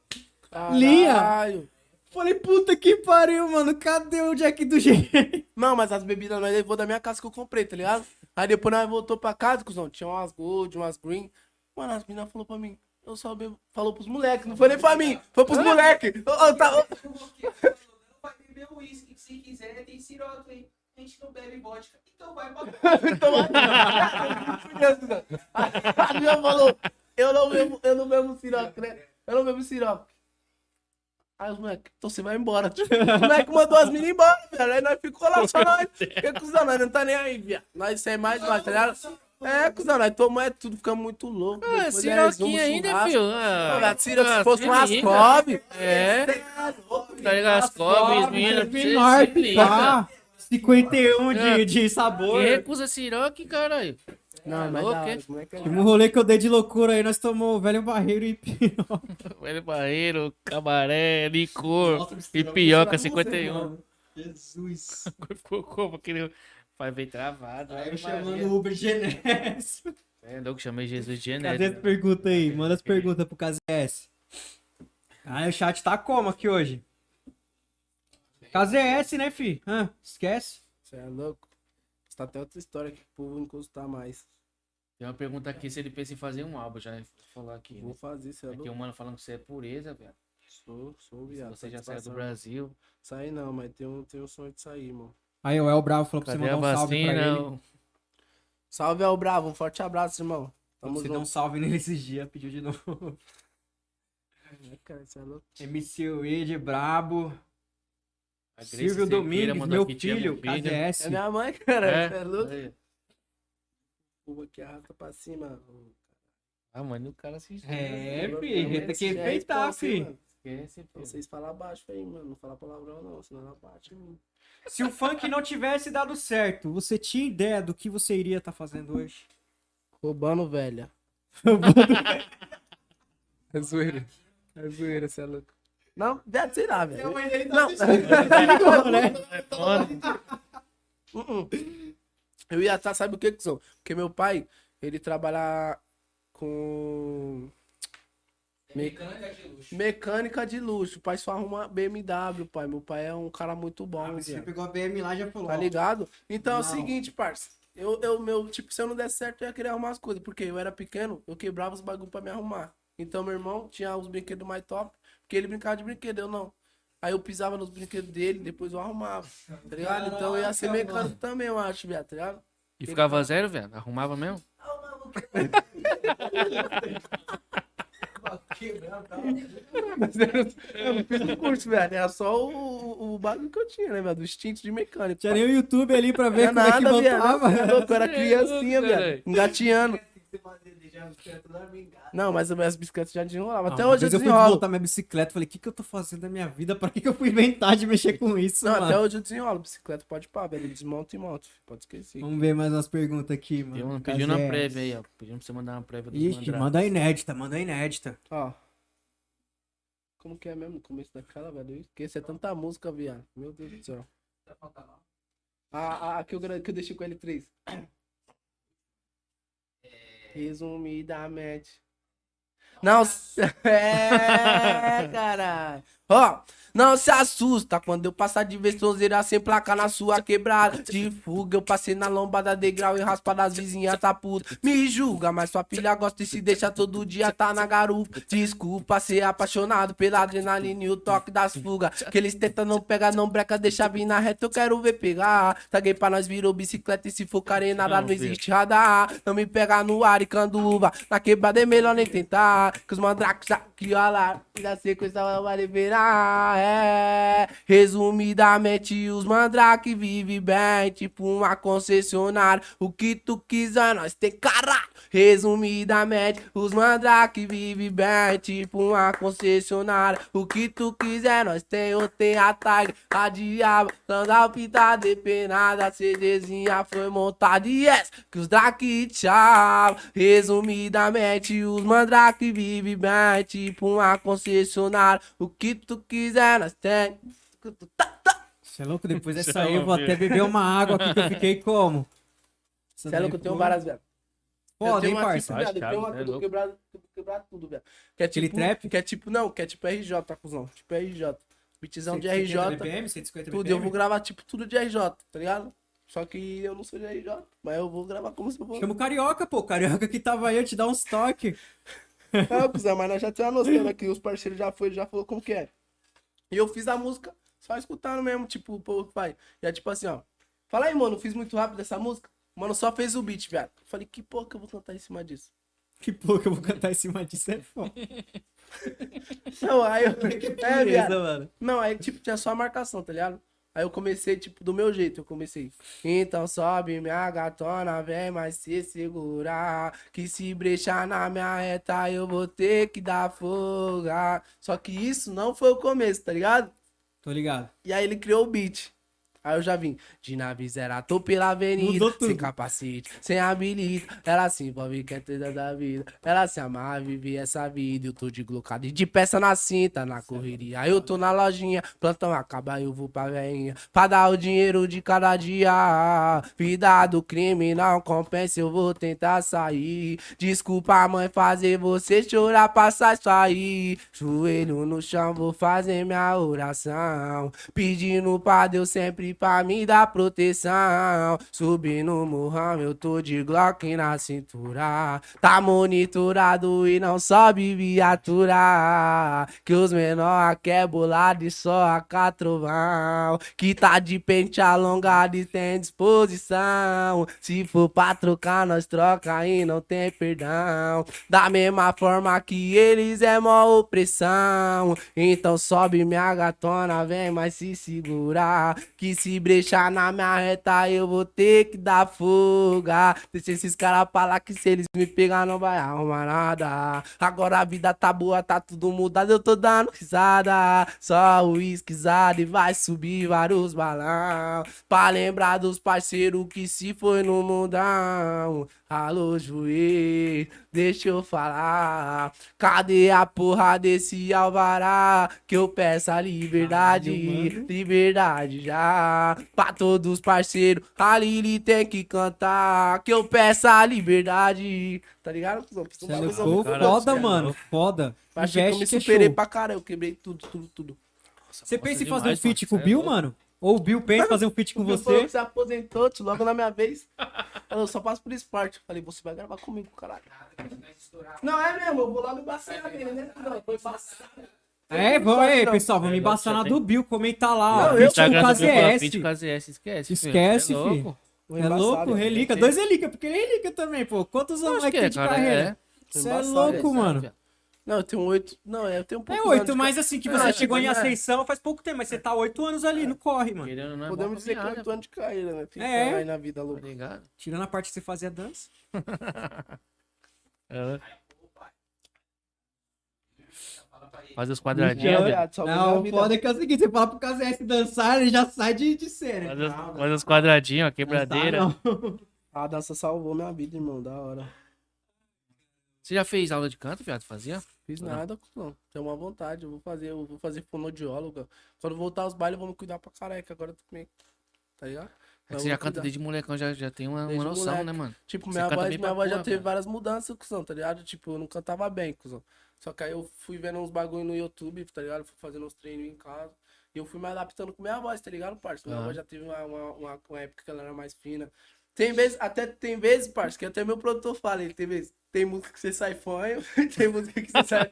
Linha.
Caralho.
Falei, puta que pariu, mano. Cadê o Jack do GM?
Não, mas as bebidas nós levou da minha casa que eu comprei, tá ligado? Aí depois nós voltou pra casa, cuzão. Tinha umas gold, umas green. Mano, as meninas falou pra mim. Eu só bebo. Falou pros moleques, não foi nem pra mim. Foi pros moleques. tá,
Vai beber uísque, que se quiser, tem siroca aí. A gente não bebe vodka. Então vai pra casa.
assim, A minha falou. Eu não bebo, eu não bebo siroque, né? Eu não bebo siroque. Aí os moleques, então você vai embora. Tipo, os moleques mandou as meninas embora, velho. Aí nós ficou lá só nós. Porque, cuzão, nós não tá nem aí, viado. Nós isso é mais nós, tá ligado? É, cuzão, nós tomamos é tudo, ficamos muito louco.
Ah,
Depois nós resolvemos
Siroquinha ainda,
churrasco.
filho.
Não,
Ah,
da Ciro,
ah,
se fosse um
menina.
Ascob.
É. Tá ligado? As cobras, meninas.
Menor, pá. 51
É.
de, de sabor.
Quem recusa Siroque, caralho?
Não, mas
Louco,
da hora,
hein?
os moleque é
Um rolê que eu dei de loucura aí, nós tomou velho barreiro e pinó.
Velho Barreiro, cabaré, licor e pioca 51.
Jesus.
Ficou como? Aquele... Vai ver travado.
Tá Aí
Ave
eu chamando
Maria.
o Uber Genésio.
É louco, chamei Jesus de
Cadê as
genérico.
perguntas aí? Manda as perguntas pro KZS. Ah, o chat tá como aqui hoje? KZS, né, fi? Hã? esquece.
Você é louco. Isso tá até outra história que o povo não consultar mais.
Tem uma pergunta aqui se ele pensa em fazer um álbum, já falou aqui.
Vou
Né?
fazer, você é
Aqui
louco.
um mano falando que você é pureza, velho.
Sou, sou
Se
viado.
Você já saiu do
satisfação.
Brasil.
Saí não, mas tem um, tem um sonho de sair, mano.
Aí o El Bravo falou pra
Cadê
você
a
mandar um salve pra
vacina?
ele.
Salve ao Bravo, um forte abraço, irmão. Tamo
Você deu um
junto.
salve nele esses dias, pediu de novo.
É, cara, você é louco.
MC Wade, brabo.
A Grace
Silvio
Cerqueira
Domingues,
mandou
meu
aqui, tia,
filho, Ah,
É
KZS.
minha mãe, cara.
É.
Você é louco.
Aí.
Pô, aqui arrasta pra cima.
Ah, mano, o cara se
É,
Pelo
fi,
menos
tem que
já
respeitar,
responde,
fi.
mano.
esquece,
Então
filho.
Vocês falam baixo aí, mano. Não fala palavrão não, senão ela bate em mim.
Se o funk não tivesse dado certo, você tinha ideia do que você iria estar fazendo hoje?
Roubando velha. É zoeira. É zoeira, você é louco. Não, deve ser lá, velho. Não.
Mano,
Uh-uh. Eu ia estar, sabe o que, cuzão? Porque meu pai, ele trabalha com
Mecânica de luxo.
mecânica de luxo. O pai só arruma BMW, pai. Meu pai é um cara muito bom,
Você
viado.
pegou a BM lá e já falou.
Tá ligado? Então é o
Não.
seguinte, parça. Eu, eu, meu, tipo, se eu não desse certo, eu ia querer arrumar as coisas. Porque eu era pequeno, eu quebrava os bagulho pra me arrumar. Então meu irmão tinha os brinquedos mais top, porque ele brincava de brinquedo, eu não. Aí eu pisava nos brinquedos dele, depois eu arrumava. Tá ligado? Então eu ia ser
Caraca,
mecânico também, eu acho, viado, tá ligado?
e
Ah, é
ficava zero, velho? Arrumava mesmo?
Quebrando, tá?
Mas eu não, eu não fiz o curso, velho. Era só o, o bagulho que eu tinha, né, velho? Do instinto de mecânico.
Tinha nem o YouTube ali pra ver
Era
como é que
nada, viado.
voltava.
Você é louco, Eu era
Você é
criancinha,
louco,
velho.
caralho.
Engatinhando.
Tem que ser fazer, deixar os caras toda amigada.
Não, mas as minhas bicicletas já desenrolavam.
Ah,
Até
uma
hoje eu
vez eu fui
desenrolo.
voltar minha bicicleta, falei, o que, que eu tô fazendo da minha vida? Pra que, que eu fui inventar de mexer com isso,
Não,
mano?
até hoje eu desenrolo. Bicicleta pode pá, velho. Desmonta e monta. filho. Pode esquecer.
Vamos ver mais umas perguntas aqui, mano.
Pediu, pediu um na
Casé.
prévia aí, ó. Pediu pra você mandar uma prévia dos
Ixi,
Mandrake.
manda a inédita, manda a inédita.
Ó. Como que é mesmo no começo daquela, velho? Eu esqueço. É tanta música, viado. Meu Deus do céu. Ah, ah, que eu, gra- que eu deixei com ele 3 Resumidamente. Não, se- é, caralho. Ó, não se assusta quando eu passar de vez sonzeira sem placa na sua quebrada. De fuga, eu passei na lombada degrau e raspa das vizinhas tá puta. Me julga, mas sua filha gosta e se deixa todo dia tá na garupa. Desculpa ser apaixonado pela adrenalina e o toque das fugas. Que eles tentam não pegar, não breca, deixa vir na reta, eu quero ver pegar. Taguei pra nós, virou bicicleta e se focar em nada,
Não,
não,
filho.
existe te radar. Não me pegar no ar e canduva. Na quebrada é melhor nem tentar. Que os mandracos aqui, ó lá. Na sequência vai liberar. É. Resumidamente, os mandrake vivem bem. Tipo uma concessionária. O que tu quiser, nós tem caralho. Resumidamente, os mandrake vivem bem. Tipo uma concessionária. O que tu quiser, nós tem ou tem a tag. A diabo, sandal pita depenada. CDzinha foi montada. E yes, que os Drake tchau. Resumidamente, os mandrake vivem bem. Tipo uma concessionária. O que tu quiser, nós tem.
Você é louco? Depois dessa
Cê é
aí eu vou
louco,
até beber uma água aqui que eu fiquei como? Essa
Sério que é eu
daí
tenho
foi
várias, velho. um Eu
Foda,
tenho
hein,
uma
parça?
aqui, viado, eu tenho uma
Acho
aqui,
que
eu vou quebrar, eu vou quebrar tudo, velho. Que é
é Aquele
tipo,
trap?
Que é tipo, não, que é tipo RJ, cuzão. Tipo RJ. Beatzão de
150
RJ.
BPM, 150
Tudo, eu
BPM.
vou gravar tipo tudo de RJ, tá ligado? Só que eu não sou de RJ, mas eu vou gravar como se eu fosse.
Chama o Carioca, pô. O Carioca que tava aí, eu te dar uns toques.
Não, cuzão, né? mas nós já temos uma noção aqui, os parceiros já foram, já falou como que é. E eu fiz a música, só escutando mesmo, tipo, pô, pai. E é tipo assim, ó. Fala aí, mano, eu fiz muito rápido essa música. Mano, só fez o beat, velho. Eu Falei, que porra que eu vou cantar em cima disso?
Que pô, que eu vou cantar em cima disso é foda.
Não, aí eu. É, viado.
Beleza, mano.
Não, aí, tipo, tinha só a marcação, tá ligado? Aí eu comecei, tipo, do meu jeito, eu comecei. Então sobe minha gatona, vem, mas se segurar. Que se brechar na minha reta, eu vou ter que dar folga. Só que isso não foi o começo, tá ligado?
Tô ligado.
E aí ele criou o beat. Aí eu já vim, de nave era tô pela avenida,
Mudou tudo.
sem capacete, sem habilita. Ela assim, se envolve com a trilha é da vida, ela assim, se amar, vive essa vida. Eu tô de glocada e de peça na cinta, na correria. Aí eu tô na lojinha, plantão acaba, eu vou pra veinha, pra dar o dinheiro de cada dia. Vida do crime não compensa, eu vou tentar sair. Desculpa, mãe, fazer você chorar, passar isso aí. Joelho no chão, vou fazer minha oração. Pedindo pra Deus sempre pra me dar proteção. Subi no morrão, eu tô de Glock na cintura. Tá monitorado e não sobe viatura. Que os menor quer bolado e só a catrovão. Que tá de pente alongado e tem disposição. Se for pra trocar, nós troca e não tem perdão. Da mesma forma que eles é mó opressão. Então sobe minha gatona, vem mais se segurar. Que se brechar na minha reta, eu vou ter que dar fuga. Deixa esses caras pra lá que se eles me pegar, não vai arrumar nada. Agora a vida tá boa, tá tudo mudado, eu tô dando risada. Só o esquisado e vai subir vários balão. Pra lembrar dos parceiros que se foi no mundão. Alô, juiz, deixa eu falar. Cadê a porra desse alvará? Que eu peço a liberdade,
Caralho, mano.
liberdade já. Pra todos os parceiros, a Lili tem que cantar. Que eu peço a liberdade. Tá ligado? cuzão? Fiz um
Você é
bagulho
louco. é
muito
cara,
louco,
foda,
cara.
mano. Foda.
Achei que eu me
Investe que é
superei
show.
pra caralho. Eu quebrei tudo, tudo, tudo.
Você
Nossa,
pensa em
demais,
fazer um feat
mano.
com o
Cê é
Bill,
louco.
mano? Ou o Bill pensa em fazer um feat com
Meu pai
você?
se aposentou tio, logo na minha vez. Falou, eu só passo por esporte. Falei, você vai gravar comigo, caralho. Não, é mesmo, eu vou lá me embaçar nele, né? Não, foi passar.
É, vamos aí,
Não.
pessoal. Vamos
É,
embaçar
você
na
tem-
do Bill, comentar lá. ó.
Não,
Feat com
eu-
o
do Bill Cosby,
KZS.
feat com KZS, esquece. filho. Cê
Esquece,
é louco.
filho. É louco,
né?
relíquia. Dois relíquia, porque ele é relíquia também, pô. Quantos anos
Acho
mais
que
que tem
é,
de
cara.
carreira?
É.
Você é
Embaçado,
louco,
Exato,
mano.
viado.
Não, eu tenho oito. Não, eu tenho um pouco.
É oito, mas assim, que
É,
você
é,
chegou em
é.
aceição faz pouco tempo, mas você tá oito anos ali, não corre, mano.
Querendo ou não é bom
Podemos
pra
dizer que
viada,
oito anos de carreira, né? Fica
É.
aí na vida
Tá
louca.
ligado?
Tirando a parte que você fazia dança. É, né?
Fazer os
Não,
quadradinhos,
olha,
velho.
Viado, só muda a
Não, o
vida.
foda é que é o seguinte, você fala pro KZS dançar, ele já sai de, de cena.
Fazer os, fazer os quadradinhos, a quebradeira.
Dançar, não.
A dança salvou minha vida, irmão. Da hora.
Você já fez aula de canto, viado? Fazia? É
Fiz
Não.
nada, não. Tenho uma vontade. Eu vou fazer, eu vou fazer fonodióloga. Quando voltar aos bailes, eu vou me cuidar pra careca. Agora também. Tá ligado?
É que
Mas
você
eu
já
vou
canta
cuidar.
desde molecão, já, já tem uma, uma
Desde
noção,
moleque.
né, mano?
Tipo,
Você
minha
canta
voz,
bem
minha
pra
voz já
porra,
teve
cara.
várias mudanças, cuzão, tá ligado? Tipo, eu não cantava bem, cuzão. Só que aí eu fui vendo uns bagulho no YouTube, tá ligado? Fui fazendo uns treinos em casa. E eu fui me adaptando com minha voz, tá ligado, parça? Minha
Aham.
voz já teve uma, uma, uma- uma época que ela era mais fina. Tem vezes, até tem vezes, parça, que até meu produtor fala, ele tem vezes. Tem música que você sai fanho, tem música que você sai.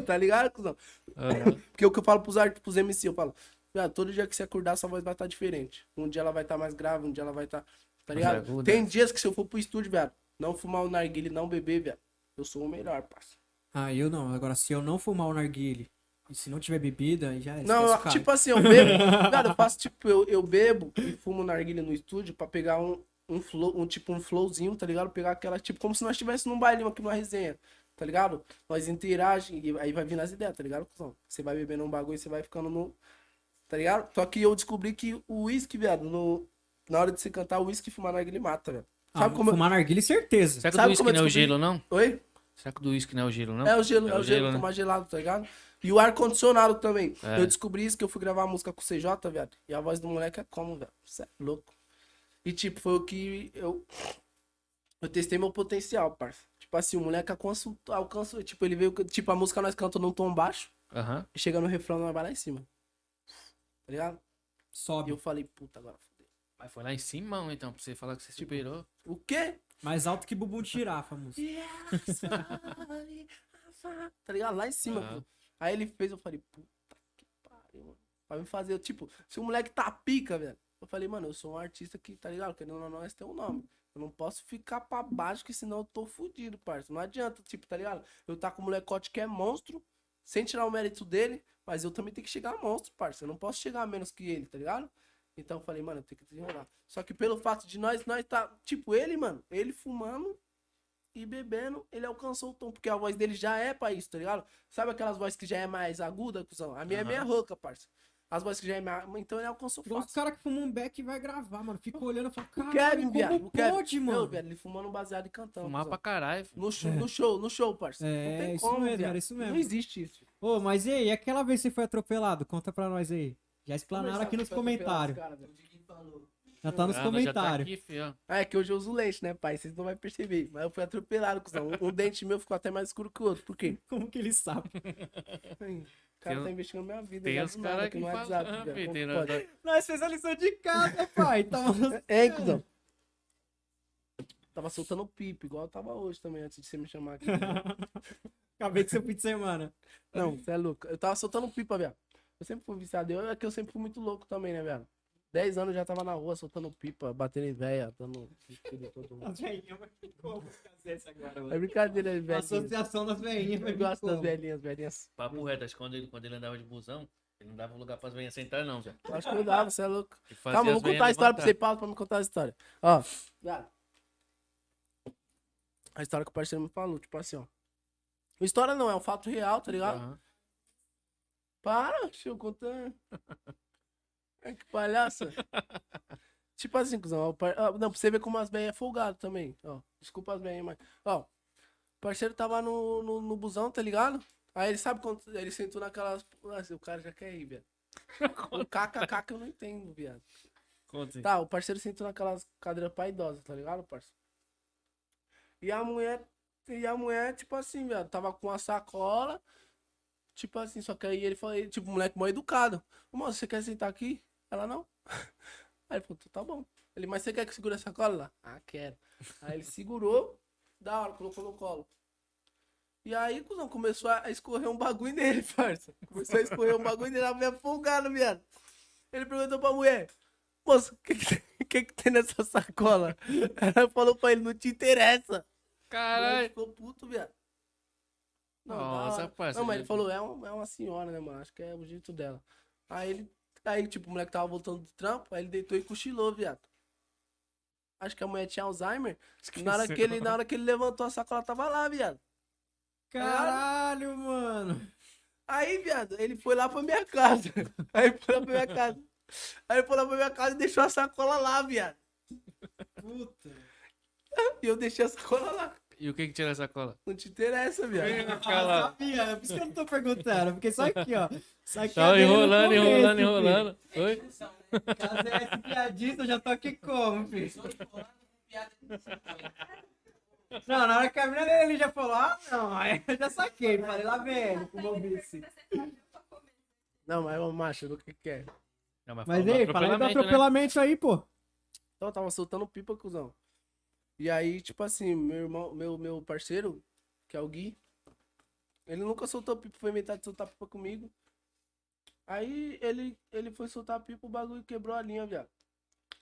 tá ligado, cuzão?
Aham.
Porque é o que eu falo pros artistas, pros MC, eu falo, "Viado, todo dia que você acordar, sua voz vai estar diferente. Um dia ela vai estar mais grave, um dia ela vai estar. Tá,
Mais
ligado?
aguda.
Tem dias que se eu for pro estúdio, viado, não fumar o narguile, não beber, viado, eu sou o melhor, parça.
Ah, eu não. Agora, se eu não fumar o narguile e se não tiver bebida, aí já é.
não, eu- tipo assim, eu bebo. viado, eu faço tipo, eu, eu bebo e fumo narguile no estúdio pra pegar um, um flow, um tipo, um flowzinho, tá ligado? Pegar aquela, tipo, como se nós estivéssemos num bailinho aqui numa resenha. Tá ligado? Nós interagem e aí vai vindo as ideias, tá ligado, cuzão? Você vai bebendo um bagulho e você vai ficando no, Tá ligado? Só que eu descobri que o uísque, viado, no... na hora de você cantar, o uísque e fumar narguilé mata, velho. Sabe como.
Ah, Fumar narguile, certeza.
Será que
Sabe
o do uísque
como eu
não é o
descobri?
gelo, não?
Oi?
Será que o do uísque não é o gelo, não?
É o gelo, é, o gelo,
né?
tomar gelado, tá ligado? E o ar-condicionado também.
É.
Eu descobri isso que eu fui gravar a música com o CJ, viado. E a voz do moleque é como, velho? Você é louco. E tipo, foi o que eu. Eu testei meu potencial, parça. Tipo assim, o moleque alcança- alcança. Tipo, ele veio. Tipo, a música nós cantamos num tom baixo.
Aham.
E chega no refrão, nós vai lá em cima. Tá ligado? E
Sobe.
eu falei, puta, agora fodeu.
Mas foi lá em cima, então, pra você falar que você superou.
O quê?
Mais alto que bumbum de girafa, moço.
tá ligado? Lá em cima.
Ah.
pô. Aí ele fez, eu falei, puta que pariu, mano. Pra me fazer, eu, tipo, se o moleque tá pica, velho. Eu falei, mano, eu sou um artista que, tá ligado? Querendo ou não, nós temos um nome. Eu não posso ficar pra baixo, que senão eu tô fudido, parça. Não adianta, tipo, tá ligado? Eu tá com um molecote que é monstro, sem tirar o mérito dele, mas eu também tenho que chegar monstro, parça. Eu não posso chegar menos que ele, tá ligado? Então eu falei, mano, eu tenho que desenrolar. Só que pelo fato de nós, nós tá. Tipo, ele, mano, ele fumando e bebendo, ele alcançou o tom. Porque a voz dele já é pra isso, tá ligado? Sabe aquelas vozes que já é mais aguda, cuzão? A minha é
Aham.
meia rouca, parça. As vozes que já é mais. Então ele alcançou
Igual os
fácil.
caras que fumam um beck e vai gravar, mano. Fica olhando e fala,
O
caralho,
Kevin,
como
viado. O Kevin.
pode, mano?
Não, viado, ele fumando um baseado e cantando.
Fumar
cuzão.
pra caralho. filho.
No show, no show, no show, parça.
É,
não tem
isso
como,
mesmo,
viado.
era isso mesmo.
Não existe isso.
Ô, mas e aí, aquela vez que você foi atropelado? Conta pra nós aí. Já explanaram aqui nos
Conversar com
comentários.
os caras, velho.
Já tá nos
Ah, nós já tá
comentários.
aqui, filho, ó.
Ah, é que hoje eu uso lente, né, pai? Vocês não vão perceber. Mas eu fui atropelado, cuzão. Um, um dente meu ficou até mais escuro que o outro. Por quê?
Como que ele sabe?
O cara
Tem- um-
tá investigando minha vida.
Tem
já
os
do nada
caras
aqui
que
no
falam.
WhatsApp,
Ah,
velho.
filho,
Como
tem-
pode?
Nós fez a lição de casa, pai. Tava...
É, hein, cuzão. Tava soltando o pipo, igual eu tava hoje também, antes de você me chamar aqui.
Acabei com seu fim de semana.
Não, você é louco. Eu tava soltando pipa, velho. Eu sempre fui viciado. Eu, é que eu sempre fui muito louco também, né, velho? Dez anos eu já tava na rua soltando pipa, batendo em véia, dando em todo mundo.
As veinhas, mas ficou essa agora,
É brincadeira, né,
A
velho.
associação das veinhas,
Eu
mas
gosto das
ficou.
velhinhas, velhinhas.
Papo reto, acho que quando ele, quando ele andava de busão, ele não dava lugar pras venhas sentar, não, velho.
Eu Acho que eu dava, você é louco.
Ele fazia
Calma, eu
as
vou
veinhas
contar a história pra você,
levantar.
Paulo, pra me contar a história. Ó. A história que o parceiro me falou, tipo assim, ó. A história não, é um fato real, tá ligado?
Aham.
Para, deixa eu contar. Ai, que palhaça. tipo assim, cuzão. ó, o par- ó, Não, pra você ver como as bem é folgado também. Ó, desculpa as bem, mas. Ó, o parceiro tava no, no, no busão, tá ligado? Aí ele sabe quando. Ele sentou naquelas. Nossa, o cara já quer ir, viado. O kkk que eu não entendo, viado.
Conta aí.
Tá, o parceiro sentou naquelas cadeiras pra idosa, tá ligado, parceiro? E a mulher, e a mulher, tipo assim, velho, tava com a sacola, tipo assim, só que aí ele falou, ele, tipo, moleque mó educado. Ô, Moço, você quer sentar aqui? Ela não. Aí ele falou, tá bom. Ele, mas você quer que eu segure a sacola lá? Ah, quero. Aí ele segurou, da hora, colocou no colo. E aí, cuzão, começou a escorrer um bagulho nele, parça. Começou a escorrer um bagulho nele, a mulher folgada, viado. Ele perguntou pra mulher, moço, o que, que, tem- que que tem nessa sacola? Ela falou pra ele, não te interessa. Ele
Caralho.
ficou puto, viado. Não,
Nossa,
da hora.
parça,
Não, mas
já-
ele falou, é, um- é uma senhora, né, mano? Acho que é o jeito dela. Aí ele. Aí, tipo, o moleque tava voltando do trampo, aí ele deitou e cochilou, viado. Acho que a mulher tinha Alzheimer. Na hora, que ele, na hora que ele levantou a sacola, tava lá, viado.
Caralho, mano.
Aí, viado, ele foi lá pra minha casa. Aí ele foi lá pra minha casa. Aí ele foi lá pra minha casa e deixou a sacola lá, viado.
Puta.
E eu deixei a sacola lá.
E o que que tira essa cola?
Não te interessa, viado.
Ah, sabia, é por isso que eu não tô perguntando. Porque só aqui, ó. Só aqui a
Tá
dele no
enrolando,
começo,
enrolando,
filho.
enrolando. Oi?
Discussão, né?
Caso é esse piadista, eu já tô aqui como, filho?
Os outros falando, piada de discussão.
Não, na hora que a mina dele ele já falou, ah, não, aí eu já saquei. Falei, lá vem ele com bobice.
Não, mas ô macho, do que é? quer.
Não,
Mas
fala do
aí, fala do
atropelamento, né?
atropelamento aí, pô.
Então, eu tava soltando pipa, cuzão. E aí, tipo assim, meu irmão, meu, meu parceiro, que é o Gui, ele nunca soltou pipa, foi inventar de soltar pipa comigo. Aí ele, ele foi soltar pipa, o bagulho quebrou a linha, viado.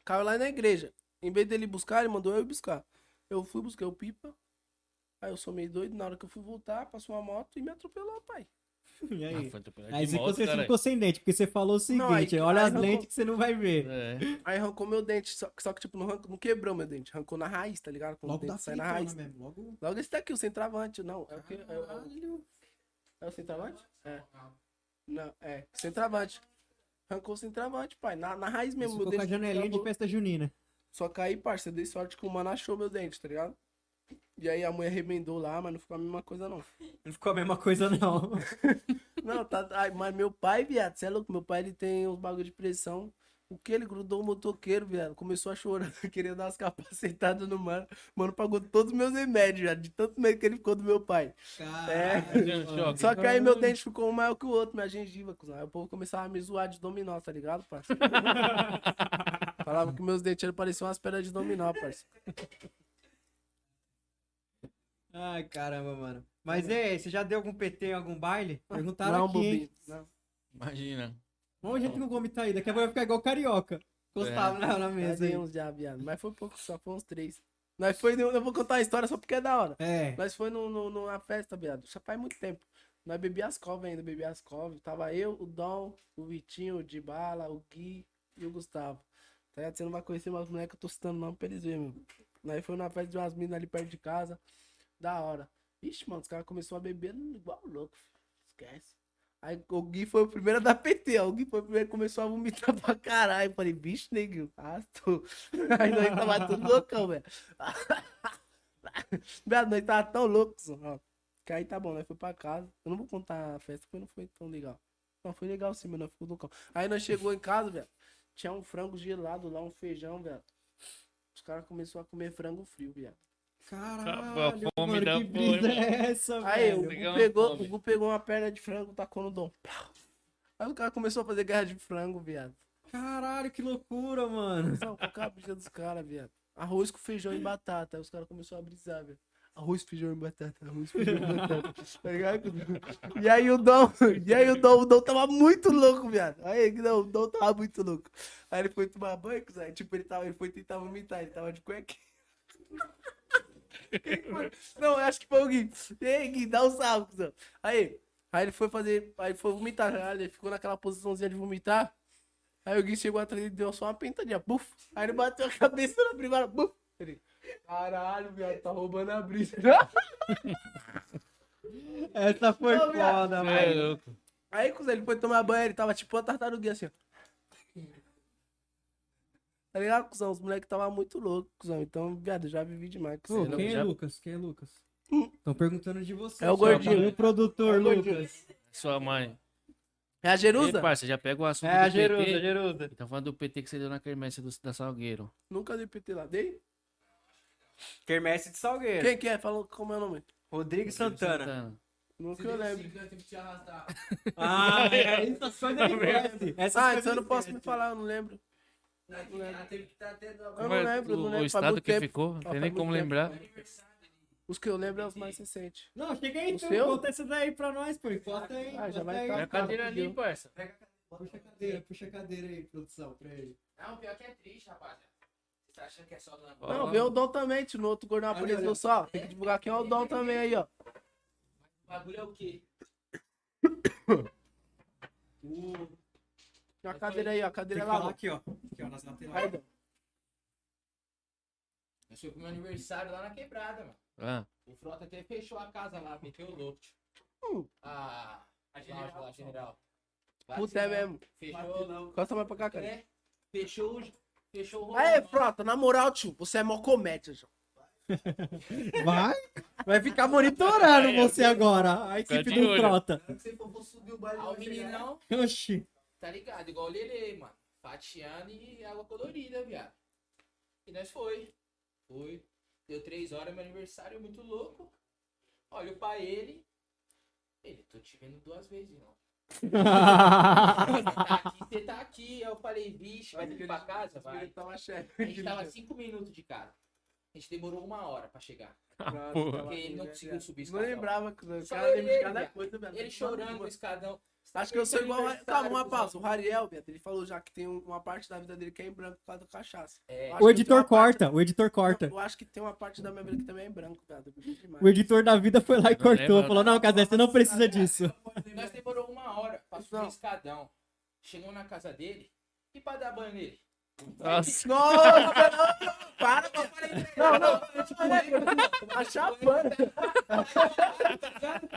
Caiu lá na igreja. Em vez dele buscar, ele mandou eu ir buscar. Eu fui, busquei o pipa. Aí eu sou meio doido, na hora que eu fui voltar, passou uma moto e me atropelou, pai.
E
Ah,
aí?
foi atropelado
Aí
de
você-
moto,
você
caralho.
ficou sem dente, porque você falou o
Não, aí-
seguinte, olha
aí
as
não-
lentes que você não vai ver.
É.
Aí arrancou meu dente, só, que- só que tipo, não, arrancou, não quebrou meu dente, arrancou na raiz, tá ligado? Quando o
Logo
dente
da
sai na
fritona
né?
raiz.
mesmo. Logo.
Logo esse daqui, o centroavante, não. É o que? É, o- é o- é o centroavante? É. Não, é. Centroavante. Arrancou o centroavante, pai. Na, na raiz mesmo.
Isso
meu
ficou com a
dente
janelinha de
travou.
festa junina.
Só caí, parça. Dei sorte que o mano achou meu dente, tá ligado? E aí a mulher remendou lá, mas não ficou a mesma coisa, não.
Não ficou a mesma coisa, não.
Não, tá. ai, mas meu pai, viado, você é louco? Meu pai ele tem uns bagulho de pressão. O que ele grudou o motoqueiro, viado? Começou a chorar, querendo dar umas capacetadas no mano. O Mano, pagou todos os meus remédios, viado, de tanto medo que ele ficou do meu pai.
Caralho,
É.
mano.
Choque.
Só que aí meu dente ficou um maior que o outro, minha gengiva, cuzão. Aí o povo começava a me zoar de dominó, tá ligado, parceiro? Falava que meus dentes eram- pareciam umas pedras de dominó, parceiro.
Ai, caramba, mano. Mas ei, você já deu algum PT em algum baile? Perguntaram
não, é
aqui,
um
hein?
bobinho. Não.
Imagina.
Vamos gente não vomita aí, daqui a pouco vai ficar igual carioca.
É.
Gostava na, na
Mas
mesa aí.
dei uns já, viado. Mas foi pouco, só foi uns três. Nós foi, eu vou contar a história só porque é da hora.
É.
Nós foi no, no- numa festa, viado. Já faz muito tempo. Nós bebia as covas ainda, bebia as covas. Tava eu, o Dom, o Vitinho, o Dibala, o Gui e o Gustavo. Tá ligado? Você não vai conhecer mais moleques que eu tô citando não pra eles verem, meu. Nós foi numa festa de umas minas ali perto de casa. Da hora. Ixi, mano, os caras começaram a beber igual louco. filho. Esquece. Aí o Gui foi o primeiro a dar PT, ó. O Gui foi o primeiro que começou a vomitar pra caralho. Eu Falei, bicho, neguinho, arrastou. Aí nós tava tudo loucão, velho. Viado, nós tava tão louco, só, ó. Que aí tá bom, nós foi pra casa. Eu não vou contar a festa porque não foi tão legal. Não, foi legal sim, mas nós ficou loucão. Aí nós chegou em casa, velho. Tinha um frango gelado lá, um feijão, velho. Os caras começaram a comer frango frio, viado.
Caralho,
fome
mano,
da
que brisa
porra,
é essa,
Aí o
velho?
Gu,
Legal,
pegou,
fome.
o Gu pegou uma perna de frango, tacou no dom. Plau. Aí o cara começou a fazer guerra de frango, viado.
Caralho, que loucura, mano.
Só com a cabeça dos caras, viado. Arroz com feijão e batata. Aí os caras começaram a brisar, velho. Arroz, feijão e batata, arroz, feijão e batata. Tá ligado? E aí o Dom, e aí o Dom, o Dom tava muito louco, viado. Aí, não, o Dom tava muito louco. Aí ele foi tomar banho, Zé. Tipo, ele tava, ele foi tentar vomitar, ele tava de cueca. Quem foi? Não, eu acho que foi o Gui. Ei, Gui, dá um salve, cuzão. Aí, aí ele foi fazer, aí foi vomitar, né? ele ficou naquela posiçãozinha de vomitar. Aí o Gui chegou atrás e deu só uma pintadinha, buf. Aí ele bateu a cabeça na privada, buf. Ele, Caralho, viado, tá roubando a brisa.
Essa foi
Ô, viado.
foda,
É
mano.
louco.
Aí, quando ele foi tomar banho, ele tava tipo uma tartaruguinha assim, ó. Tá ligado, cuzão? Os moleques tava muito loucos, cuzão. Então, viado, eu já vivi demais. com
Ô,
isso aí,
quem é
já-
Lucas? Quem é Lucas?
Hum.
Estão perguntando de você.
É o
só, cara.
gordinho.
O produtor,
É o gordinho.
Lucas.
Sua mãe.
É a Jerusa?
Ei, parça, já pega o assunto
É, a
do
Jerusa, a
PT.
Jerusa.
Tá falando do PT que você deu na quermesse do, da Salgueiro.
Nunca dei PT lá. Dei?
Quermesse de Salgueiro.
Quem que é? Falou como é o nome?
Rodrigo Santana.
Nunca eu lembro.
Teve que te arrastar.
Ah, é, essas coisas ele conhece. Essas
Ah,
coisas
então
ele
eu não posso
conhece.
me falar, eu não lembro.
Ela teve é que- ela teve que estar tendo
Eu
alguma
não
Mas
lembro, eu
o-
não lembro.
O
Faz
estado
muito
que
tempo.
ficou,
faz
não tem nem
muito
como
tempo.
lembrar.
aniversário.
Os que eu lembro é os mais recentes.
Não, chega aí,
O
então
seu?
conta essa daí pra nós, pô. Encosta aí.
Ah, já
encosta
vai
aí.
tá-
Minha é cadeira ali,
Entendeu?
parça.
Puxa a cadeira, puxa a cadeira aí, produção, pra ele.
Não, pior que é triste, rapaziada. Você tá achando que é só do Lamborghini?
Não, vê o Dom também, tio. No outro gordão
Olha,
apareceu
olha.
só. Tem que divulgar quem é o Dom também aí, ó.
O bagulho é o quê?
Uh. Tem uma cadeira aí, ó, a
Tem
cadeira
que
lá.
falar
ó.
aqui, ó. Aqui, ó, nas
Aí,
laterais.
Dan.
Eu fui pro meu aniversário lá na quebrada, mano.
Ah,
O Frota até fechou a casa lá, meteu o louco. tio.
Hum.
Ah, a general. Lá, a general.
Puta, é mesmo.
Fechou,
Costa mais pra cá, cara.
né? Fechou, o- fechou o
Aê,
rolê.
Frota, na moral, tio, você é mó comédia, João.
Vai? Vai ficar monitorando você agora, a equipe
de
do
olho.
Frota.
Se for, vou subir o baile.
Ah, o meninão,
Oxi.
tá ligado? Igual o Lele, mano. Fatiando e água colorida, viado. E nós foi. Foi. Deu três horas, meu aniversário, muito louco. Olho pra ele. Ele, tô te vendo duas vezes, não. Você tá aqui, você tá aqui. Aí eu falei, vixe, vai ter que ir pra casa? Vai.
Tava chefe.
A gente tava assim, cinco minutos de casa. A gente demorou uma hora pra chegar. Porque ele
é
não conseguiu subir
assim, né, Não
escadão.
lembrava que o
Só
cara
eu e
lembra de
ele,
cada
viado.
né? coisa, velho.
Ele chorando tá no escadão.
Acho que eu sou igual. a- Calma, uma pausa.
pausa.
O Ariel, Beto, ele falou já que tem um- uma parte da vida dele que é em branco por causa do cachaça.
É.
Eu acho
O
que tem
editor
uma parte-
corta, o editor corta.
Eu acho que tem uma parte da minha vida que também é em branco, velho.
O editor da vida foi lá e
Não
cortou.
lembra.
Falou, não, Casé, você não precisa disso.
Nós demorou uma hora pra subir
Não.
o escadão. Chegamos na casa dele e pra dar banho nele.
nossa.
Nossa, não, para,
Eu falei pra ele,
Não, não,
eu te conheço.
a chapana.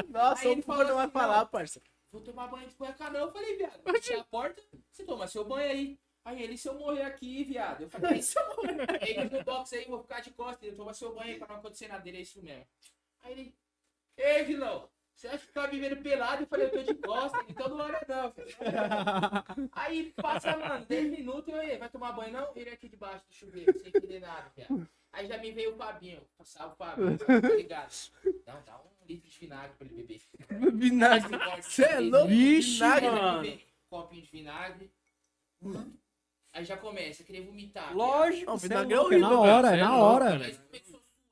Nossa,
Aí
o
ele
porra
falou
não vai
assim,
falar,
não.
parça.
Vou tomar banho de cueca não. Eu falei, viado, fechei a porta, você toma seu banho aí. Aí ele, se eu morrer aqui, viado. Eu falei, se eu morrer. Ele no box aí, vou ficar de costas. Ele toma seu banho aí pra não acontecer nada dele, é isso mesmo. Aí ele, ei, vilão. Você acha que tá vivendo pelado? Eu falei, eu tô de costas, então não olha não. filho." Aí passa, mano, 10 minutos, eu aí, vai tomar banho não? Ele aqui debaixo do chuveiro, sem entender nada, viado. Aí já me veio o Fabinho, salve Fabinho, tá ligado? Não, dá um litro de vinagre pra ele beber.
Vinagre. Cê é louco?
Vixe,
Vinagre,
mano. Copinho de vinagre. Aí já começa, queria vomitar.
Lógico,
Não,
cê
vinagre é
um
louco,
horrível,
na
velho.
hora,
Cê é
na
louco,
hora.
velho.
Aí começou a suar,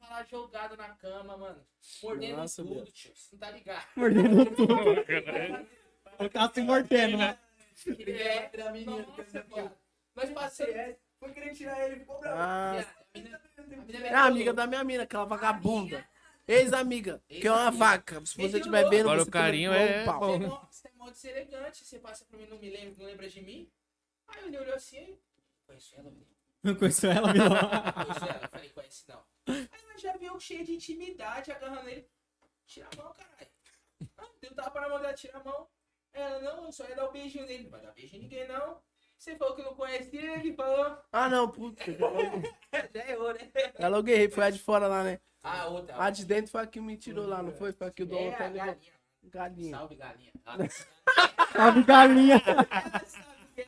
tava lá jogado na cama, mano. Mordendo
Nossa,
tudo,
velho.
tio. Você não tá ligado.
Mordendo tudo. Eu tava se mordendo, né?
É,
tirar a menina.
nossa, viado. Nós passamos.
Foi querer tirar ele, ficou bravo.
Ah,
viado, a mina- a mina
é
meteu
a amiga
louco.
da minha mina, aquela vagabunda. Ex-amiga, que é uma
Ex-amiga.
vaca. Se você
Meteu
estiver
louco.
vendo,
Agora
você
o carinho
também
é
tomou um pau.
Você é mó- Você é modo ser elegante, você passa pra mim, não me lembra, não lembra de mim. Aí ele olhou assim, aí, conheço ela, velho.
Não conheceu ela, vilão.
Pois é, eu falei, conhece não. Aí nós já viu cheio de intimidade, agarrando ele. Tira a mão, caralho. Ah, deu tapa na mão dela, tira a mão. Ela, não, eu só ia dar o beijinho nele. Não vai dar beijinho em ninguém, não. Você falou que não conhece ele, falou.
Ah, não, puta.
Já errou, né?
Ela eu guerrei, foi a de fora lá, né?
Ah, outra.
A de dentro foi a que me tirou lá, não foi? Foi a que o
é,
dono
a
tá ligado.
galinha.
Galinha.
Salve, galinha. Ah,
Salve, galinha.
ela sabe quem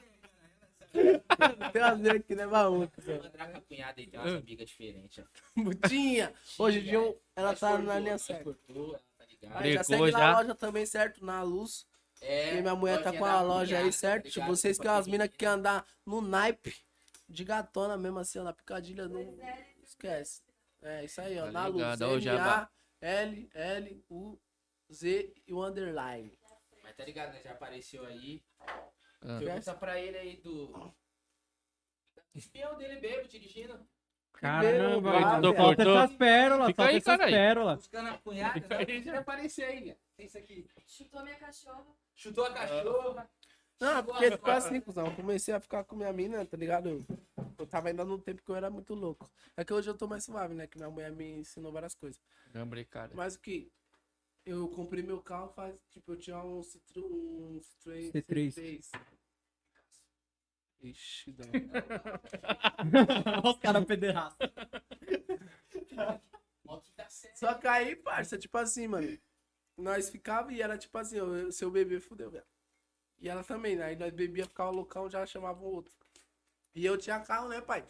é, cara. Ela sabe.
Tem umas vezes que leva outra.
A Mandraca cunhada aí, tem umas amigas diferentes. ó.
Mutinha. Hoje em dia eu- ela
Nós
tá
cortou,
na linha
nós
certa.
cortou, ela tá ligada.
Aí, já
Brecou
segue na
já.
loja também, certo? Na luz.
É,
e minha mulher tá
lojinha
com a
da
loja aí,
cunhada,
certo?
tá
Tipo,
ligado?
vocês que é umas minas que
Compartilha.
quer andar no naipe de gatona mesmo, assim, ó, na picadilha, não esquece. É isso aí, ó.
Tá
na
ligado, ó, o
luz. M A
jabá.
L L U Z e o underline.
Mas tá ligado, né? Já apareceu aí.
Ah.
Pergunta pra ele aí do. Espião dele bebo, dirigindo,
Caramba,
Meu brother.
velho. Solta
Cortou.
essas pérolas,
Fica
solta
aí,
essas
cara aí.
pérolas.
buscando a cunhada.
Fica
Não,
aí,
já apareceu aí, ó. Tem isso aqui.
Chutou minha cachorra.
Chutou a cachorra.
Não,
Chegou
Ah, porque
a-
tipo assim, cuzão, eu comecei a ficar com minha mina, tá ligado? Eu, eu tava ainda no tempo que eu era muito louco. É que hoje eu tô mais suave, né? Que minha mulher me ensinou várias coisas.
Lembrei, cara.
Mas o que? Eu comprei meu carro faz. Tipo, eu tinha um Citroën. Um Citroën
C3.
Ixi, dá.
Olha os caras pederastas.
Ó, que tá certo.
Só que aí, parça, tipo assim, mano. Nós ficava e era tipo assim, eu, seu bebê fudeu, velho. E ela também, né? Aí nós bebia, ficava loucão, já chamava o outro. E eu tinha carro, né, pai?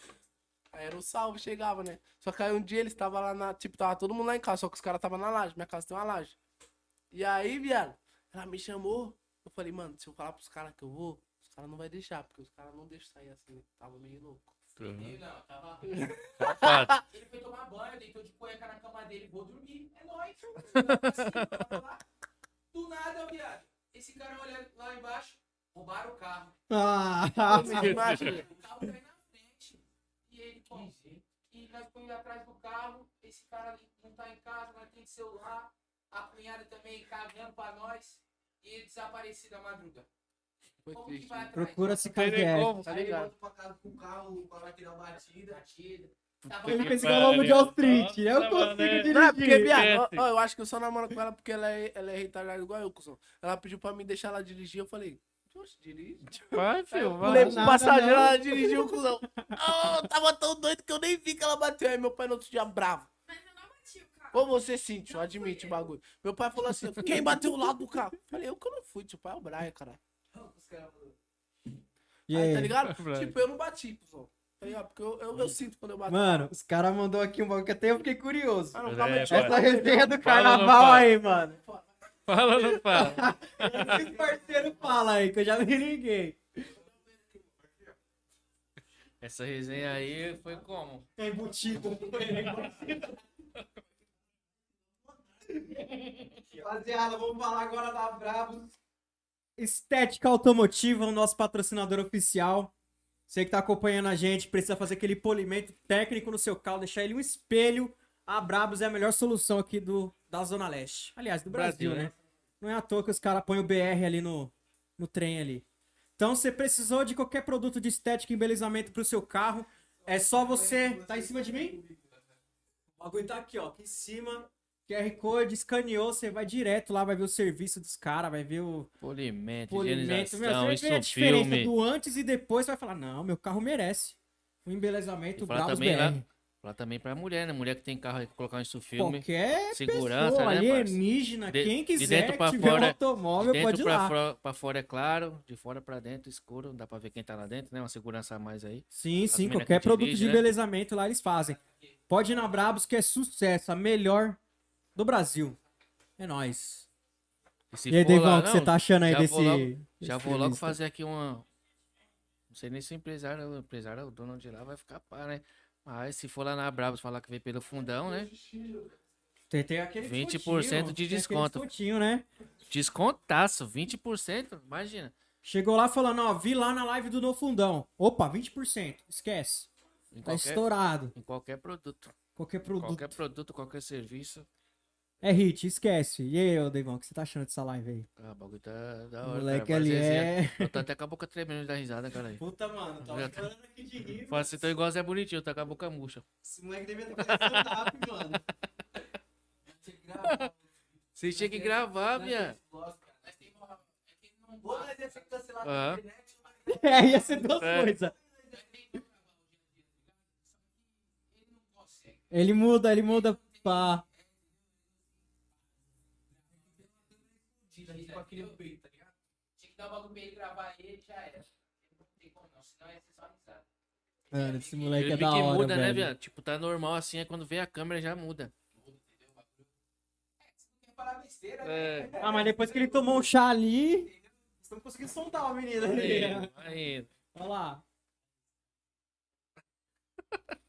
Aí era o salve, chegava, né? Só que aí um dia eles estavam lá na. Tipo, tava todo mundo lá em casa, só que os caras estavam na laje. Minha casa tem uma laje. E aí, viado, ela me chamou. Eu falei, mano, se eu falar pros caras que eu vou, os caras não vai deixar, porque os caras não deixam sair assim. Tava meio louco.
Ele não, tava.
é Fato.
Ele foi tomar banho, deitou de cueca na cama dele, vou dormir. É nóis. Assim, bora lá. Do nada, viado. Esse cara olha lá embaixo, roubaram o carro.
Ah,
Imagina.
O carro cai na frente. E ele, pô, e nós põe atrás do carro, esse cara ali não tá em casa, nós tem celular. a cunhada também cagando pra nós e desaparecida a madruga.
Foi
Como que
triste.
vai
mano.
atrás?
Procura se
Tem nem
caviar.
como.
Tá
Aí
ligado?
volta pra casa com o carro, pra máquina batida.
Batida. Tava
Ele
ele
fez igual o Lobo de Wall Street. Eu
Nossa,
consigo
mano, é.
dirigir.
Não, é porque, viado, ó,
esquece.
ó, eu acho que eu só namoro com ela porque ela é, ela é retardada igual eu, cuzão. Ela pediu pra me deixar ela dirigir, eu falei, oxe, dirige.
Vai, filho,
Não,
vai.
Pulei pro
nada,
passageiro,
não.
ela dirigiu o cuzão. Oh, tava tão doido que eu nem vi que ela bateu. Aí meu pai no outro dia bravo.
Mas eu não bati o carro.
Ou você sim, tio, admite o bagulho. Meu pai falou assim, quem bateu o lado do carro? Eu Falei, eu que eu não fui, tio, pai é o Brian, cara.
Os caras falaram,
E
Aí, tá
aí?
ligado?
Brian.
Tipo, eu não bati, cuzão. Tá ligado? Porque eu, eu, eu sinto quando eu bato.
Mano, os caras mandou aqui um bagulho que até eu fiquei curioso.
Ah, não,
É,
calma aí, tio.
pai.
Essa resenha do
Fala, não
carnaval
fala.
aí, mano.
Fala ou não fala?
Esse parceiro fala aí, que eu já me liguei.
Essa resenha aí foi como?
Tá
É embutido.
Rapaziada, vamos falar agora da Bravo.
Estética Automotiva, o nosso patrocinador oficial. Você que tá acompanhando a gente, precisa fazer aquele polimento técnico no seu carro, deixar ele um espelho. A Brabus é a melhor solução aqui do, da Zona Leste. Aliás, do Brasil,
Brasil,
né? Não é à toa que os caras põem o BR ali no, no trem ali. Então, você precisou de qualquer produto de estética e embelezamento pro seu carro, é só você... Tá em cima de mim? O bagulho tá aqui, ó, aqui em cima. QR Code, escaneou, você vai direto lá, vai ver o serviço dos caras, vai ver o,
Polimento,
polimento. Meu, você
higienização,
vê a
isso, é
diferença
filme.
do antes e depois, você vai falar, não, meu carro merece. Um embelezamento
E falar
Brabus BR.
também lá, Lá também pra mulher, né? Mulher que tem carro aí, colocar um filme.
Qualquer
segurança,
pessoa
né,
alienígena,
parça? De-
quem
de
quiser
dentro pra
que tiver um
fora-
automóvel,
De
pode
dentro
ir
pra
lá.
fora, pra fora é claro, de fora pra dentro escuro, dá pra ver quem tá lá dentro, né? Uma segurança a mais aí.
Sim,
As
sim,
mina que
qualquer produto
dirige,
de
né?
embelezamento lá eles fazem. Pode ir na Brabus que é sucesso, a melhor do Brasil. É nóis.
se
E aí,
for lá,
Deivão, o que você
não,
tá achando aí
já
desse.
vou logo-
desse
Já vou logo
entrevista?
fazer aqui uma. Não sei nem se o empresário, o empresário, o dono de lá vai ficar pá, né? Mas se for lá na Brabus falar que veio pelo fundão, né?
Tem, tem aquele
20%
descontinho,
de
tem aquele
desconto.
descontinho, né?
Descontaço, 20%, imagina.
Chegou lá falando, ó, vi lá na live do No Fundão. Opa, 20%. Esquece.
Em
Tá
qualquer,
estourado.
em qualquer produto.
Qualquer produto.
Qualquer produto, qualquer serviço.
É hit, esquece. E aí, ô Deivão, o que você tá achando dessa live aí?
Ah, o bagulho tá da
O
hora.
moleque
cara,
ali
várias resenhas.
é.
Eu tô até com a boca tremendo da risada, cara. aí.
Puta, mano,
tava Já tá.
falando aqui de rir.
Fala assim, tô igual Zé Bonitinho, tá com a boca murcha.
Esse moleque devia ter feito stand-up, mano.
de gravar.
Você tinha que gravar, minha.
Nós tem uma- é que não
Ou
dá,
nós ia ser cancelado
Aham.
na internet, mas
É, ia ser duas
É.
coisas.
nós tem que gravar hoje em dia, tá ligado? Só que ele não consegue.
Ele muda, ele muda pra.
Tira ele daquele peito, tá ligado? Tinha que dar um bagulho pra ele gravar ele já era. Não tem como não, senão ia ser só amizade.
Mano, esse moleque é
Ele
da
que
hora,
muda, né,
velho.
viado? Tipo, tá normal assim, aí quando vê a câmera já muda.
Quer falar besteira, né?
É,
Ah, mas depois que ele tomou um chá ali. Vocês não conseguindo soltar o menino ali.
aí,
Aí, Tá,
Olha lá.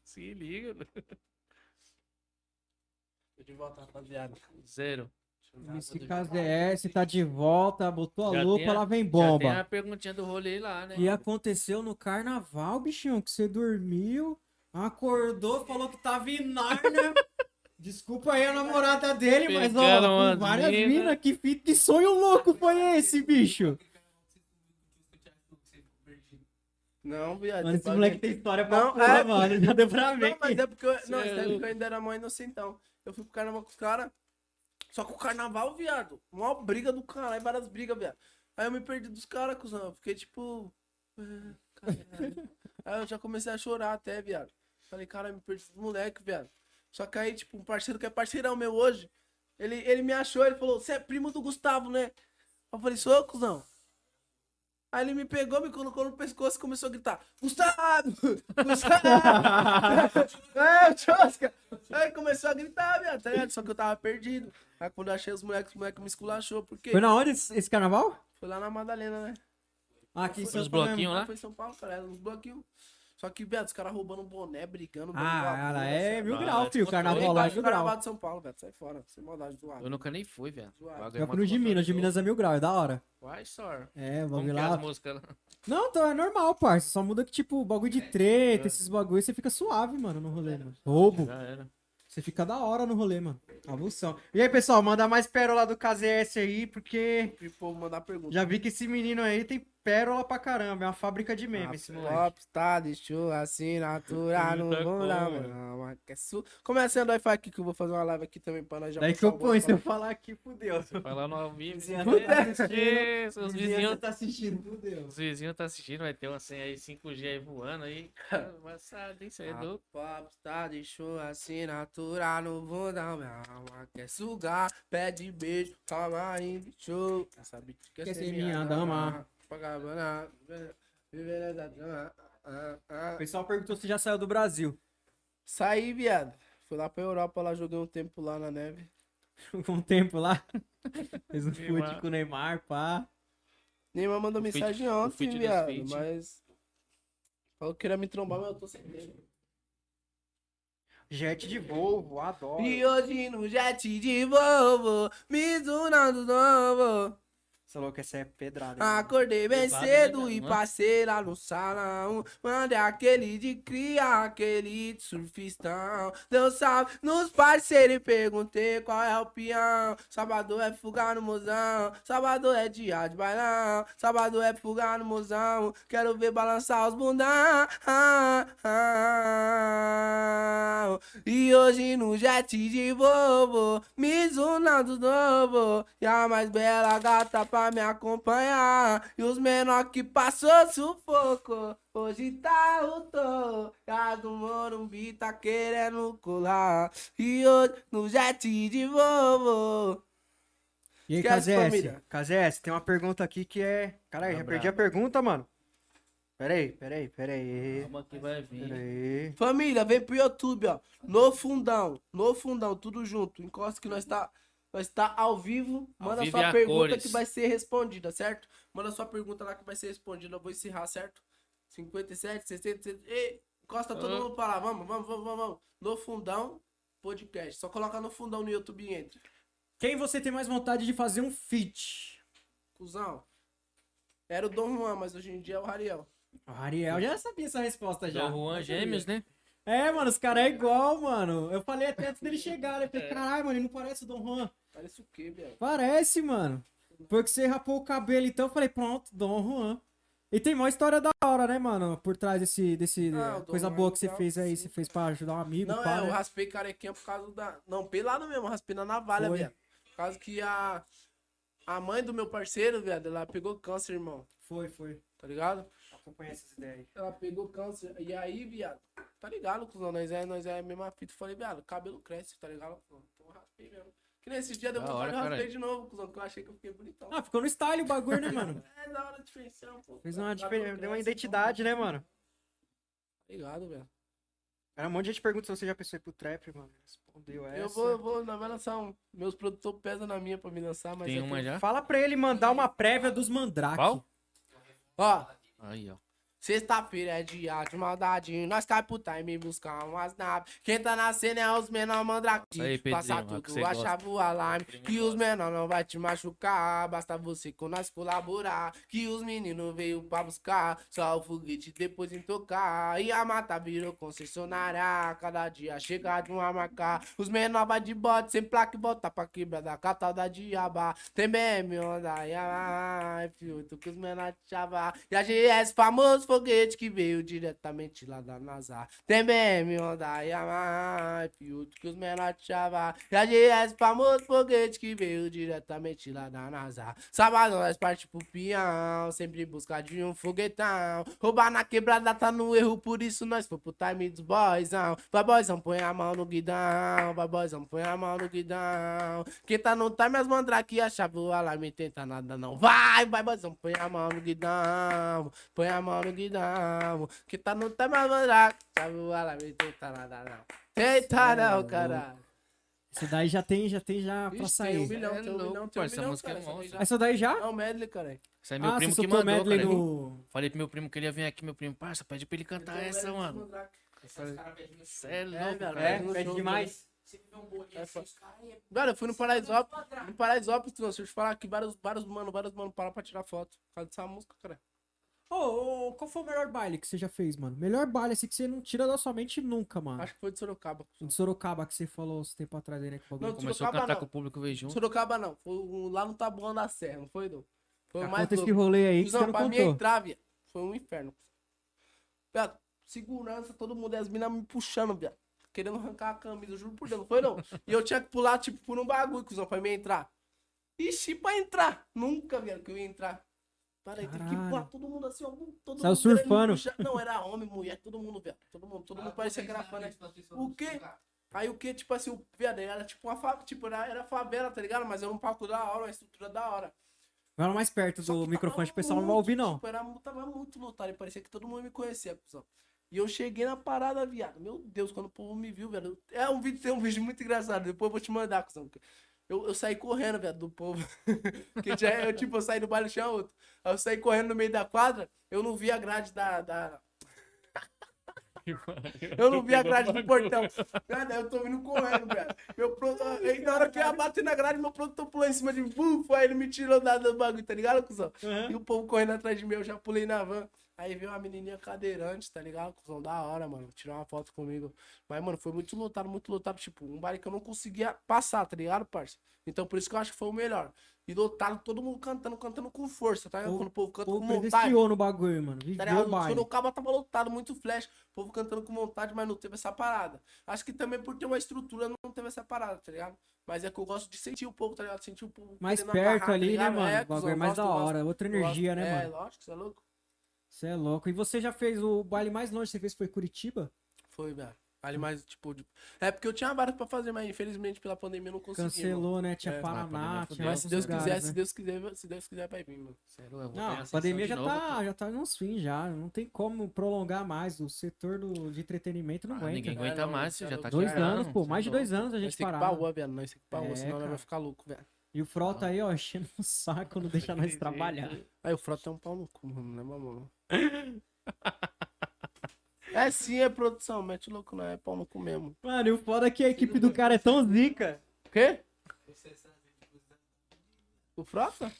se liga. né?
Tô de volta, rapaziada.
Zero.
MC KZS tá de volta, botou a
Já tem
lupa,
a-
lá vem
Já tem
bomba.
a perguntinha do rolê lá, né?
E aconteceu no carnaval, bichão, que você dormiu, acordou, falou que tava em Narnia. Desculpa aí a namorada dele, mas ó,
Pegaram
tem
umas
várias
mina.
minas, que, fi- que sonho louco foi esse, bicho?
Não, viado.
Mano, esse
bagulho-
moleque tem história pra
Não,
porra,
é.
mano, já deu pra ver.
Não, mas é porque eu, não,
Cê é
isso é
louco.
porque eu ainda era mó inocentão. Eu fui pro carnaval com os caras. Só que o carnaval, viado. Mó briga do caralho, várias brigas, viado. Aí eu me perdi dos caras, cuzão. Eu fiquei tipo. "Ah, caralho." aí eu já comecei a chorar até, viado. Falei, cara, eu me perdi dos moleques, viado. Só que aí, tipo, um parceiro que é parceirão meu hoje, ele, ele me achou, ele falou, você é primo do Gustavo, né? Eu falei, sou, cuzão. Aí ele me pegou, me colocou no pescoço e começou a gritar, Gustavo! Gustavo! é, o Chosca! Aí começou a gritar, minha, tá ligado? Só que eu tava perdido. Aí quando eu achei os moleques, os moleques me esculachou, porque
Foi na onde esse, esse carnaval?
foi lá na Madalena, né?
Ah, aqui em
Foi
São
nos
Paulo mesmo.
bloquinhos lá?
Foi em São Paulo, cara, nos bloquinhos. Só que, viado, os caras roubando boné, brigando.
Ah, ela é mil
Nossa,
grau, filho,
descontrole.
carnaval lá é
Olha o
mil
carnaval
grau.
de São Paulo, velho. Sai fora. Sem maldade do ar.
Eu nunca nem fui, velho.
Zoado.
Bagulho é
Eu
uma
fui no de
foto,
Minas, de
eu-
Minas é mil grau, é da hora.
Vai, só.
É, o
Como que
bagulho
é
lá.
as músicas lá?
Não, então é normal, parça. É, Só muda que, tipo, bagulho de treta, esses bagulhos, você fica suave, mano, no rolê, mano. Roubo.
Já era.
Você fica da hora no rolê, mano. Avulsão. E aí, pessoal, manda mais pérola do KZS aí, porque
E o povo mandar pergunta.
já vi que esse menino aí tem pérola pra caramba. É uma fábrica de memes, esse moleque.
Ah, tá de chuva, assinatura,
Eita,
não vou dar,
como,
mano. Mas que é su- Começando o Wi-Fi aqui que eu vou fazer uma live aqui também pra nós já
Daí que
mostrar
eu
o
ponho, se eu
botão.
falar aqui, fudeu.
Vai lá no ao vivo.
Vizinha
né?
tá assistindo.
Ê, Seus
Você
vizinhos
tá assistindo, fudeu.
os vizinhos tá assistindo, vai ter uma senha aí 5G aí voando aí. Passado, hein? Você é louco.
Pop tá de chuva, assinatura, não vou dar, minha alma quer sugar, pede beijo, calma aí, bicho. Essa bitch quer
Quer ser minha dama.
Pagabana, viver da dama. ah, ah,
O
ah.
pessoal perguntou se já saiu do Brasil.
Saí, viado. Fui lá pra Europa, lá joguei um tempo lá na neve.
Ficou um tempo lá. Fez um
Neymar.
fute com o Neymar, pá.
Neymar mandou
O feat-
mensagem
o
ontem,
feat dos
viado,
feat.
mas. Falou que queria me trombar, mas eu tô sem dele.
Jet de Volvo, adoro.
E hoje no jet de Volvo, Mizunando novo.
Você é louco, essa é pedrada. hein, mano.
Acordei bem
Levado, né,
cedo
cara?
e
Não é?
passei lá no salão. Mandei aquele de cria, aquele de surfistão. Deu salve nos parceiros e perguntei qual é o peão. Sábado é fugar no mozão, sábado é dia de bailão. Sábado é fugar no mozão, quero ver balançar os bundão. Ah, E hoje no jet de vovo, Mizuna dos novo E a mais bela gata pra me acompanhar E os menor que passou sufoco Hoje tá o tô E a do Morumbi tá querendo colar E hoje no jet de vovo
E aí,
Esquece,
KZS?
família.
KZS, tem uma pergunta aqui que é. Caralho, já
Tá
perdi a pergunta, mano. Peraí, peraí, peraí.
Calma que vai vir.
Peraí.
Família, vem pro YouTube, ó No fundão, no fundão, tudo junto Encosta que nós tá... Nós tá ao vivo,
Ao
manda
vivo e
sua
a
pergunta
cores.
que vai ser respondida, certo? Manda sua pergunta lá que vai ser respondida, eu vou encerrar, certo? 57, 60, 60. E encosta todo
Ah.
mundo pra lá, vamos, vamos, vamos, vamos, vamos. No fundão, podcast. Só coloca no fundão no YouTube e entra.
Quem você tem mais vontade de fazer um feat?
Cusão. Era o Dom Juan, mas hoje em dia é o Rariel.
O Ariel já sabia essa resposta já.
Já Juan Gêmeos, né?
É, mano, os caras é igual, mano. Eu falei até antes dele chegar, né? Eu
É.
Falei, caralho, mano, ele não parece o Dom Juan.
Parece o quê, velho?
Parece, mano. Foi que você rapou o cabelo, então eu falei, pronto, Dom Juan. E tem uma história da hora, né, mano? Por trás desse, desse eh,
Ah, o Dom
coisa
Juan é
boa que você
legal,
fez aí.
sim.
Você fez pra ajudar um amigo,
Não,
pá,
é, eu
né?
raspei carequinha por causa da. Não, pelado mesmo, raspei na navalha,
Foi.
velho. Por causa que a. A mãe do meu parceiro, velho, ela pegou câncer, irmão.
Foi, foi.
Tá ligado?
Acompanha essas ideias aí.
Ela pegou câncer. E aí, viado, tá ligado, cuzão? Nós é, nós é a mesma fita. Eu Falei, viado, o cabelo cresce, tá ligado? cuzão? Então eu raspei mesmo. Que nesse dia deu
Da
vontade,
hora,
eu raspei
caralho.
de novo, cuzão, que eu achei que eu fiquei bonitão.
Ah, ficou no style o bagulho, né, mano?
É da hora de diferenciar um pouco.
Fez
cara.
uma
O cabelo
diferença, deu uma
cresce,
identidade,
então,
né, mano?
Tá ligado, velho.
Cara, um monte de gente pergunta se você já pensou em ir pro trap, mano. Respondeu
É
essa.
Eu vou, eu vou, nós vai lançar um. Meus produtores pesam na minha pra me lançar, mas.
Tem
é que-
uma já?
Fala pra ele mandar uma prévia dos Mandrake.
Qual?
Ó,
Aí, ó.
Sexta-feira é dia de maldade, nós cai pro time buscar umas naves. Quem tá na cena é os menor
Isso aí,
mandrake.
Pedrinho,
Passa
é o que
tudo,
você gosta.
achava o alarme.
Pedrinho
Que os
gosta.
menor não vai te machucar, basta você com nós colaborar. Que os meninos veio pra buscar, só o foguete depois em tocar. E a mata virou concessionária, cada dia chega de uma marca. Os menor vai de bote, sem placa e volta pra quebrada, catal da diaba. Tem meme, onda, yama, F8 que os menor chava. E a GS, famoso foguete que veio diretamente lá da NASA. Tem meme, onda, yama, F8 que os menor chava. E a GS, famoso foguete que veio diretamente lá da NASA. Sabadão nós parte pro peão, sempre em busca de um foguetão. Roubar na quebrada tá no erro, por isso nós foi pro time dos boyzão. Vai boyzão, põe a mão no guidão. Vai boyzão, põe a mão no guidão. Quem tá no time as mandrake, a chave o alarme tenta nada não. Vai, vai boyzão, põe a mão no guidão. Põe a mão no guidão. Quem tá no time as mandrake, chave o alarme tenta nada não. Tenta não, caralho.
Essa daí já tem, já tem já pra
Ixi, tem um
sair.
milhão,
É
tem um
louco,
milhão, tem um
parça, essa
milhão,
música é
cara, essa
monstro.
daí já-
Essa daí já?
É o medley, cara.
Esse aí é meu
ah,
primo
você
que
soltou o
mandou,
medley
cara.
no...
Falei pro meu primo que ele ia vir aqui, meu primo. Parça, pede pra ele cantar essa, mano.
Esses caras pedem no
Cê
show.
é louco,
velho,
cara.
É,
No
pede
show,
demais.
Você vê um bolinho assim, os caras é
Velho, eu fui no Paraisópolis. No Paraisópolis, trouxe. Deixa eu te falar que vários, vários mano, vários mano param pra tirar foto. Por causa dessa música, cara.
Ô, ô, qual foi o melhor baile que você já fez, mano? Melhor baile, assim, que você não tira da sua mente nunca, mano.
Acho que foi de Sorocaba.
O Ah. de Sorocaba que você falou uns tempo atrás aí, né? Que o bagulho
Não,
Começou a
Sorocaba
cantar
não.
com o público veio junto.
Sorocaba não. Foi um- lá no Tabuão da Serra, não foi, não? Foi o mais
Conta esse
louco.
rolê aí que
Cusão,
você não
pra mim é tá
contou.
entrar, viado, foi um inferno. Viado, segurança, todo mundo, e as minas me puxando, viado. Querendo arrancar a camisa, juro por Deus, não foi não. E eu tinha que pular, tipo, por um bagulho, cuzão, pra mim entrar. Ixi, pra entrar. Nunca, viado, que eu ia entrar. Peraí, tem que
Caralho.
pular todo mundo assim, ó. Todo
Saiu
mundo querendo me
surfando.
puxar. Não, era homem, mulher, todo mundo, viado. Todo mundo, todo
Ah,
mundo parecia que era fã, né? O quê?
tá.
Aí o que, tipo assim, o viado, era tipo uma fa... tipo, era, era favela, tá ligado? Mas era um palco da hora, uma estrutura da hora.
Vai mais perto
Só que tá
do
tava
microfone, o pessoal não vai
muito,
ouvir, não.
Tipo, era, mu- tava muito lotado e parecia que todo mundo me conhecia, pessoal. E eu cheguei na parada, viado. Meu Deus, quando o povo me viu, velho. É um vídeo, tem um vídeo muito engraçado. Depois eu vou te mandar, cuzão. Eu, eu saí correndo, viado, do povo. Porque já, eu, tipo, eu saí do baile, tinha outro. Aí eu saí correndo no meio da quadra, eu não vi a grade da- da, eu não vi a grade do portão. Cara, É, eu tô vindo correndo, velho. Meu pro- aí, na hora que eu ia bater na grade, meu produtor pulou em cima de mim. Bum, Aí ele me tirou da, do bagulho, tá ligado, cuzão? E o povo correndo atrás de mim, eu já pulei na van. Aí veio uma menininha cadeirante, tá ligado, cuzão? Da hora, mano. Tirou uma foto comigo. Mas, mano, foi muito lotado, muito lotado. Tipo, um baile que eu não conseguia passar, tá ligado, parça? Então, por isso que eu acho que foi o melhor. E lotado, todo mundo cantando, cantando com força, tá ligado?
O-
Quando o povo canta
Pô,
com vontade.
presenciou no bagulho, mano.
Tá
Viveu
ligado?
o baile.
Sorocaba tava lotado, muito flash, o povo cantando com vontade, mas não teve essa parada. Acho que também por ter uma estrutura não teve essa parada, tá ligado? Mas é que eu gosto de sentir o povo, tá ligado? Sentir o povo.
Mais
querendo
perto
agarrar, tá
ali, né,
ligado?
mano?
É,
O bagulho é
cuzão,
mais
gosto,
da
gosto,
hora. Outra
gosto.
energia, né,
é,
mano?
lógico, você é louco?
Você é louco. E você já fez o baile mais longe que você fez foi Curitiba?
Foi, velho. Ali mais, tipo. de- É porque eu tinha vários pra fazer, mas infelizmente pela pandemia eu não consegui. mano.
Cancelou, né? Tinha
É,
Paraná,
mas
tinha
pandemia
Mas
outros
se Deus
lugares,
quiser, se
né?
Deus quiser, se Deus quiser, vai vir, mano.
Sério, eu vou pegar
Não, a
ascensão
pandemia
de
já
novo, pô.
tá, já tá nos fins já, não tem como prolongar mais, o setor do, de entretenimento não
Ah,
aguenta.
ninguém
né?
aguenta
Não,
mais,
isso é
já tá
Dois
quebrando,
anos, pô,
cê
mais de
é
dois anos a
Nós
gente
tem que
parava.
parar, velho. Nós tem que parar,
É,
senão nós
cara.
vai ficar louco, velho.
E o
Ah.
Frota aí, ó, enchendo o saco, não deixa nós trabalhar.
Aí o Frota é um pau no cu, mano, né, mamão? é sim, é produção, mete louco, não é pau no cu mesmo.
Mano, e o foda é que a equipe do cara é tão zica.
O quê? O Frota?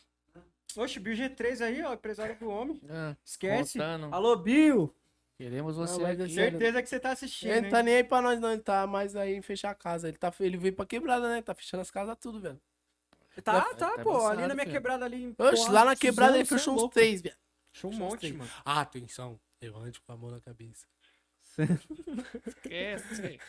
Oxe, Bill G3 aí, ó, empresário do homem.
louco. Ah,
Esquece.
Contando.
Alô, Bill.
queremos você
Não, mas é
aqui.
sério.
Certeza que você tá assistindo,
Ele
hein?
não tá nem aí pra nós, não. Ele tá mais aí em fechar a casa. Ele, tá, ele veio pra quebrada, né? Tá fechando as casas tudo, velho.
Tá,
Tá-
tá,
tá
pô.
avançado,
ali na minha
filho.
quebrada ali. em
Oxe,
Poá,
lá na quebrada
Suzano,
ele
cê é
fechou um uns
louco.
três, velho. Ah,
Fechou um monte, mano.
Atenção, levante com a mão na cabeça.
Esquece.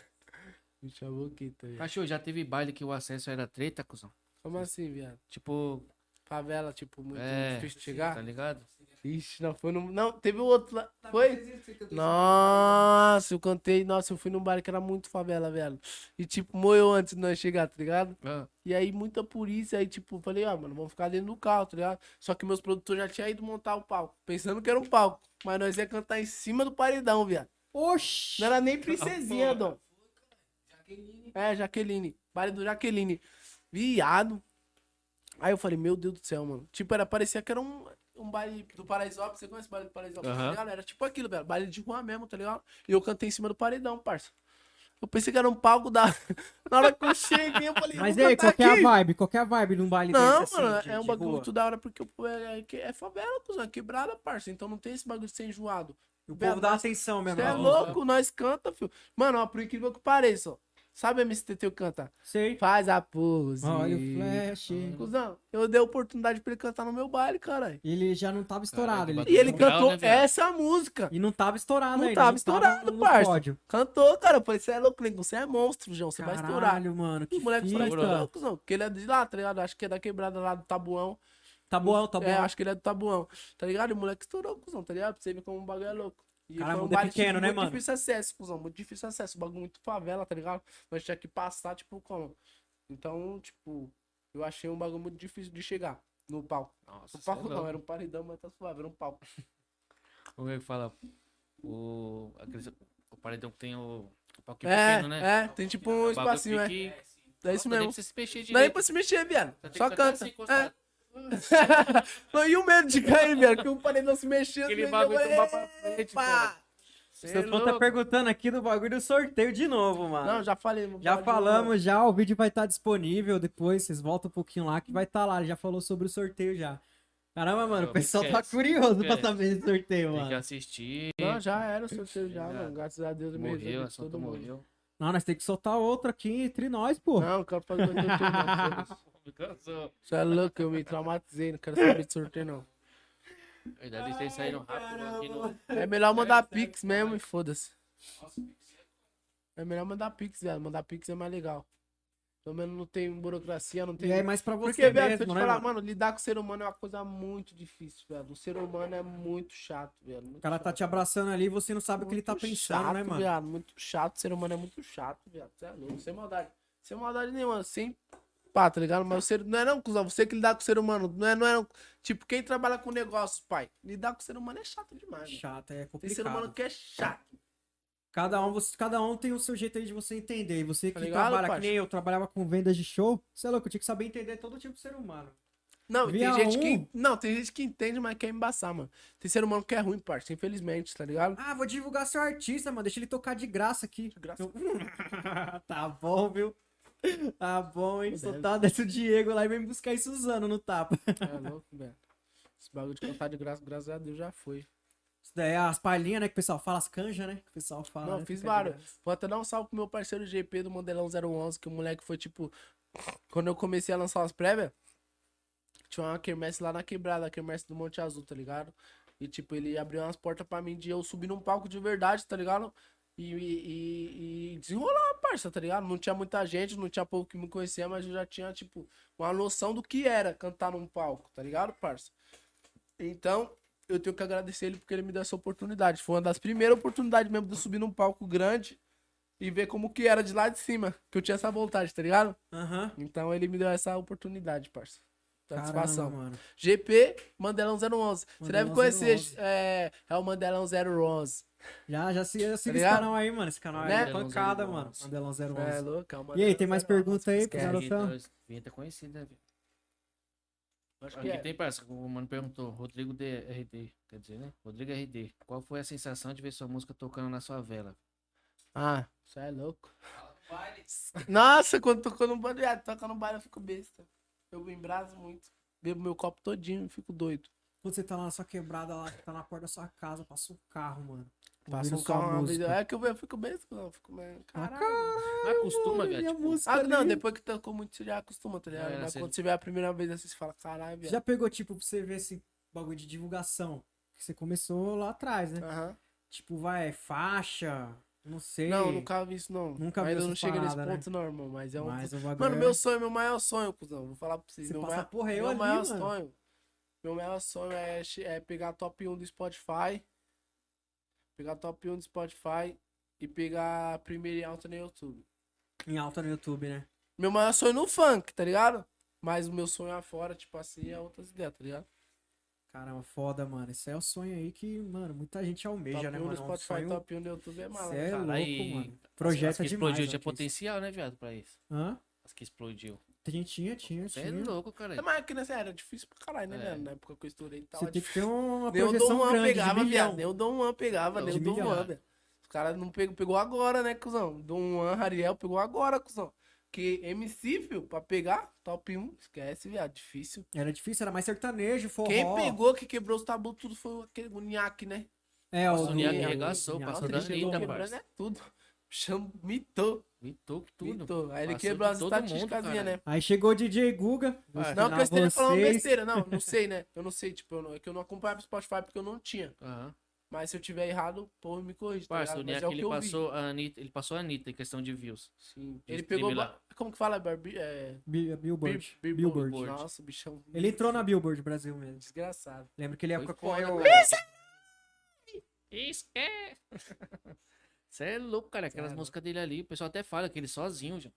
Me chamou aqui, tá ligado?
Cachorro, já teve baile que o acesso era treta, cuzão.
Como assim, viado?
Tipo,
Favela, tipo, muito
É,
difícil de
tá
chegar?
ligado?
Ixi, não foi no. Não, teve o outro lá. Foi? Nossa, eu cantei. Nossa, eu fui num bar que era muito favela, velho. E tipo, moeu antes de nós chegar, tá ligado?
Ah,
E aí, muita polícia. Aí, tipo, falei, ó, mano, vamos ficar dentro do carro, tá ligado? Só que meus produtores já tinham ido montar o palco, pensando que era um palco. Mas nós ia cantar em cima do paredão, viado.
Oxi.
Não era nem princesinha, Dom. É, Jaqueline. Baile do Jaqueline. Viado. Aí eu falei, meu Deus do céu, mano. Tipo, era, parecia que era um, um baile do Paraisópolis. Você conhece o baile do Paraisópolis? tá
Aham.
ligado? Era tipo aquilo, velho. Baile de rua mesmo, tá ligado? E eu cantei em cima do paredão, parça. Eu pensei que era um palco da... Na hora que eu cheguei, eu falei,
Mas e
vou
aí,
cantar
qual que é a
aqui.
vibe? Qual que é a vibe num baile
Não,
desse, assim,
mano,
de-
é um
de
bagulho
rua?
muito da hora, porque o- é, é, é favela, cuzão, é quebrada, parça. Então não tem esse bagulho de ser enjoado.
O povo dá atenção mesmo.
Você é
né?
louco, nós canta, filho. Mano, ó, por incrível que pareça, ó. Sabe a MCTT canta?
Sei.
Faz a pose.
Olha o flash.
Cusão, eu dei a oportunidade pra ele cantar no meu baile, caralho.
Ele já não tava estourado.
Caralho,
Ele...
E ele
Legal,
cantou
né, viado?
essa música.
E não tava estourado
Não
ainda.
tava estourado,
no
parça.
pódio.
Cantou, cara. Eu falei, você é louco, Lincoln. Você é monstro, João. Você
Caralho,
vai estourar.
mano. Que
O moleque
fita.
estourou, não, cuzão. Porque ele é de lá, tá ligado? Acho que é da quebrada lá do Tabuão.
Tá bom, tá bom.
É, acho que ele é do Tabuão. Tá ligado? E o moleque estourou, cuzão, tá ligado? Pra você ver como o bagulho é louco. E
Cara,
foi
mundo é
baile, tipo,
pequeno, né,
muito
mano?
Muito difícil acesso, cuzão. Muito difícil acesso. O bagulho muito favela, tá ligado? Nós tinha que passar, tipo, como? Então, tipo, eu achei um bagulho muito difícil de chegar no palco.
Nossa,
No palco
cê é
não,
louco.
era um paredão, mas tá suave, era um palco.
Como é que fala? O, aqueles, o paredão que tem o, o palco
é,
pequeno, né?
é, tem tipo um espacinho, é. É isso
Não dá nem
mesmo.
pra você se mexer
Não é nem
direito.
pra se mexer, viado.
Só tem
Só
que ficar
canta.
assim,
É.
encostado.
Não, e o medo de cair, velho? Que o paredão se mexia.
Aquele
se
bagulho
mexia,
tombar pra frente,
epa!
cara.
O
é
seu fã tá perguntando aqui do bagulho do sorteio de novo, mano.
Não, já falei. não
Já
fala de novo, não.
falamos, já. O tá vídeo vai estar disponível depois. Vocês voltam um pouquinho lá que vai estar lá. Ele já falou sobre o sorteio já. Caramba, mano,
Não,
o pessoal tá
esquece,
curioso pra
esquece.
saber esse sorteio,
Tem que
mano.
assistir.
Não, já era o sorteio já,
Já.
mano. Graças a Deus, é eu me resolvi
Morreu,
com
a Santa morreu.
Não, nós temos que soltar outro aqui entre nós, pô.
Não, eu quero fazer o sorteio. não, foda-se.
Cansou.
Você é louco, eu me traumatizei, não quero saber de sorteio, não.
Verdade, eles têm saído rápido aqui no.
É melhor mandar Pix mesmo e foda-se. É melhor mandar Pix, velho. Mandar Pix é mais legal. Pelo menos não tem burocracia, não tem.
E é mais pra
Porque,
você
velho, se eu
mesmo,
te
né,
falar,
mano?
mano, lidar com o ser humano é uma coisa muito difícil, velho. O ser humano é muito chato, velho.
O cara tá te abraçando ali e você não sabe o que ele tá pensando, né, mano?
Viado, muito chato, o ser humano é muito chato, viado. Você é louco, sem maldade. Sem maldade nenhuma, sem pá, tá ligado? Mas o ser... não é não, cuzão, você que lidar com o ser humano, não é, não é não. Tipo, quem trabalha com negócios, pai, lidar com o ser humano é chato demais, velho.
Chato, é
Tem ser humano
complicado.
que é chato.
Cada um, você- cada um tem o seu jeito aí de você entender. E você que
Tá ligado,
trabalha,
parça?
que nem eu, trabalhava com vendas de show. Você é louco, eu tinha que saber entender todo tipo de ser humano.
Não, e tem
Via
gente
um.
que. Não, tem gente que entende, mas quer embaçar, mano. Tem ser humano que é ruim, parça, infelizmente, tá ligado?
Ah, vou divulgar seu artista, mano. Deixa ele tocar de graça aqui.
graça.
Eu- tá bom, viu? Tá bom, hein? Soltar desse o Diego lá e vem buscar isso Suzano no tapa.
É louco, velho. Esse bagulho de cantar de graça, graças a Deus, já foi.
Isso daí é as palhinhas, né? Que o pessoal fala, as canjas, né? Que o pessoal fala.
Não,
né,
fiz
fica de
vários.
graça.
Vou até dar um salve pro meu parceiro GP do Mandelão 011, que o moleque foi tipo. Quando eu comecei a lançar as prévias, tinha uma quermesse lá na quebrada, a quermesse do Monte Azul, tá ligado? E tipo, ele abriu umas portas pra mim de eu subir num palco de verdade, tá ligado? E, e, e- e desenrolar, parça, tá ligado? Não tinha muita gente, não tinha pouco que me conhecia, mas eu já tinha, tipo, uma noção do que era cantar num palco, tá ligado, parça? Então, eu tenho que agradecer ele porque ele me deu essa oportunidade. Foi uma das primeiras oportunidades mesmo de eu subir num palco grande e ver como que era de lá de cima, que eu tinha essa vontade, tá ligado?
Aham.
Então ele me deu essa oportunidade, parça. Satisfação.
Caramba, mano.
GP Mandelão 011. Você
Mandelão
deve conhecer,
011.
é, é o Mandelão 011.
Já, já se, já siga esse
Tá ligado?
canal aí, mano. Esse canal aí
Né?
é pancada, mano.
Mandelão
Mandelão 011.
É louco, é o
e aí, tem
Mandelão
mais
011.
perguntas aí pro
Esquece.
garotão?
Vinheta,
é
vinheta conhecida, velho.
Acho que
Aqui
é.
tem parça, o mano perguntou, Rodrigo DRD, quer dizer, né? Rodrigo RD, qual foi a sensação de ver sua música tocando na sua vela?
Ah, você é louco.
Vale.
Nossa, quando tocou no baile, viado, toca no baile eu fico besta. Eu me embraso muito. Bebo meu copo todinho e fico doido.
Quando você tá lá na sua quebrada, lá, tá na porta da sua casa, passa um carro, mano.
Passa
ouvindo
um
sua
carro uma vez.
música. Ah,
É que eu ve- eu fico besta, eu fico, mano, caralho.
Mas acostuma, velho.
Minha
Tipo,
música
Ah, não,
ali.
depois que tocou muito, você já acostuma, tá ligado?
É,
Mas
você-
quando você vê a primeira vez assim, você fala, caralho,
Você
velho.
Já pegou, tipo, pra você ver esse bagulho de divulgação que você começou lá atrás, né?
Aham.
Tipo, vai, faixa, não sei.
Não, nunca vi isso, não.
Nunca vi
Ainda
essa
não cheguei nesse
parada, né?
ponto, não, irmão. Mas é um.
Mas o bagulho
Mano,
é-
meu sonho, meu maior sonho, cuzão. Vou falar pra vocês.
Você
meu
passa
maior,
porra eu
meu
ali,
maior
mano.
sonho. Meu maior sonho é, che- é pegar top 1 do Spotify. Pegar top 1 do Spotify e pegar a primeira em alta no YouTube.
Em alta no YouTube, né?
Meu maior sonho é no funk, tá ligado? Mas o meu sonho afora, tipo assim, é outras ideias, tá ligado?
Caramba, foda, mano. Esse é o sonho aí que, mano, muita gente almeja,
top
né,
1
mano? É
do
um
Spotify,
sonho...
top 1 do YouTube é mala.
Cê é
cara,
louco,
aí-
mano.
as
Projeto
que
é demais.
explodiu tinha
ó, que isso.
potencial, né, viado, pra isso.
Hã?
As que explodiu.
Tinha, tinha, tinha.
Você é
tinha.
louco, cara.
É, Mas que nessa era difícil pra caralho, né,
É.
velho? Na época que eu estourei
tá
e tal.
Você
é
tem que ter uma
Deu
projeção
Dom Juan
grande de
pegava,
milhão.
viado. Deu Dom Juan pegava,
De
deu Dom
milhão.
Juan, velho. Os caras não pegou, pegou agora, né, cuzão? Dom Juan, Ariel pegou agora, cuzão. Que MC, filho, pra pegar, top 1, esquece, viado, difícil.
Era difícil, era mais sertanejo, forró.
Quem pegou, que quebrou os tabu, tudo foi aquele o Nhaque, né?
É, o...
Nossa, o Niag
do-
arregaçou,
Niag
passou da
Nossa, ele
arregaçou.
chegou
Anitta,
quebrando
parça.
é tudo. Cham- Mitou,
Mitou tudo.
mitou. Aí ele
Passou
quebrou
de
as
todo mundo,
estatísticas,
caralho.
né?
Aí chegou o DJ Guga.
Vai.
vou
Não,
ensinar
que eu esteja
é
falando
vocês.
besteira, não, não sei, né? Eu não sei, tipo, eu não- é que eu não acompanhava o Spotify porque eu não tinha.
Aham.
Mas se eu tiver errado, o povo me corrige. tá
Parça, o
ligado? Tá Mas
Niag,
é o que
ele
eu vi.
passou a Anitta, ele passou a Anitta em questão de views.
Sim.
de
Ele
stream
pegou.
lá.
ba- Como que fala? Barbi, é,
Bi- Billboard.
Bi-
Billboard.
Nossa, o bichão. é
Ele entrou na Billboard Brasil mesmo.
Desgraçado.
Lembro que ele ia
Foi
acompanhar
foda, né?
o...
cara. Isso é. Você é louco, cara. Aquelas
Cara.
músicas dele ali, o pessoal até fala que ele sozinho, já.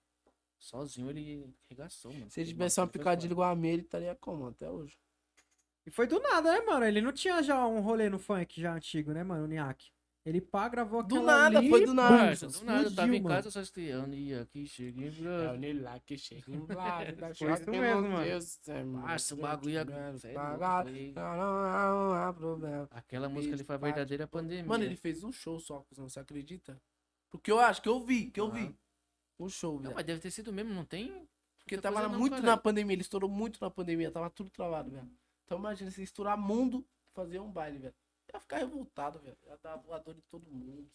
Sozinho ele arregaçou, mano.
Se ele
Aquele
tivesse uma
bagulho foi
picadilha
foda.
igual a minha, ele estaria como até hoje?
E foi do nada, né, mano? Ele não tinha já um rolê no funk já antigo, né, mano? O Niak. Ele pá, gravou
Do
aquela
nada,
ali,
foi do nada.
bum,
Parça, do nada, eu tava
explodiu,
em
mano.
casa só estreando e aqui cheguei
É
pra.
o Nilá que chega em tá Blado, da
Foi isso mesmo, mano.
Parça, o bagulho é-
tá
cê é louco, foi-
Não há problema.
Aquela música ali foi a verdadeira pandemia.
Mano, ele fez um show só, cuzão, você acredita? Porque eu acho que eu vi, que eu vi. Um show,
Não,
velho.
Ah, mas deve ter sido mesmo, não tem.
Porque
muita
tava
coisa não,
muito
caralho.
na pandemia, ele estourou muito na pandemia, tava tudo travado, velho. Então imagina, se misturar mundo, fazer um baile, velho. Ia ficar revoltado, velho. Ia dar voador em todo mundo.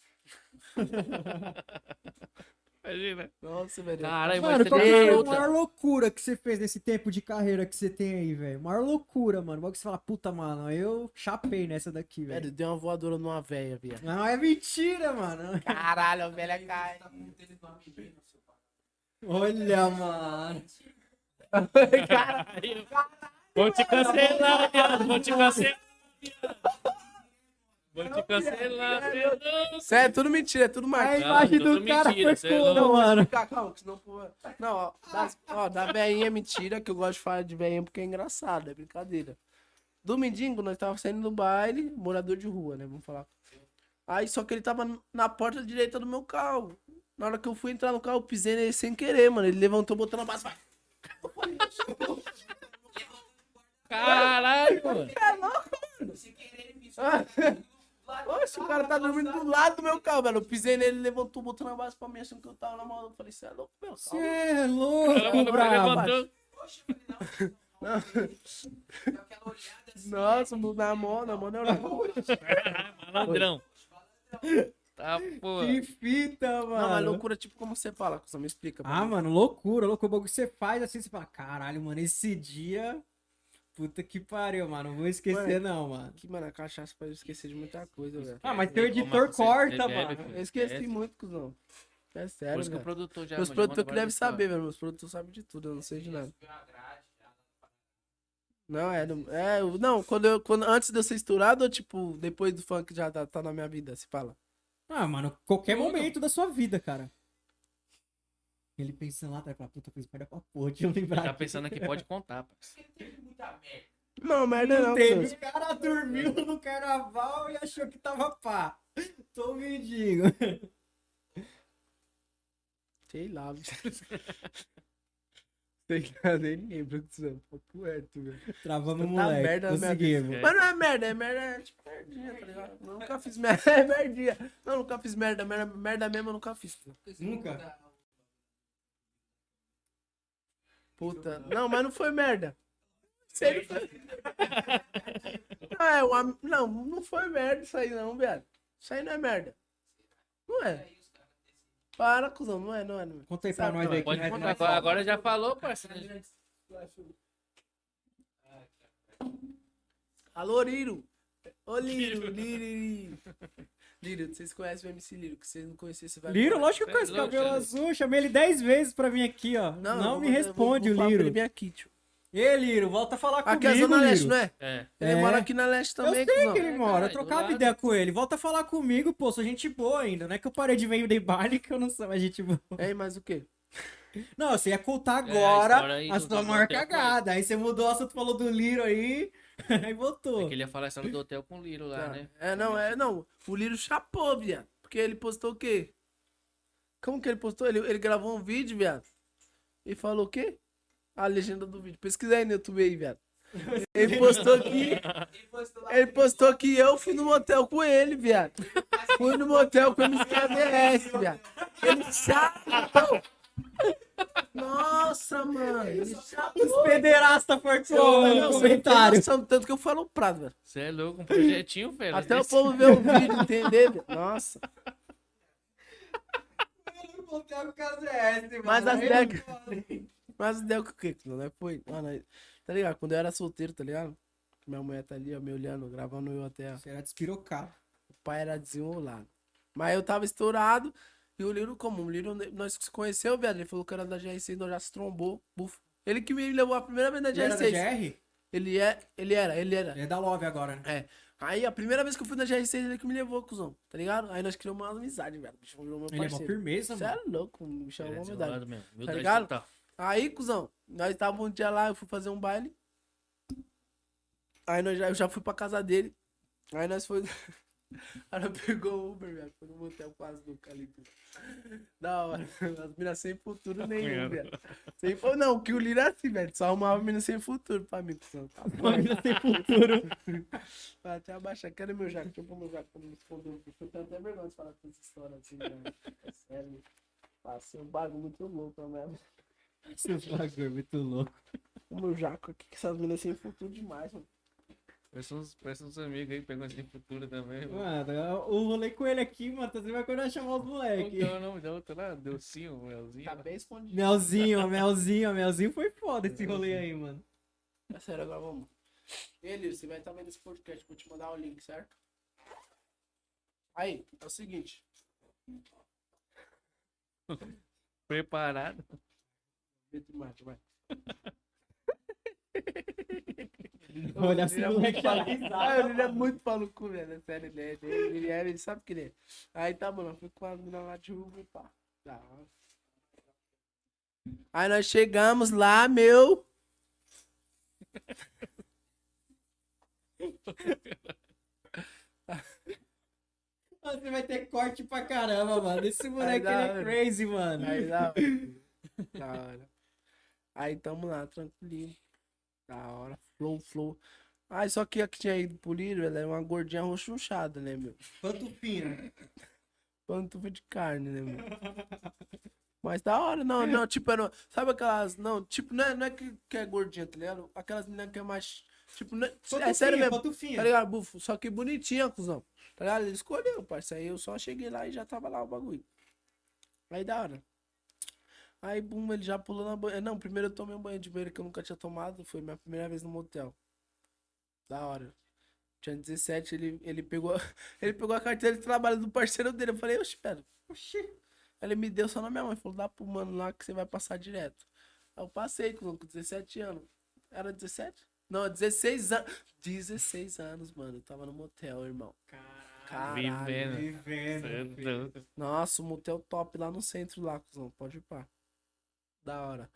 Imagina.
Nossa, velho.
Caralho, mas
Mano, qual que
é
você
foi a
tá?
luta.
maior loucura que você fez nesse tempo de carreira que você tem aí, velho? Maior loucura, mano. Igual que você fala, puta, mano, eu chapei nessa daqui,
Velho,
velho.
deu uma voadora numa véia, viado.
Não, é mentira, mano.
Caralho, a velha
Ele
cai.
tá com o tênis numa menina, seu pai.
Olha, mano.
Vou te cancelar, viado. Vou te cancelar. Vou te cancelar, viado.
Isso é tudo mentira, é tudo
A
marketing.
imagem
tudo
do cara
mentira,
foi
cê é louco.
como, mano?
Fica calmo, que senão. pô, Não, ó, das- ó, da veinha é mentira, que eu gosto de falar de veinha porque é engraçado, é brincadeira. Domingo, nós tava saindo do baile, morador de rua, né? Vamos falar. Aí só que ele tava na porta direita do meu carro. Na hora que eu fui entrar no carro, eu pisei nele sem querer, mano. Ele levantou, botou na base. vai.
Caralho, mano.
Sem querer, ele pisou.
Ah. Oxe, o cara tá dormindo do lado do meu carro, velho. Eu pisei nele, ele levantou, botou na base pra mim, achando que eu tava na mão. Eu falei, você é louco, meu.
Você
Calma.
é
Caralho,
louco,
mano,
brabo.
levantou.
Oxe, eu falei, não. não. Dá aquela olhada assim,
Nossa,
né?
na mão, na mão, na mão.
Malandrão. Tá, porra.
Que fita,
Não, mas
mano.
loucura, tipo, como você fala, Cusão? Me explica. pra
Ah,
mim.
mano, loucura, loucura. O bagulho que você faz assim, você fala, caralho, mano, esse dia. Puta que pariu, mano. Não vou esquecer, não, mano.
Que, mano, a cachaça pra eu esquecer de muita coisa, velho.
Ah, mas teu
Como
editor
você
corta,
bebe,
mano.
filho?
Eu esqueci
Esquece.
muito, cuzão. É
Por
sério,
isso que o
velho.
produtor já.
Meus
mano,
produtores
manda
que
várias
devem
histórias. é
saber, velho. Meus produtores sabem de tudo, eu não sei de nada.
Subiu a grade, já.
Não, é. Não, é, eu- não quando eu, quando, antes de eu ser estourado, ou tipo, depois do funk já tá, tá na minha vida, se fala.
Ah, mano, qualquer momento da sua vida, cara. Ele pensando lá atrás, fala, puta, fez perda pra porra, deixa eu lembrar.
Tá
aqui."
pensando aqui, pode contar, pai.
Porque teve muita merda.
Não, merda não.
Teve,
cuzão.
o cara dormiu no carnaval e achou que tava pá. Tô mendigo.
Sei lá, velho. Sei lá, nem lembro, cuzão. Papo reto, velho.
Travamos o
Tá
moleque,
merda na minha
conseguimos.
vida.
Mas não é merda, é merda, é tipo merdinha, tá ligado? Eu nunca fiz merda, é merdinha. Não, eu nunca fiz merda, merda, merda mesmo eu nunca fiz. cuzão.
Nunca?
Puta. Não, mas não foi merda. Isso aí não foi. Não, é uma... não, não foi merda isso aí não, velho. Isso aí não é merda. Não é. Para, cuzão, não é, não é. Não é.
Conta aí pra
Sabe,
nós né?
não,
aí. que
Pode
nós-
contar. Agora, agora já falou, parceiro.
Alô, Liro. Ô, Liro, Liro, Liro. Liro, vocês conhecem o MC Liro, que vocês não conhecem esse vai.
Liro, lógico que eu conheço
Lógico,
cabelo
né?
azul. Chamei ele 10 vezes pra vir aqui, ó. Não,
eu
me
vou- eu
responde o
vou, vou falar pra
Liro.
Ele vir aqui, tio.
Ei, Liro, volta a falar
Aqui é a
comigo,
Zona Leste,
Liro.
não é?
É.
Ele
É.
mora aqui na Leste também,
eu sei
cuzão.
que ele mora, eu
caralho, do
trocava
lado.
ideia com ele. Volta a falar comigo, pô, sou gente boa ainda. Não é que eu parei de ver de baile que eu não sou mais gente boa.
É, mas o quê?
Não, você ia
É,
contar
a
agora
história aí
a
do-
sua
do
maior
hotel com ele.
cagada. Aí você mudou o assunto, falou do Liro aí, aí voltou.
É que ele ia falar a história do hotel com o Liro lá, né?
É, não, é, não. O Liro chapou, viado. Porque ele postou o quê? Como que ele postou? Ele, ele gravou um vídeo, viado. E falou o quê? A legenda do vídeo. Pesquisa aí no YouTube aí, viado. Ele postou que.
Ele postou lá.
Ele postou que eu fui no motel com ele, viado. Fui no motel com o MKDS, viado. Ele chapou. Nossa, mano. Ele chapou.
Os pederasta fortão aí
Não,
no
você não tem
comentário.
noção do tanto que eu falo prado, velho.
Você é louco, um projetinho, velho.
é
Até o
Esse-
povo ver o vídeo, entender. velho. Nossa. Mas as ideias. Mas as ideias que o quê? Não é? Foi. Mano, aí- tá ligado? Quando eu era solteiro, tá ligado? Minha mulher tá ali, ó, me olhando, gravando eu até. ó.
Será despirocado.
O pai era desenrolado. Mas eu tava estourado. E o Liro comum. O Liro, nós se conheceu, velho. Ele falou que era da GR6, nós já se trombou. Buf. Ele que me levou a primeira vez na
Ele era da
GR6.
GR?
Ele é. Ele era, ele era.
Ele é da Love agora, né?
É. Aí a primeira vez que eu fui na GR6, ele que me levou, cuzão. Tá ligado? Aí nós criamos uma amizade, velho. O bicho virou meu
Ele é uma
parceiro.
firmeza,
Você
mano.
é louco, me
Ele
chamou
é
uma amizade.
desenrolado mesmo. Humildade
Tá ligado?
total.
Aí, cuzão, nós tava um dia lá, eu fui fazer um baile. Aí nós já, eu já fui pra casa dele. Aí nós foi. Aí nós pegou o Uber, velho. Foi no motel quase do Calipo. Da hora. As minas sem futuro nenhum, velho. Sem fu- Não, que o Lira era assim, velho. Só arrumava mina sem futuro pra mim, cuzão. Tá bom.
Ainda tem futuro.
Vai até abaixar. Cadê meu jaco? Deixa eu pôr meu jaco pra não me esconder. Eu tenho até vergonha de falar com essa história assim, velho. É sério. Passei um bagulho muito louco, né?
Seus bagulho é muito louco.
O meu jaco aqui, que essas minas sem futuro assim, demais, mano.
Parece uns, parece uns amigos aí, pegando esse futuro também. mano.
Mano, é o rolê com ele aqui, mano, você vai quando chamar os
Como que
Oh,
moleques.
é o nome da outra lá? Delcinho, Melzinho. né?
Tá bem escondido.
Melzinho, Melzinho, Melzinho foi foda esse rolê aí, mano.
É sério, agora vamos. Ele, você vai estar vendo esse podcast, vou te mandar o link, certo? Aí, é o seguinte.
Preparado.
Pedro Marte, vai.
Olha
é
assim, moleque tá
Ah, ele é muito pau no cu, velho. é Sério, ele, é- ele, ele, é- ele sabe que ele é. Aí tá, mano. eu Fui com a mina lá de Uber e pá. Tá. Aí nós chegamos lá, meu.
Você vai ter corte pra caramba, mano. Esse moleque
Vai dar,
ele é crazy, mano.
Aí da Da hora. Aí tamo lá, tranquilinho. Da hora. Flow, flow. Aí só que a que tinha ido pro Lírio, ela era uma gordinha rochunchada, né, meu?
Pantufina.
pantufa de carne, né, meu? Mas da hora, não, não, tipo, era, sabe aquelas, não, tipo, não é, não é que, que é gordinha, tá ligado? Aquelas meninas que é mais, tipo, não é, é sério mesmo, tá
Pantufinha.
ligado, bufo? Só que bonitinha, cuzão, tá ligado? Ele escolheu, parça, aí eu só cheguei lá e já tava lá o bagulho. Aí da hora. Aí, bum, ele já pulou na banheira, não, primeiro eu tomei um banho de banheiro que eu nunca tinha tomado, foi minha primeira vez no motel. Da hora. Tinha 17, ele, ele, pegou, ele pegou a carteira de trabalho do parceiro dele. Eu falei, oxe, pera. Oxi. Ele me deu só na minha mãe. Falou, dá pro mano lá que você vai passar direto. Aí eu passei com com 17 anos. Era 17? Não, 16 anos. 16 anos, mano. Eu tava no motel, irmão. Caralho.
Vivendo. Cê é
Vivendo. filho.
doido.
Nossa, um motel top lá no centro, lá, cuzão. Pode ir pá. Da hora.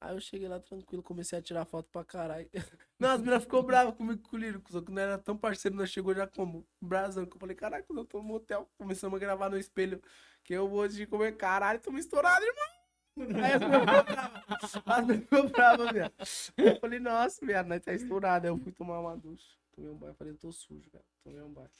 Aí eu cheguei lá tranquilo, comecei a tirar foto pra caralho. Não, as meninas ficou bravas comigo com o Lírio, cuzão, que não era tão parceiro, nós chegou já como Um brasão, que eu falei, caraca, eu tô no motel. Começamos a gravar no espelho, que eu vou de comer, caralho, tô misturado, irmão. Aí as meninas ficou bravas. As meninas ficou bravas, viado. Eu falei, nossa, viado, nós tá estourado. Aí eu fui tomar uma ducha, tomei um banho, falei, tô sujo, velho, tomei um banho.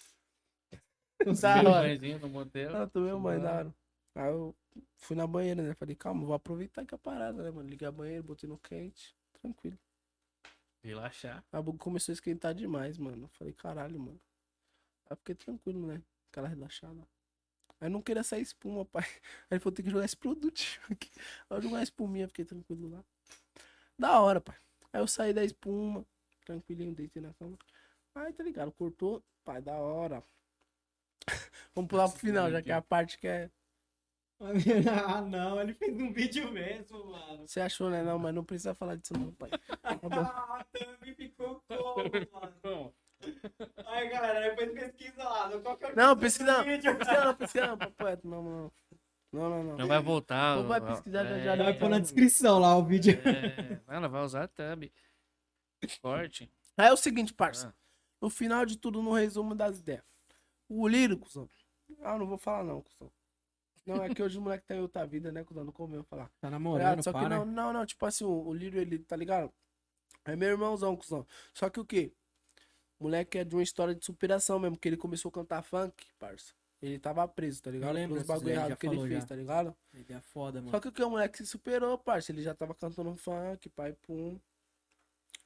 Da hora.
Mãezinho no motel.
Ah, tomei uma banho da hora. Aí eu fui na banheira, né? Falei, calma, vou aproveitar que a parada, né, mano? Liguei a banheira, botei no quente, tranquilo.
Relaxar.
Aí o bagulho começou a esquentar demais, mano. Eu Falei, caralho, mano. Aí eu fiquei tranquilo, né? Aquela relaxada. Aí eu não queria sair espuma, pai. Aí ele falou, tem que jogar esse produtinho aqui. Aí eu joguei uma espuminha, fiquei tranquilo lá. Da hora, pai. Aí eu saí da espuma, tranquilinho, deitei na cama. Aí tá ligado, cortou, pai, da hora. Vamos pular pro final, já que é a parte que é
Ah, não, ele fez um vídeo mesmo, mano.
Você achou, né? Não, mas não precisa falar disso não, pai. Tá bom.
Ah, a thumb ficou como, mano? Aí, galera, depois pesquisa lá. no- Qual que é o
Não,
título do
pesquisa não.
vídeo?
Pesquisa não, pesquisa não, papai. Não, não, não. Não, não,
Não
não.
vai voltar.
Não vai
ó, ó.
pesquisar, já-
É,
já- já-
Vai pôr na descrição lá o vídeo.
é. Não, Ela vai usar a thumb. Corte.
Aí é o seguinte, parça.
Ah.
No final de tudo, no resumo das ideias. O lírico, cuzão. Ah, eu não vou falar não, cuzão. Não, é que hoje o moleque tá em outra vida, né, cuzão? Não comeu falar.
Tá
Ligado? Só que não, não, não, tipo assim, o, o Lírio, ele, tá ligado? É meu irmãozão, cuzão. Só que o quê? O moleque é de uma história de superação mesmo, que ele começou a cantar funk, parça. Ele tava preso, tá ligado?
lembro
Pelos
disso
bagulho
daí,
errado
já
que ele
falou
fez,
já.
tá ligado?
Ele é foda, mano.
Só que o que o moleque se superou, parça. Ele já tava cantando funk, pai pum.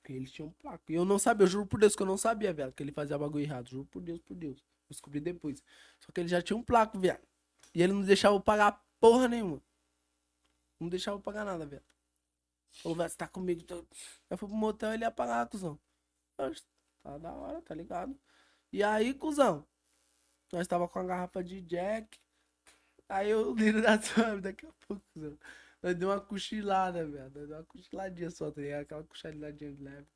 E ele tinha um placo. E eu não sabia, eu juro por Deus que eu não sabia, velho, que ele fazia bagulho errado. Juro por Deus, por Deus. Eu Descobri depois. Só que ele já tinha um placo, velho. E ele não deixava eu pagar porra nenhuma. Não deixava eu pagar nada, velho. Falou, velho, você tá comigo. Tô... Eu fui pro motel ele ia pagar, cuzão. Eu, Tá da hora, tá ligado? E aí, cuzão. Nós tava com a garrafa de Jack. Aí eu liro da sua daqui a pouco, cuzão. Nós deu uma cochilada, velho. Nós deu uma cochiladinha só, tá ligado? Aquela cochiladinha de leve.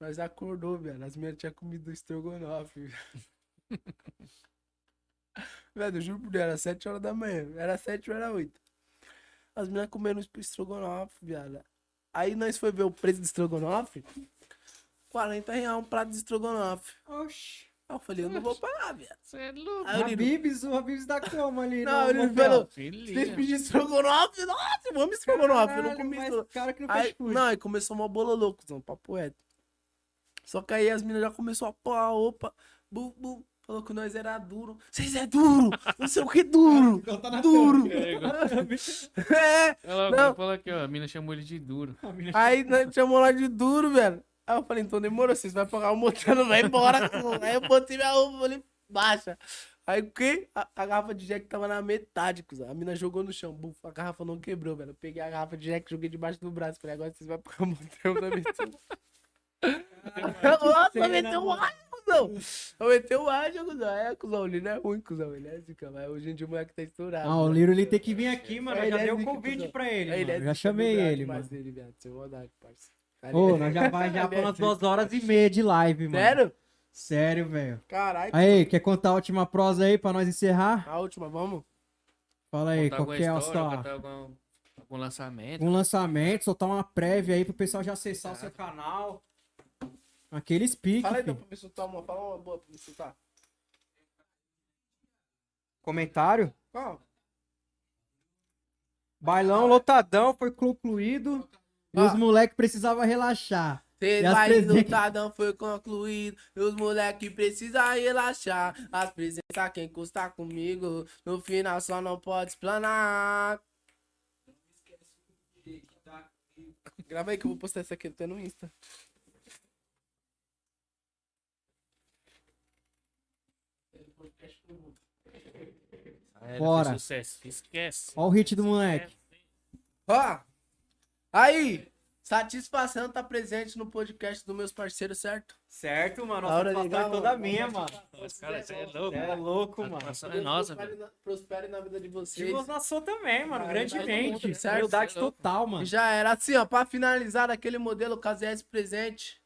Nós acordou, velho. As minhas tinham comido um estrogonofe, velho. Velho, eu juro por Deus, era 7 horas da manhã. Era 7 ou era 8. As meninas comendo esp- estrogonofe, viado. Aí nós foi ver o preço do estrogonofe. 40 reais um prato de estrogonofe.
Oxi.
Aí eu falei, eu não vou parar, viado.
Você é louco.
Aí eu
A
li,
Bibis, o Bibis da cama ali.
Não,
no
ele
motel.
falou,
Se liga.
vocês pediram estrogonofe? Nossa, eu amo estrogonofe. Eu não
Caralho,
comi
mas
estrogonofe.
cara que não faz
Aí,
food.
não, aí começou uma bola louca, um papo reto. Só que aí as minas já começou a pôr a opa, bu, bu, falou que nós era duro. Vocês é duro, não sei o que duro,
Igual tá na
duro.
thumb.
É,
Ela
Não.
falou aqui, ó. A mina chamou ele de duro.
A mina-
aí nós chamou lá de duro, velho. Aí eu falei, então demorou, vocês vão pagar o motel, vai embora. cuzão. Aí eu botei minha roupa, falei, baixa. Aí o quê? A, a garrafa de Jack tava na metade, cuzão. A mina jogou no chão, buf, a garrafa não quebrou, velho. Eu peguei a garrafa de Jack, joguei debaixo do braço. Falei, agora vocês vão pagar o motel também. um Nossa, meteu o um ar, cuzão. Eu meteu o ar, cuzão. É, cuzão, o Lino é ruim, cuzão. Ele é zica, mas hoje em dia o moleque tá estourado.
Ah, o
né?
Liro ele tem que vir aqui, mano.
Ele
Eu já
é
dei o
zica,
convite
cuzão.
pra ele.
Aí ele é
mano. Eu já
zica,
chamei
cuidado
ele,
demais
mano.
dele, viado. Sem maldade, Tá parça.
Ô, nós já vai já
Ele é
pra umas
zica.
duas horas e meia de live, mano.
Sério?
Sério, velho.
Caralho.
Aí, quer contar a última prosa aí pra nós encerrar?
A última, vamos?
Fala aí,
Contar
qual
alguma
que é a
história,
sua...
contar algum, algum lançamento.
Um lançamento, soltar uma prévia aí pro pessoal já acessar o seu canal. Aquele speak,
Fala aí
filho.
então pra me soltar uma, fala uma boa pra tá? me soltar.
Comentário?
Qual?
Bailão lotadão foi concluído. E
Ah.
os moleques precisavam relaxar.
Cê
E as
vai
presen-
lutadão foi concluído. e Os moleque precisa relaxar. As presenças quem custa comigo. No final só não pode explanar. Grava aí que eu vou postar essa aqui até no Insta.
Ah, ela
Bora.
fez Sucesso. Esquece.
Olha o hit do moleque.
Ó! Aí! Satisfação tá presente no podcast dos meus parceiros, certo?
Certo, mano. é
Da hora legal,
um-
mano.
mano.
Os caras cê é louco.
Cê louco,
A
Tá,
situação é nossa,
prospere,
velho.
na, prospere na vida de vocês.
E nos lançou também, mano.
Vai,
grandemente.
vai, certo?
Humildade
Cê é louco.
total, mano.
Já era assim, ó, pra finalizar aquele modelo KZS presente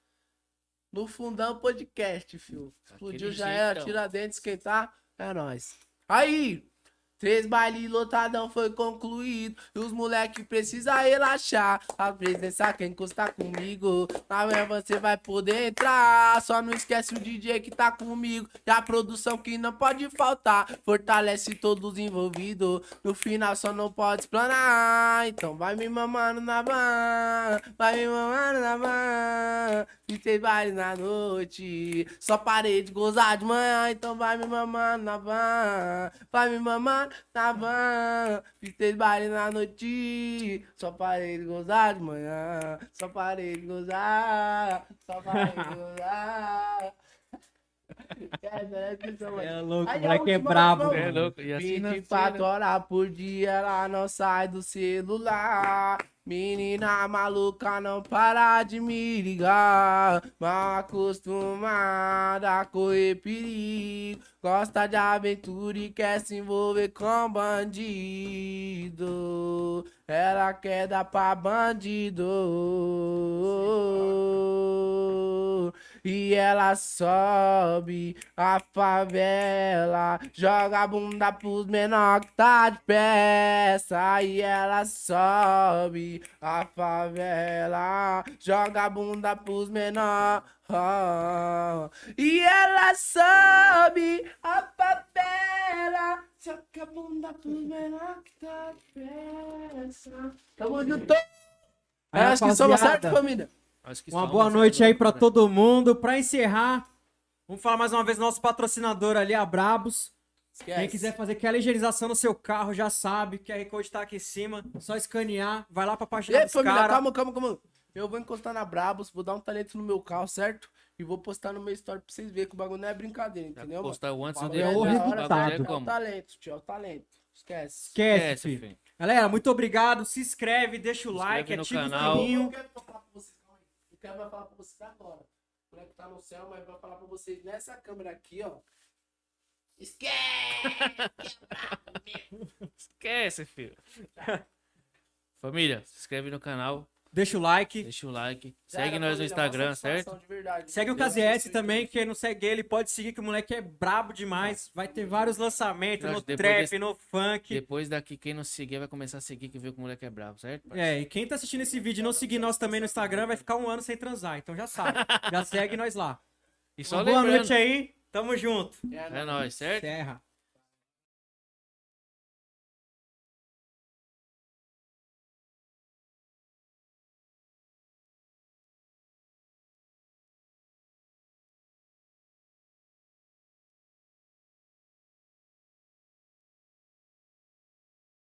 no Fundão Podcast, fio. Explodiu,
Daquele
já
jeitão.
era, Tiradentes, quem tá, é nós. Aí, três bailes lotadão foi concluído e os moleque precisa relaxar. A presença quem custa comigo, amanhã você vai poder entrar. Só não esquece o DJ que tá comigo e a produção que não pode faltar. Fortalece todos envolvidos, no final só não pode explanar. Então vai me mamando na van, vai me mamando na van. E tem baile na noite, só parei de gozar de manhã, então vai me mamando na van, vai me mamando na van. E tem baile na noite, só parei de gozar de manhã, só parei de gozar, só parei de gozar. Essa é a descrição, mano.
É louco,
Aí
o
a
moleque é
última,
brabo,
vamos.
Cê é
mano.
louco. E assim nós-
né?
24 horas por dia ela não sai do celular. Menina maluca não para de me ligar. Mal acostumada a correr perigo. Gosta de aventura e quer se envolver com bandido. Ela quer dar pra bandido. E ela sobe a favela, joga a bunda pros menor que tá de peça. E ela sobe a favela, joga a bunda pros menor. E ela sobe a favela, joga a bunda pros menor que tá de peça. Tamo junto!
Aí, assim,
Acho que é somos
rapaziada,
certo, família.
Acho que
Uma
só
boa
você é
noite aí
louco,
pra
né?
todo mundo. Pra encerrar, vamos falar mais uma vez do nosso patrocinador ali, a Brabos. Quem quiser fazer aquela higienização no seu carro, já sabe. QR Code tá aqui em cima. Só escanear. Vai lá pra
E
página
aí,
dos
família,
caras.
calma, calma, calma. Eu vou encostar na Brabus, vou dar um talento no meu carro, certo? E vou postar no meu story pra vocês verem que o bagulho não é brincadeira,
Já
entendeu? mano?
Postar o antes e o
Bagulho é
depois. o
horrível,
bagulho
sabe?
é
É o
como?
talento, tio, é o talento. Esquece.
Esquece,
Esquece,
filho.
filho.
Galera, muito obrigado. Se inscreve, deixa o
Se
like,
inscreve no
ativa
canal.
o sininho.
Eu quero falar pra vocês, calma aí. Eu quero vai falar pra vocês agora. O moleque tá no céu, mas vai falar pra vocês nessa câmera aqui, ó.
Esquece, filho. Família, se inscreve no canal,
Deixa o like.
deixa o like,
Já
segue
era,
nós no
família, uma
Instagram,
satisfação
certo?
de verdade. é
Segue o
Deus
KZS
abençoe
também, quem não segue ele pode seguir, que o moleque é brabo demais. Vai ter vários lançamentos no
Nossa, depois
trap,
desse-
no funk.
Depois daqui, quem não seguir vai começar a seguir, que viu que o moleque é brabo, certo? parceiro?
É, e quem tá assistindo esse vídeo e não seguir nós também no Instagram vai ficar um ano sem transar, então já sabe. Já segue nós lá.
E só
Uma boa
lembrando,
noite aí, tamo junto.
todos. É,
é nóis, certo?
Terra.